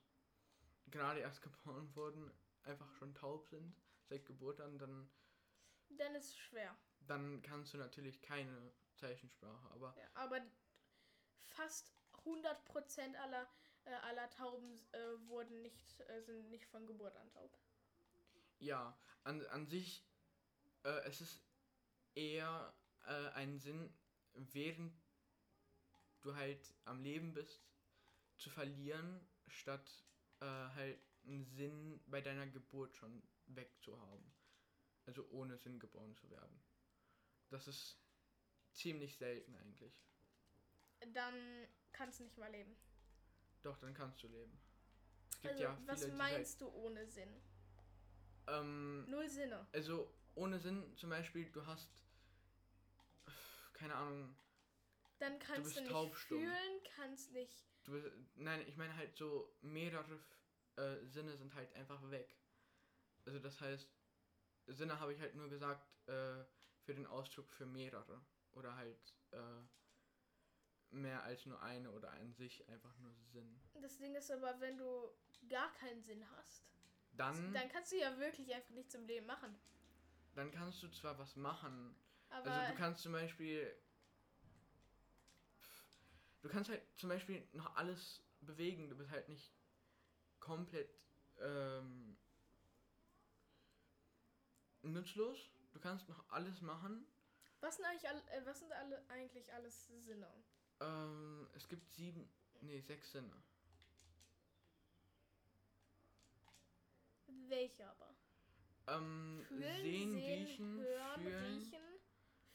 gerade erst geboren wurden, einfach schon taub sind, seit Geburt an, dann, Dann ist es schwer. dann kannst du natürlich keine Zeichensprache. Aber Ja, aber fast 100% aller, äh, aller Tauben äh, wurden nicht, äh, sind nicht von Geburt an taub. Ja, an, an sich, äh, es ist eher äh, ein Sinn, während du halt am Leben bist, zu verlieren, statt äh, halt einen Sinn bei deiner Geburt schon wegzuhaben. Also ohne Sinn geboren zu werden. Das ist ziemlich selten eigentlich. Dann kannst du nicht mal leben. Doch, dann kannst du leben. Es gibt Also, ja viele, was die halt, meinst du ohne Sinn? ähm, Null Sinne. Also ohne Sinn, zum Beispiel, du hast keine Ahnung, Dann kannst bist du, nicht taubstumm. fühlen, kannst nicht. du bist, nein, ich meine halt so mehrere F- äh, Sinne sind halt einfach weg. Also das heißt, Sinne habe ich halt nur gesagt äh, für den Ausdruck für mehrere oder halt äh, mehr als nur eine oder an sich einfach nur Sinn. Das Ding ist aber, wenn du gar keinen Sinn hast, Dann dann kannst du ja wirklich einfach nichts im Leben machen. dann kannst du zwar was machen, Aber Also du kannst zum Beispiel. Du kannst halt zum Beispiel noch alles bewegen, du bist halt nicht komplett ähm, nutzlos. Du kannst noch alles machen. was, sind eigentlich alle, äh, was sind alle eigentlich alles Sinne? Ähm, es gibt sieben, nee, sechs Sinne. Welche aber? Ähm, Fühlen, sehen, riechen, hören, fühlen. riechen.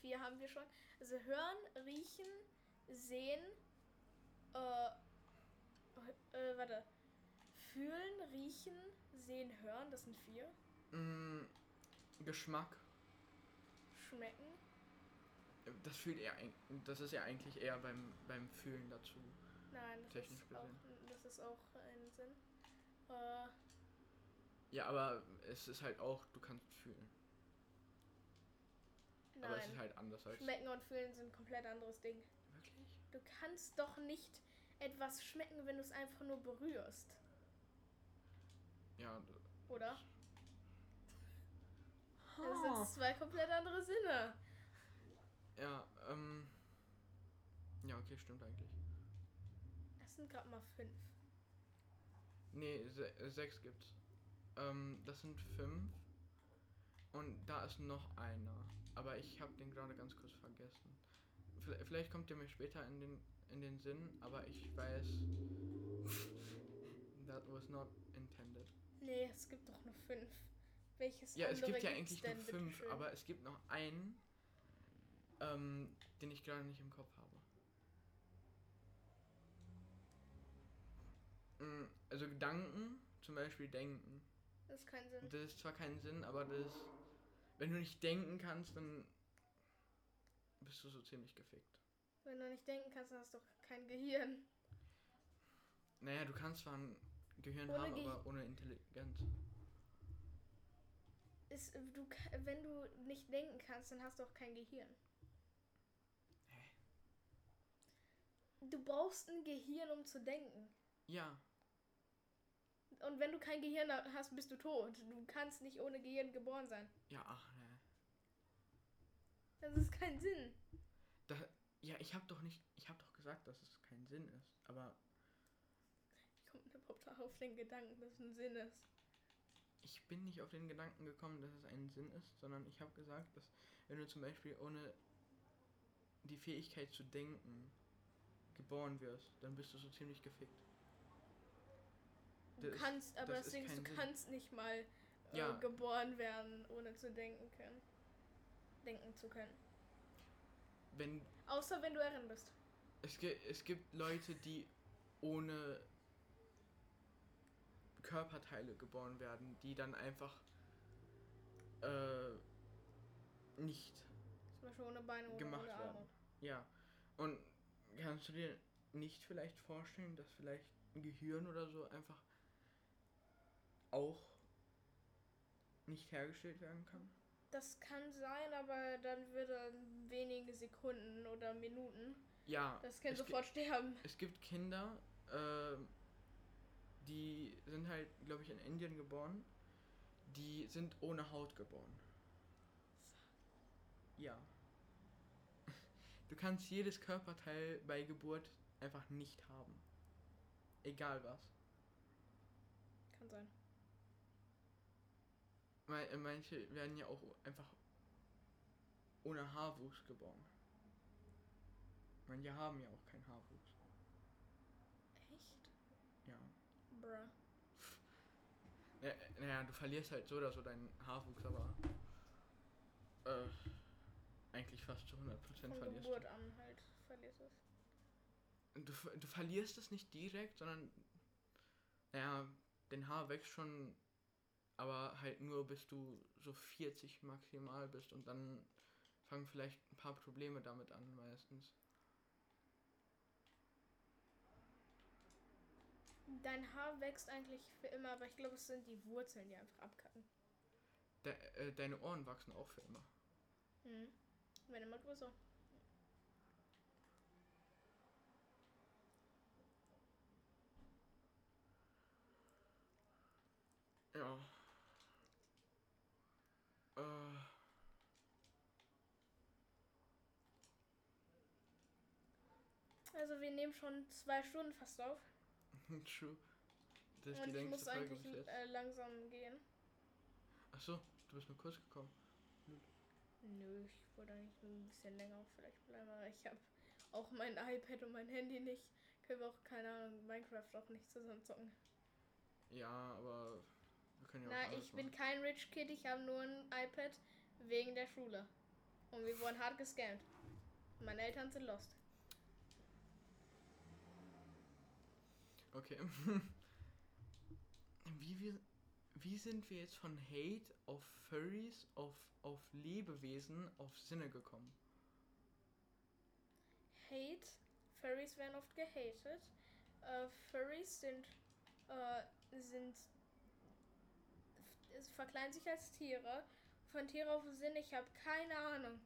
Vier haben wir schon. Also hören, riechen, sehen, äh, äh, warte. Fühlen, riechen, sehen, hören, das sind vier. mh, mm, Geschmack. Schmecken. Das fühlt eher, ein- das ist ja eigentlich eher beim, beim Fühlen dazu. Nein, das Technisch ist, auch, das ist auch ein Sinn. Äh, Ja, aber es ist halt auch, du kannst fühlen. Aber es ist nein. halt anders als. Schmecken und fühlen sind ein komplett anderes Ding. Wirklich? Du kannst doch nicht etwas schmecken, wenn du es einfach nur berührst, Ja, d- oder? Das sind zwei komplett andere Sinne. ja, ähm. Ja, okay, stimmt eigentlich. Das sind gerade mal fünf. Nee, se äh, sechs gibt's. Ähm, das sind fünf. Und da ist noch einer. Aber ich habe den gerade ganz kurz vergessen. Vle- Vielleicht kommt der mir später in den, in den Sinn, aber ich weiß. That was not intended. Nee, es gibt doch nur fünf. Welches Ja, es andere gibt ja gibt's eigentlich nur denn, fünf, bitteschön? aber es gibt noch einen, ähm, den ich gerade nicht im Kopf habe. Mm, Also Gedanken, zum Beispiel denken. Das ist kein Sinn. Das ist zwar keinen Sinn, aber das. Wenn du nicht denken kannst, dann bist du so ziemlich gefickt. Wenn du nicht denken kannst, dann hast du doch kein Gehirn. Naja, du kannst zwar ein Gehirn Ohne haben, Gehir- aber ohne Intelligenz. Ist, du, ka- wenn du nicht denken kannst, dann hast du auch kein Gehirn. Du brauchst ein Gehirn, um zu denken. Ja, Und wenn du kein Gehirn hast, bist du tot. Du kannst nicht ohne Gehirn geboren sein. ja, ach ne. Das ist kein Sinn. Da, ja, ich hab doch nicht. Ich hab doch gesagt, dass es kein Sinn ist. Aber Wie kommt man überhaupt auf den Gedanken, dass es ein Sinn ist? ich bin nicht auf den Gedanken gekommen, dass es einen Sinn ist, sondern ich habe gesagt, dass wenn du zum Beispiel ohne die Fähigkeit zu denken geboren wirst, dann bist du so ziemlich gefickt. Du Das- kannst, aber das das, ist Ding ist, du kein Sinn. kannst nicht mal äh, Ja. geboren werden, ohne zu denken können. Denken zu können. Wenn Außer wenn du Erin bist. es, gi- es gibt Leute, die ohne Körperteile geboren werden, die dann einfach äh, nicht Zum Beispiel ohne Beine oder Gemacht ohne werden. Arme. Ja. Und kannst du dir nicht vielleicht vorstellen, dass vielleicht ein Gehirn oder so einfach auch nicht hergestellt werden kann? Das kann sein, aber dann würde wenige Sekunden oder Minuten Ja. das Kind es gi- sofort sterben. Es gibt Kinder, ähm, die sind halt, glaube ich, in Indien geboren. Die sind ohne Haut geboren. Ja. Du kannst jedes Körperteil bei Geburt einfach nicht haben. Egal was. Kann sein. Mei- äh, Manche werden ja auch einfach ohne Haarwuchs geboren. Manche haben ja auch keinen Haarwuchs. Echt? Ja. Bruh. Ja, äh, Naja, du verlierst halt so oder so deinen Haarwuchs, aber äh, eigentlich fast zu 100% Von verlierst Geburt an halt verliert es. du. du. ver- Du verlierst es nicht direkt, sondern naja, dein Haar wächst schon, aber halt nur bis du so 40 maximal bist und dann fangen vielleicht ein paar Probleme damit an meistens. Dein Haar wächst eigentlich für immer, aber ich glaube, es sind die Wurzeln, die einfach abkacken. De äh, deine Ohren wachsen auch für immer. Mhm. Werden immer größer. Ja. Äh. Also wir nehmen schon zwei Stunden fast auf. True. Das ist die und ich muss längste Folge eigentlich bis jetzt. äh, langsam gehen. Achso, du bist nur kurz gekommen. Nö, ich wollte eigentlich nur ein bisschen länger vielleicht bleiben, aber ich habe auch mein iPad und mein Handy nicht. Können wir auch, keine Ahnung, Minecraft auch nicht zusammen zocken. Ja, aber wir können ja auch Na, anders ich bin machen. kein Rich Kid, ich habe nur ein iPad wegen der Schule. Und wir wurden hart gescammt. Meine Eltern sind lost. Okay. wie, wir, wie sind wir jetzt von Hate auf Furries, auf, auf Lebewesen, auf Sinne gekommen? Hate. Furries werden oft gehatet. Äh, Furries sind, äh, sind es verkleiden sich als Tiere. Von Tiere auf Sinn, ich habe keine Ahnung.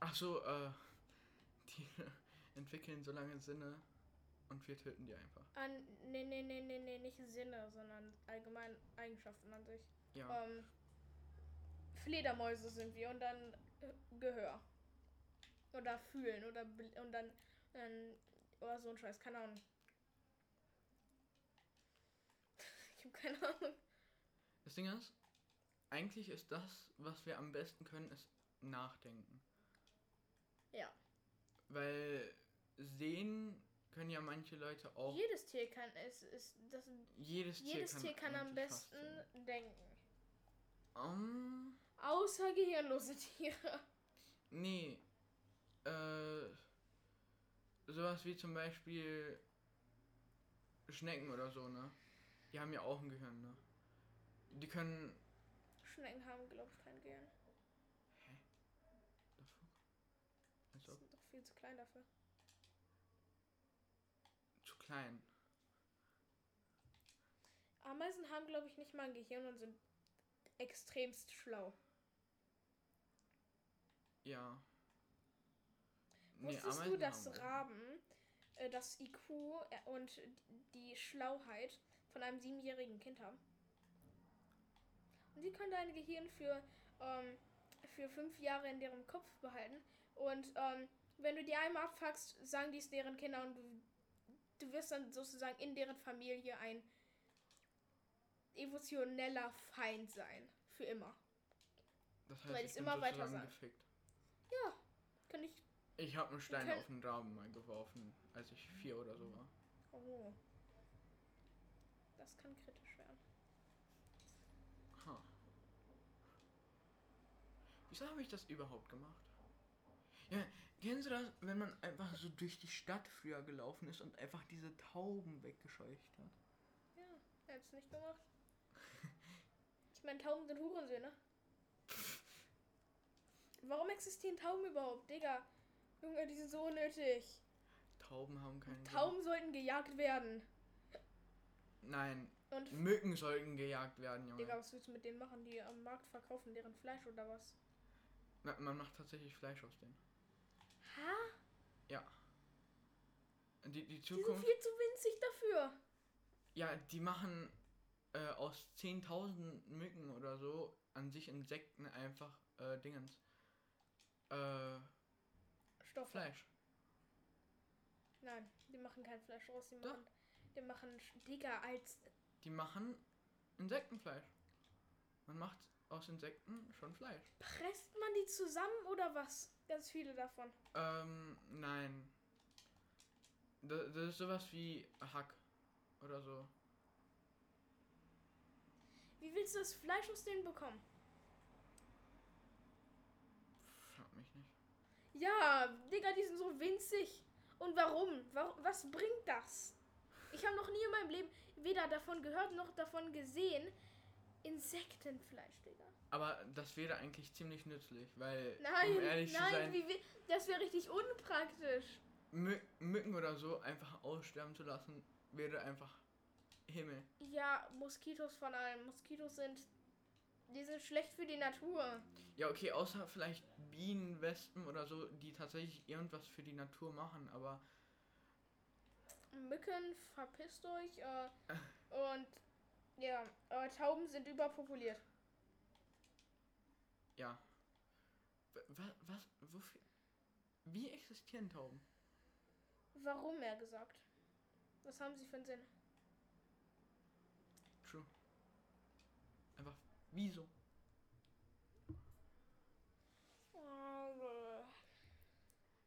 Achso, äh, Tiere entwickeln so lange Sinne und wir töten die einfach. An, nee, nee, nee, nee, nee, nicht Sinne, sondern allgemein Eigenschaften an sich. Ja. Ähm, Fledermäuse sind wir und dann äh, Gehör. Oder fühlen oder bl- und dann ähm, oder so ein Scheiß, keine Ahnung. Ich habe keine Ahnung. Das Ding ist, eigentlich ist das, was wir am besten können, ist nachdenken. Ja. Weil sehen können ja manche Leute auch. Jedes Tier kann es ist das jedes Tier jedes kann, Tier kann am eigentlich fast besten sehen. denken. Ähm, Außer gehirnlose Tiere. nee. Äh, sowas wie zum Beispiel Schnecken oder so, ne? Die haben ja auch ein Gehirn, ne? Die können. Schnecken haben glaube ich kein Gehirn. Die Also, sind doch viel zu klein dafür. zu klein. Ameisen haben glaube ich nicht mal ein Gehirn und sind extremst schlau. Ja. Wusstest du, Ameisen dass haben- Raben äh, das IQ und die Schlauheit von einem siebenjährigen Kind haben? Und sie können dein Gehirn für, ähm, für fünf Jahre in deren Kopf behalten. Und ähm, wenn du die einmal abfuckst, sagen die es deren Kinder und du, du wirst dann sozusagen in deren Familie ein emotioneller Feind sein. Für immer. Das heißt, weil die ich es bin immer weiter sozusagen sagen. gefickt. Ja, kann ich. Ich habe einen Stein können- auf einen Raben mal geworfen, als ich vier oder so war. Oh. Das kann kritisch werden. Ha. Wieso habe ich das überhaupt gemacht? Ja, kennen Sie das, wenn man einfach so durch die Stadt früher gelaufen ist und einfach diese Tauben weggescheucht hat? Ja, er hat's nicht gemacht. Ich meine, Tauben sind Hurensöhne. Warum existieren Tauben überhaupt, Digga? Junge, die sind so unnötig. Tauben haben keinen Tauben sollten gejagt werden. Sinn. Nein, Und Mücken sollten gejagt werden, Junge. Digga, was willst du mit denen machen, die am Markt verkaufen, deren Fleisch oder was? Man, man macht tatsächlich Fleisch aus denen. Ha? Die, die Die sind Zukunft. viel zu winzig dafür. ja, die machen äh, aus 10.000 Mücken oder so an sich Insekten einfach äh, Dingens. Äh, Stoff. Fleisch. Nein, die machen kein Fleisch raus. Die Doch. machen, die machen Sch- Digga als. Die machen Insektenfleisch. Man macht aus Insekten schon Fleisch. Presst man die zusammen oder was? Ganz viele davon. Ähm, nein. Das, das ist sowas wie Hack oder so. Wie willst du das Fleisch aus denen bekommen? Frag mich nicht. Ja, Digga, die sind so winzig. Und warum? Warum? Was bringt das? Ich habe noch nie in meinem Leben weder davon gehört noch davon gesehen. Insektenfleisch, Digga. Aber das wäre eigentlich ziemlich nützlich, weil Nein, um ehrlich zu nein, sein, wie, wi- das wäre richtig unpraktisch. Mü Mücken oder so einfach aussterben zu lassen, wäre einfach Himmel. Ja, Moskitos von allem. Moskitos sind. Die sind schlecht für die Natur. Ja, okay, außer vielleicht Bienen, Wespen oder so, die tatsächlich irgendwas für die Natur machen, aber Mücken, verpisst euch. Äh, und ja, äh, Tauben sind überpopuliert. ja. Was, was, wofür? Wie existieren Tauben? Warum, mehr gesagt? Was haben sie für einen Sinn? True. Einfach, wieso?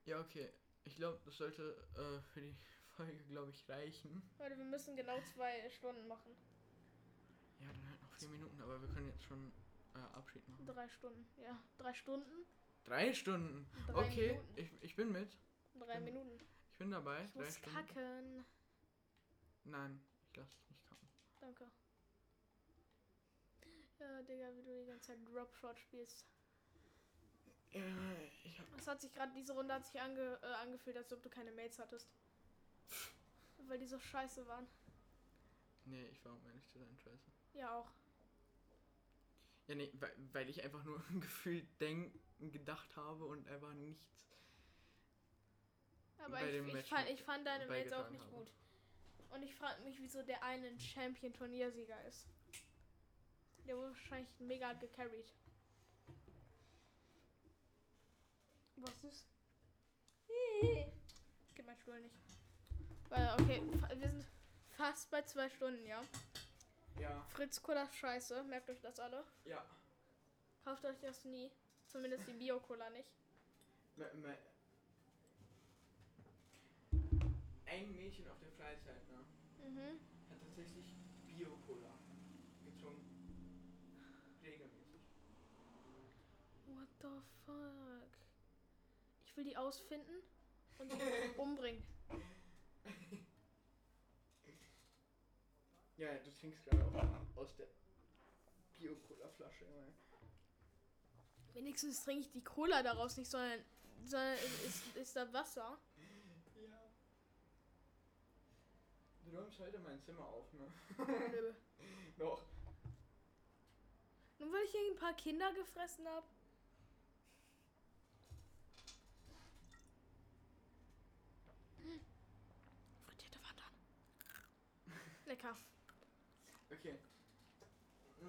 Ja, okay. Ich glaube, das sollte äh, für die Folge, glaube ich, reichen. Leute, wir müssen genau zwei Stunden machen. Ja, dann halt noch vier Minuten, aber wir können jetzt schon äh, Abschied machen. Drei Stunden, ja. Drei Stunden? Drei Stunden. Drei okay, Minuten. ich, ich bin mit. Drei Mhm. Minuten. Ich bin dabei. Ich Drei muss Stunden. kacken. Nein, ich lasse dich nicht kacken. Danke. Ja, Digga, wie du die ganze Zeit Dropshot spielst. Äh, ich hab, Es hat sich gerade, diese Runde hat sich ange, äh, angefühlt, als ob du keine Mates hattest. Weil die so scheiße waren. nee, ich war um ehrlich zu sein scheiße. Ja, auch. Ja, nee, weil, weil ich einfach nur gefühlt denk, gedacht habe und einfach nichts. Aber Bei ich, dem ich, Match fand, mit- ich fand deine Mates auch beigetragen nicht habe. gut. Und ich frage mich, wieso der eine ein Champion-Turniersieger ist. Der wurde wahrscheinlich mega gecarried. Was ist? Ich geh mein Stuhl nicht. Weil, okay, fa- wir sind fast bei zwei Stunden, ja. Ja, Fritz Cola ist scheiße, merkt euch das alle. ja. Kauft euch das nie. Zumindest die Bio-Cola nicht. Me- me- Ein Mädchen auf der Freizeit, ne? Mhm. hat tatsächlich Bio-Cola getrunken. Regelmäßig. What the fuck? Ich will die ausfinden und die umbringen. Ja, du trinkst gerade auch aus der Bio-Cola-Flasche. Junge. Wenigstens trinke ich die Cola daraus nicht, sondern, sondern es ist, ist da Wasser. Ja. Du räumst heute mein Zimmer auf, ne? Nö. Doch. Nur weil ich hier ein paar Kinder gefressen habe. Frittierte Wandern. Lecker. Okay. Mm.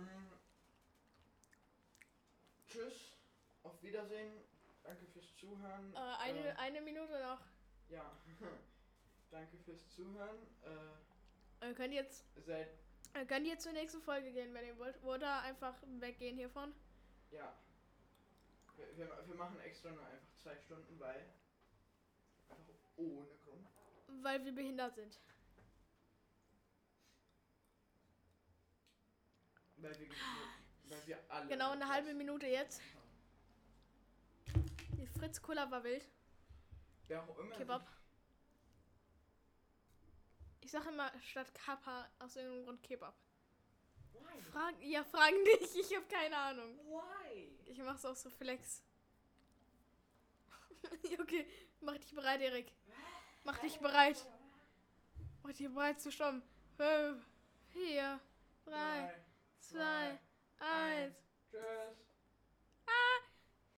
Tschüss. Auf Wiedersehen. Danke fürs Zuhören. Äh, eine, Äh, eine Minute noch. ja. Danke fürs Zuhören. Äh, Ihr könnt jetzt, seid. ihr könnt jetzt zur nächsten Folge gehen, wenn ihr wollt. Oder einfach weggehen hiervon. Ja. Wir, wir, wir machen extra nur einfach zwei Stunden, weil. Einfach ohne Grund. Weil wir behindert sind. Weil wir. Weil wir alle. Genau eine halbe Minute jetzt. Die Fritz Cola war wild. Wer auch immer. Kebab. Ich sage immer statt Kappa aus irgendeinem Grund Kebab. Why? Fragen, ja, fragen dich. Ich habe keine Ahnung. Why? Ich mache es auch so flex. okay, mach dich bereit, Erik. Mach dich bereit. Oh, Mach dich bereit zu stoppen. Fünf, vier, drei, zwei, eins.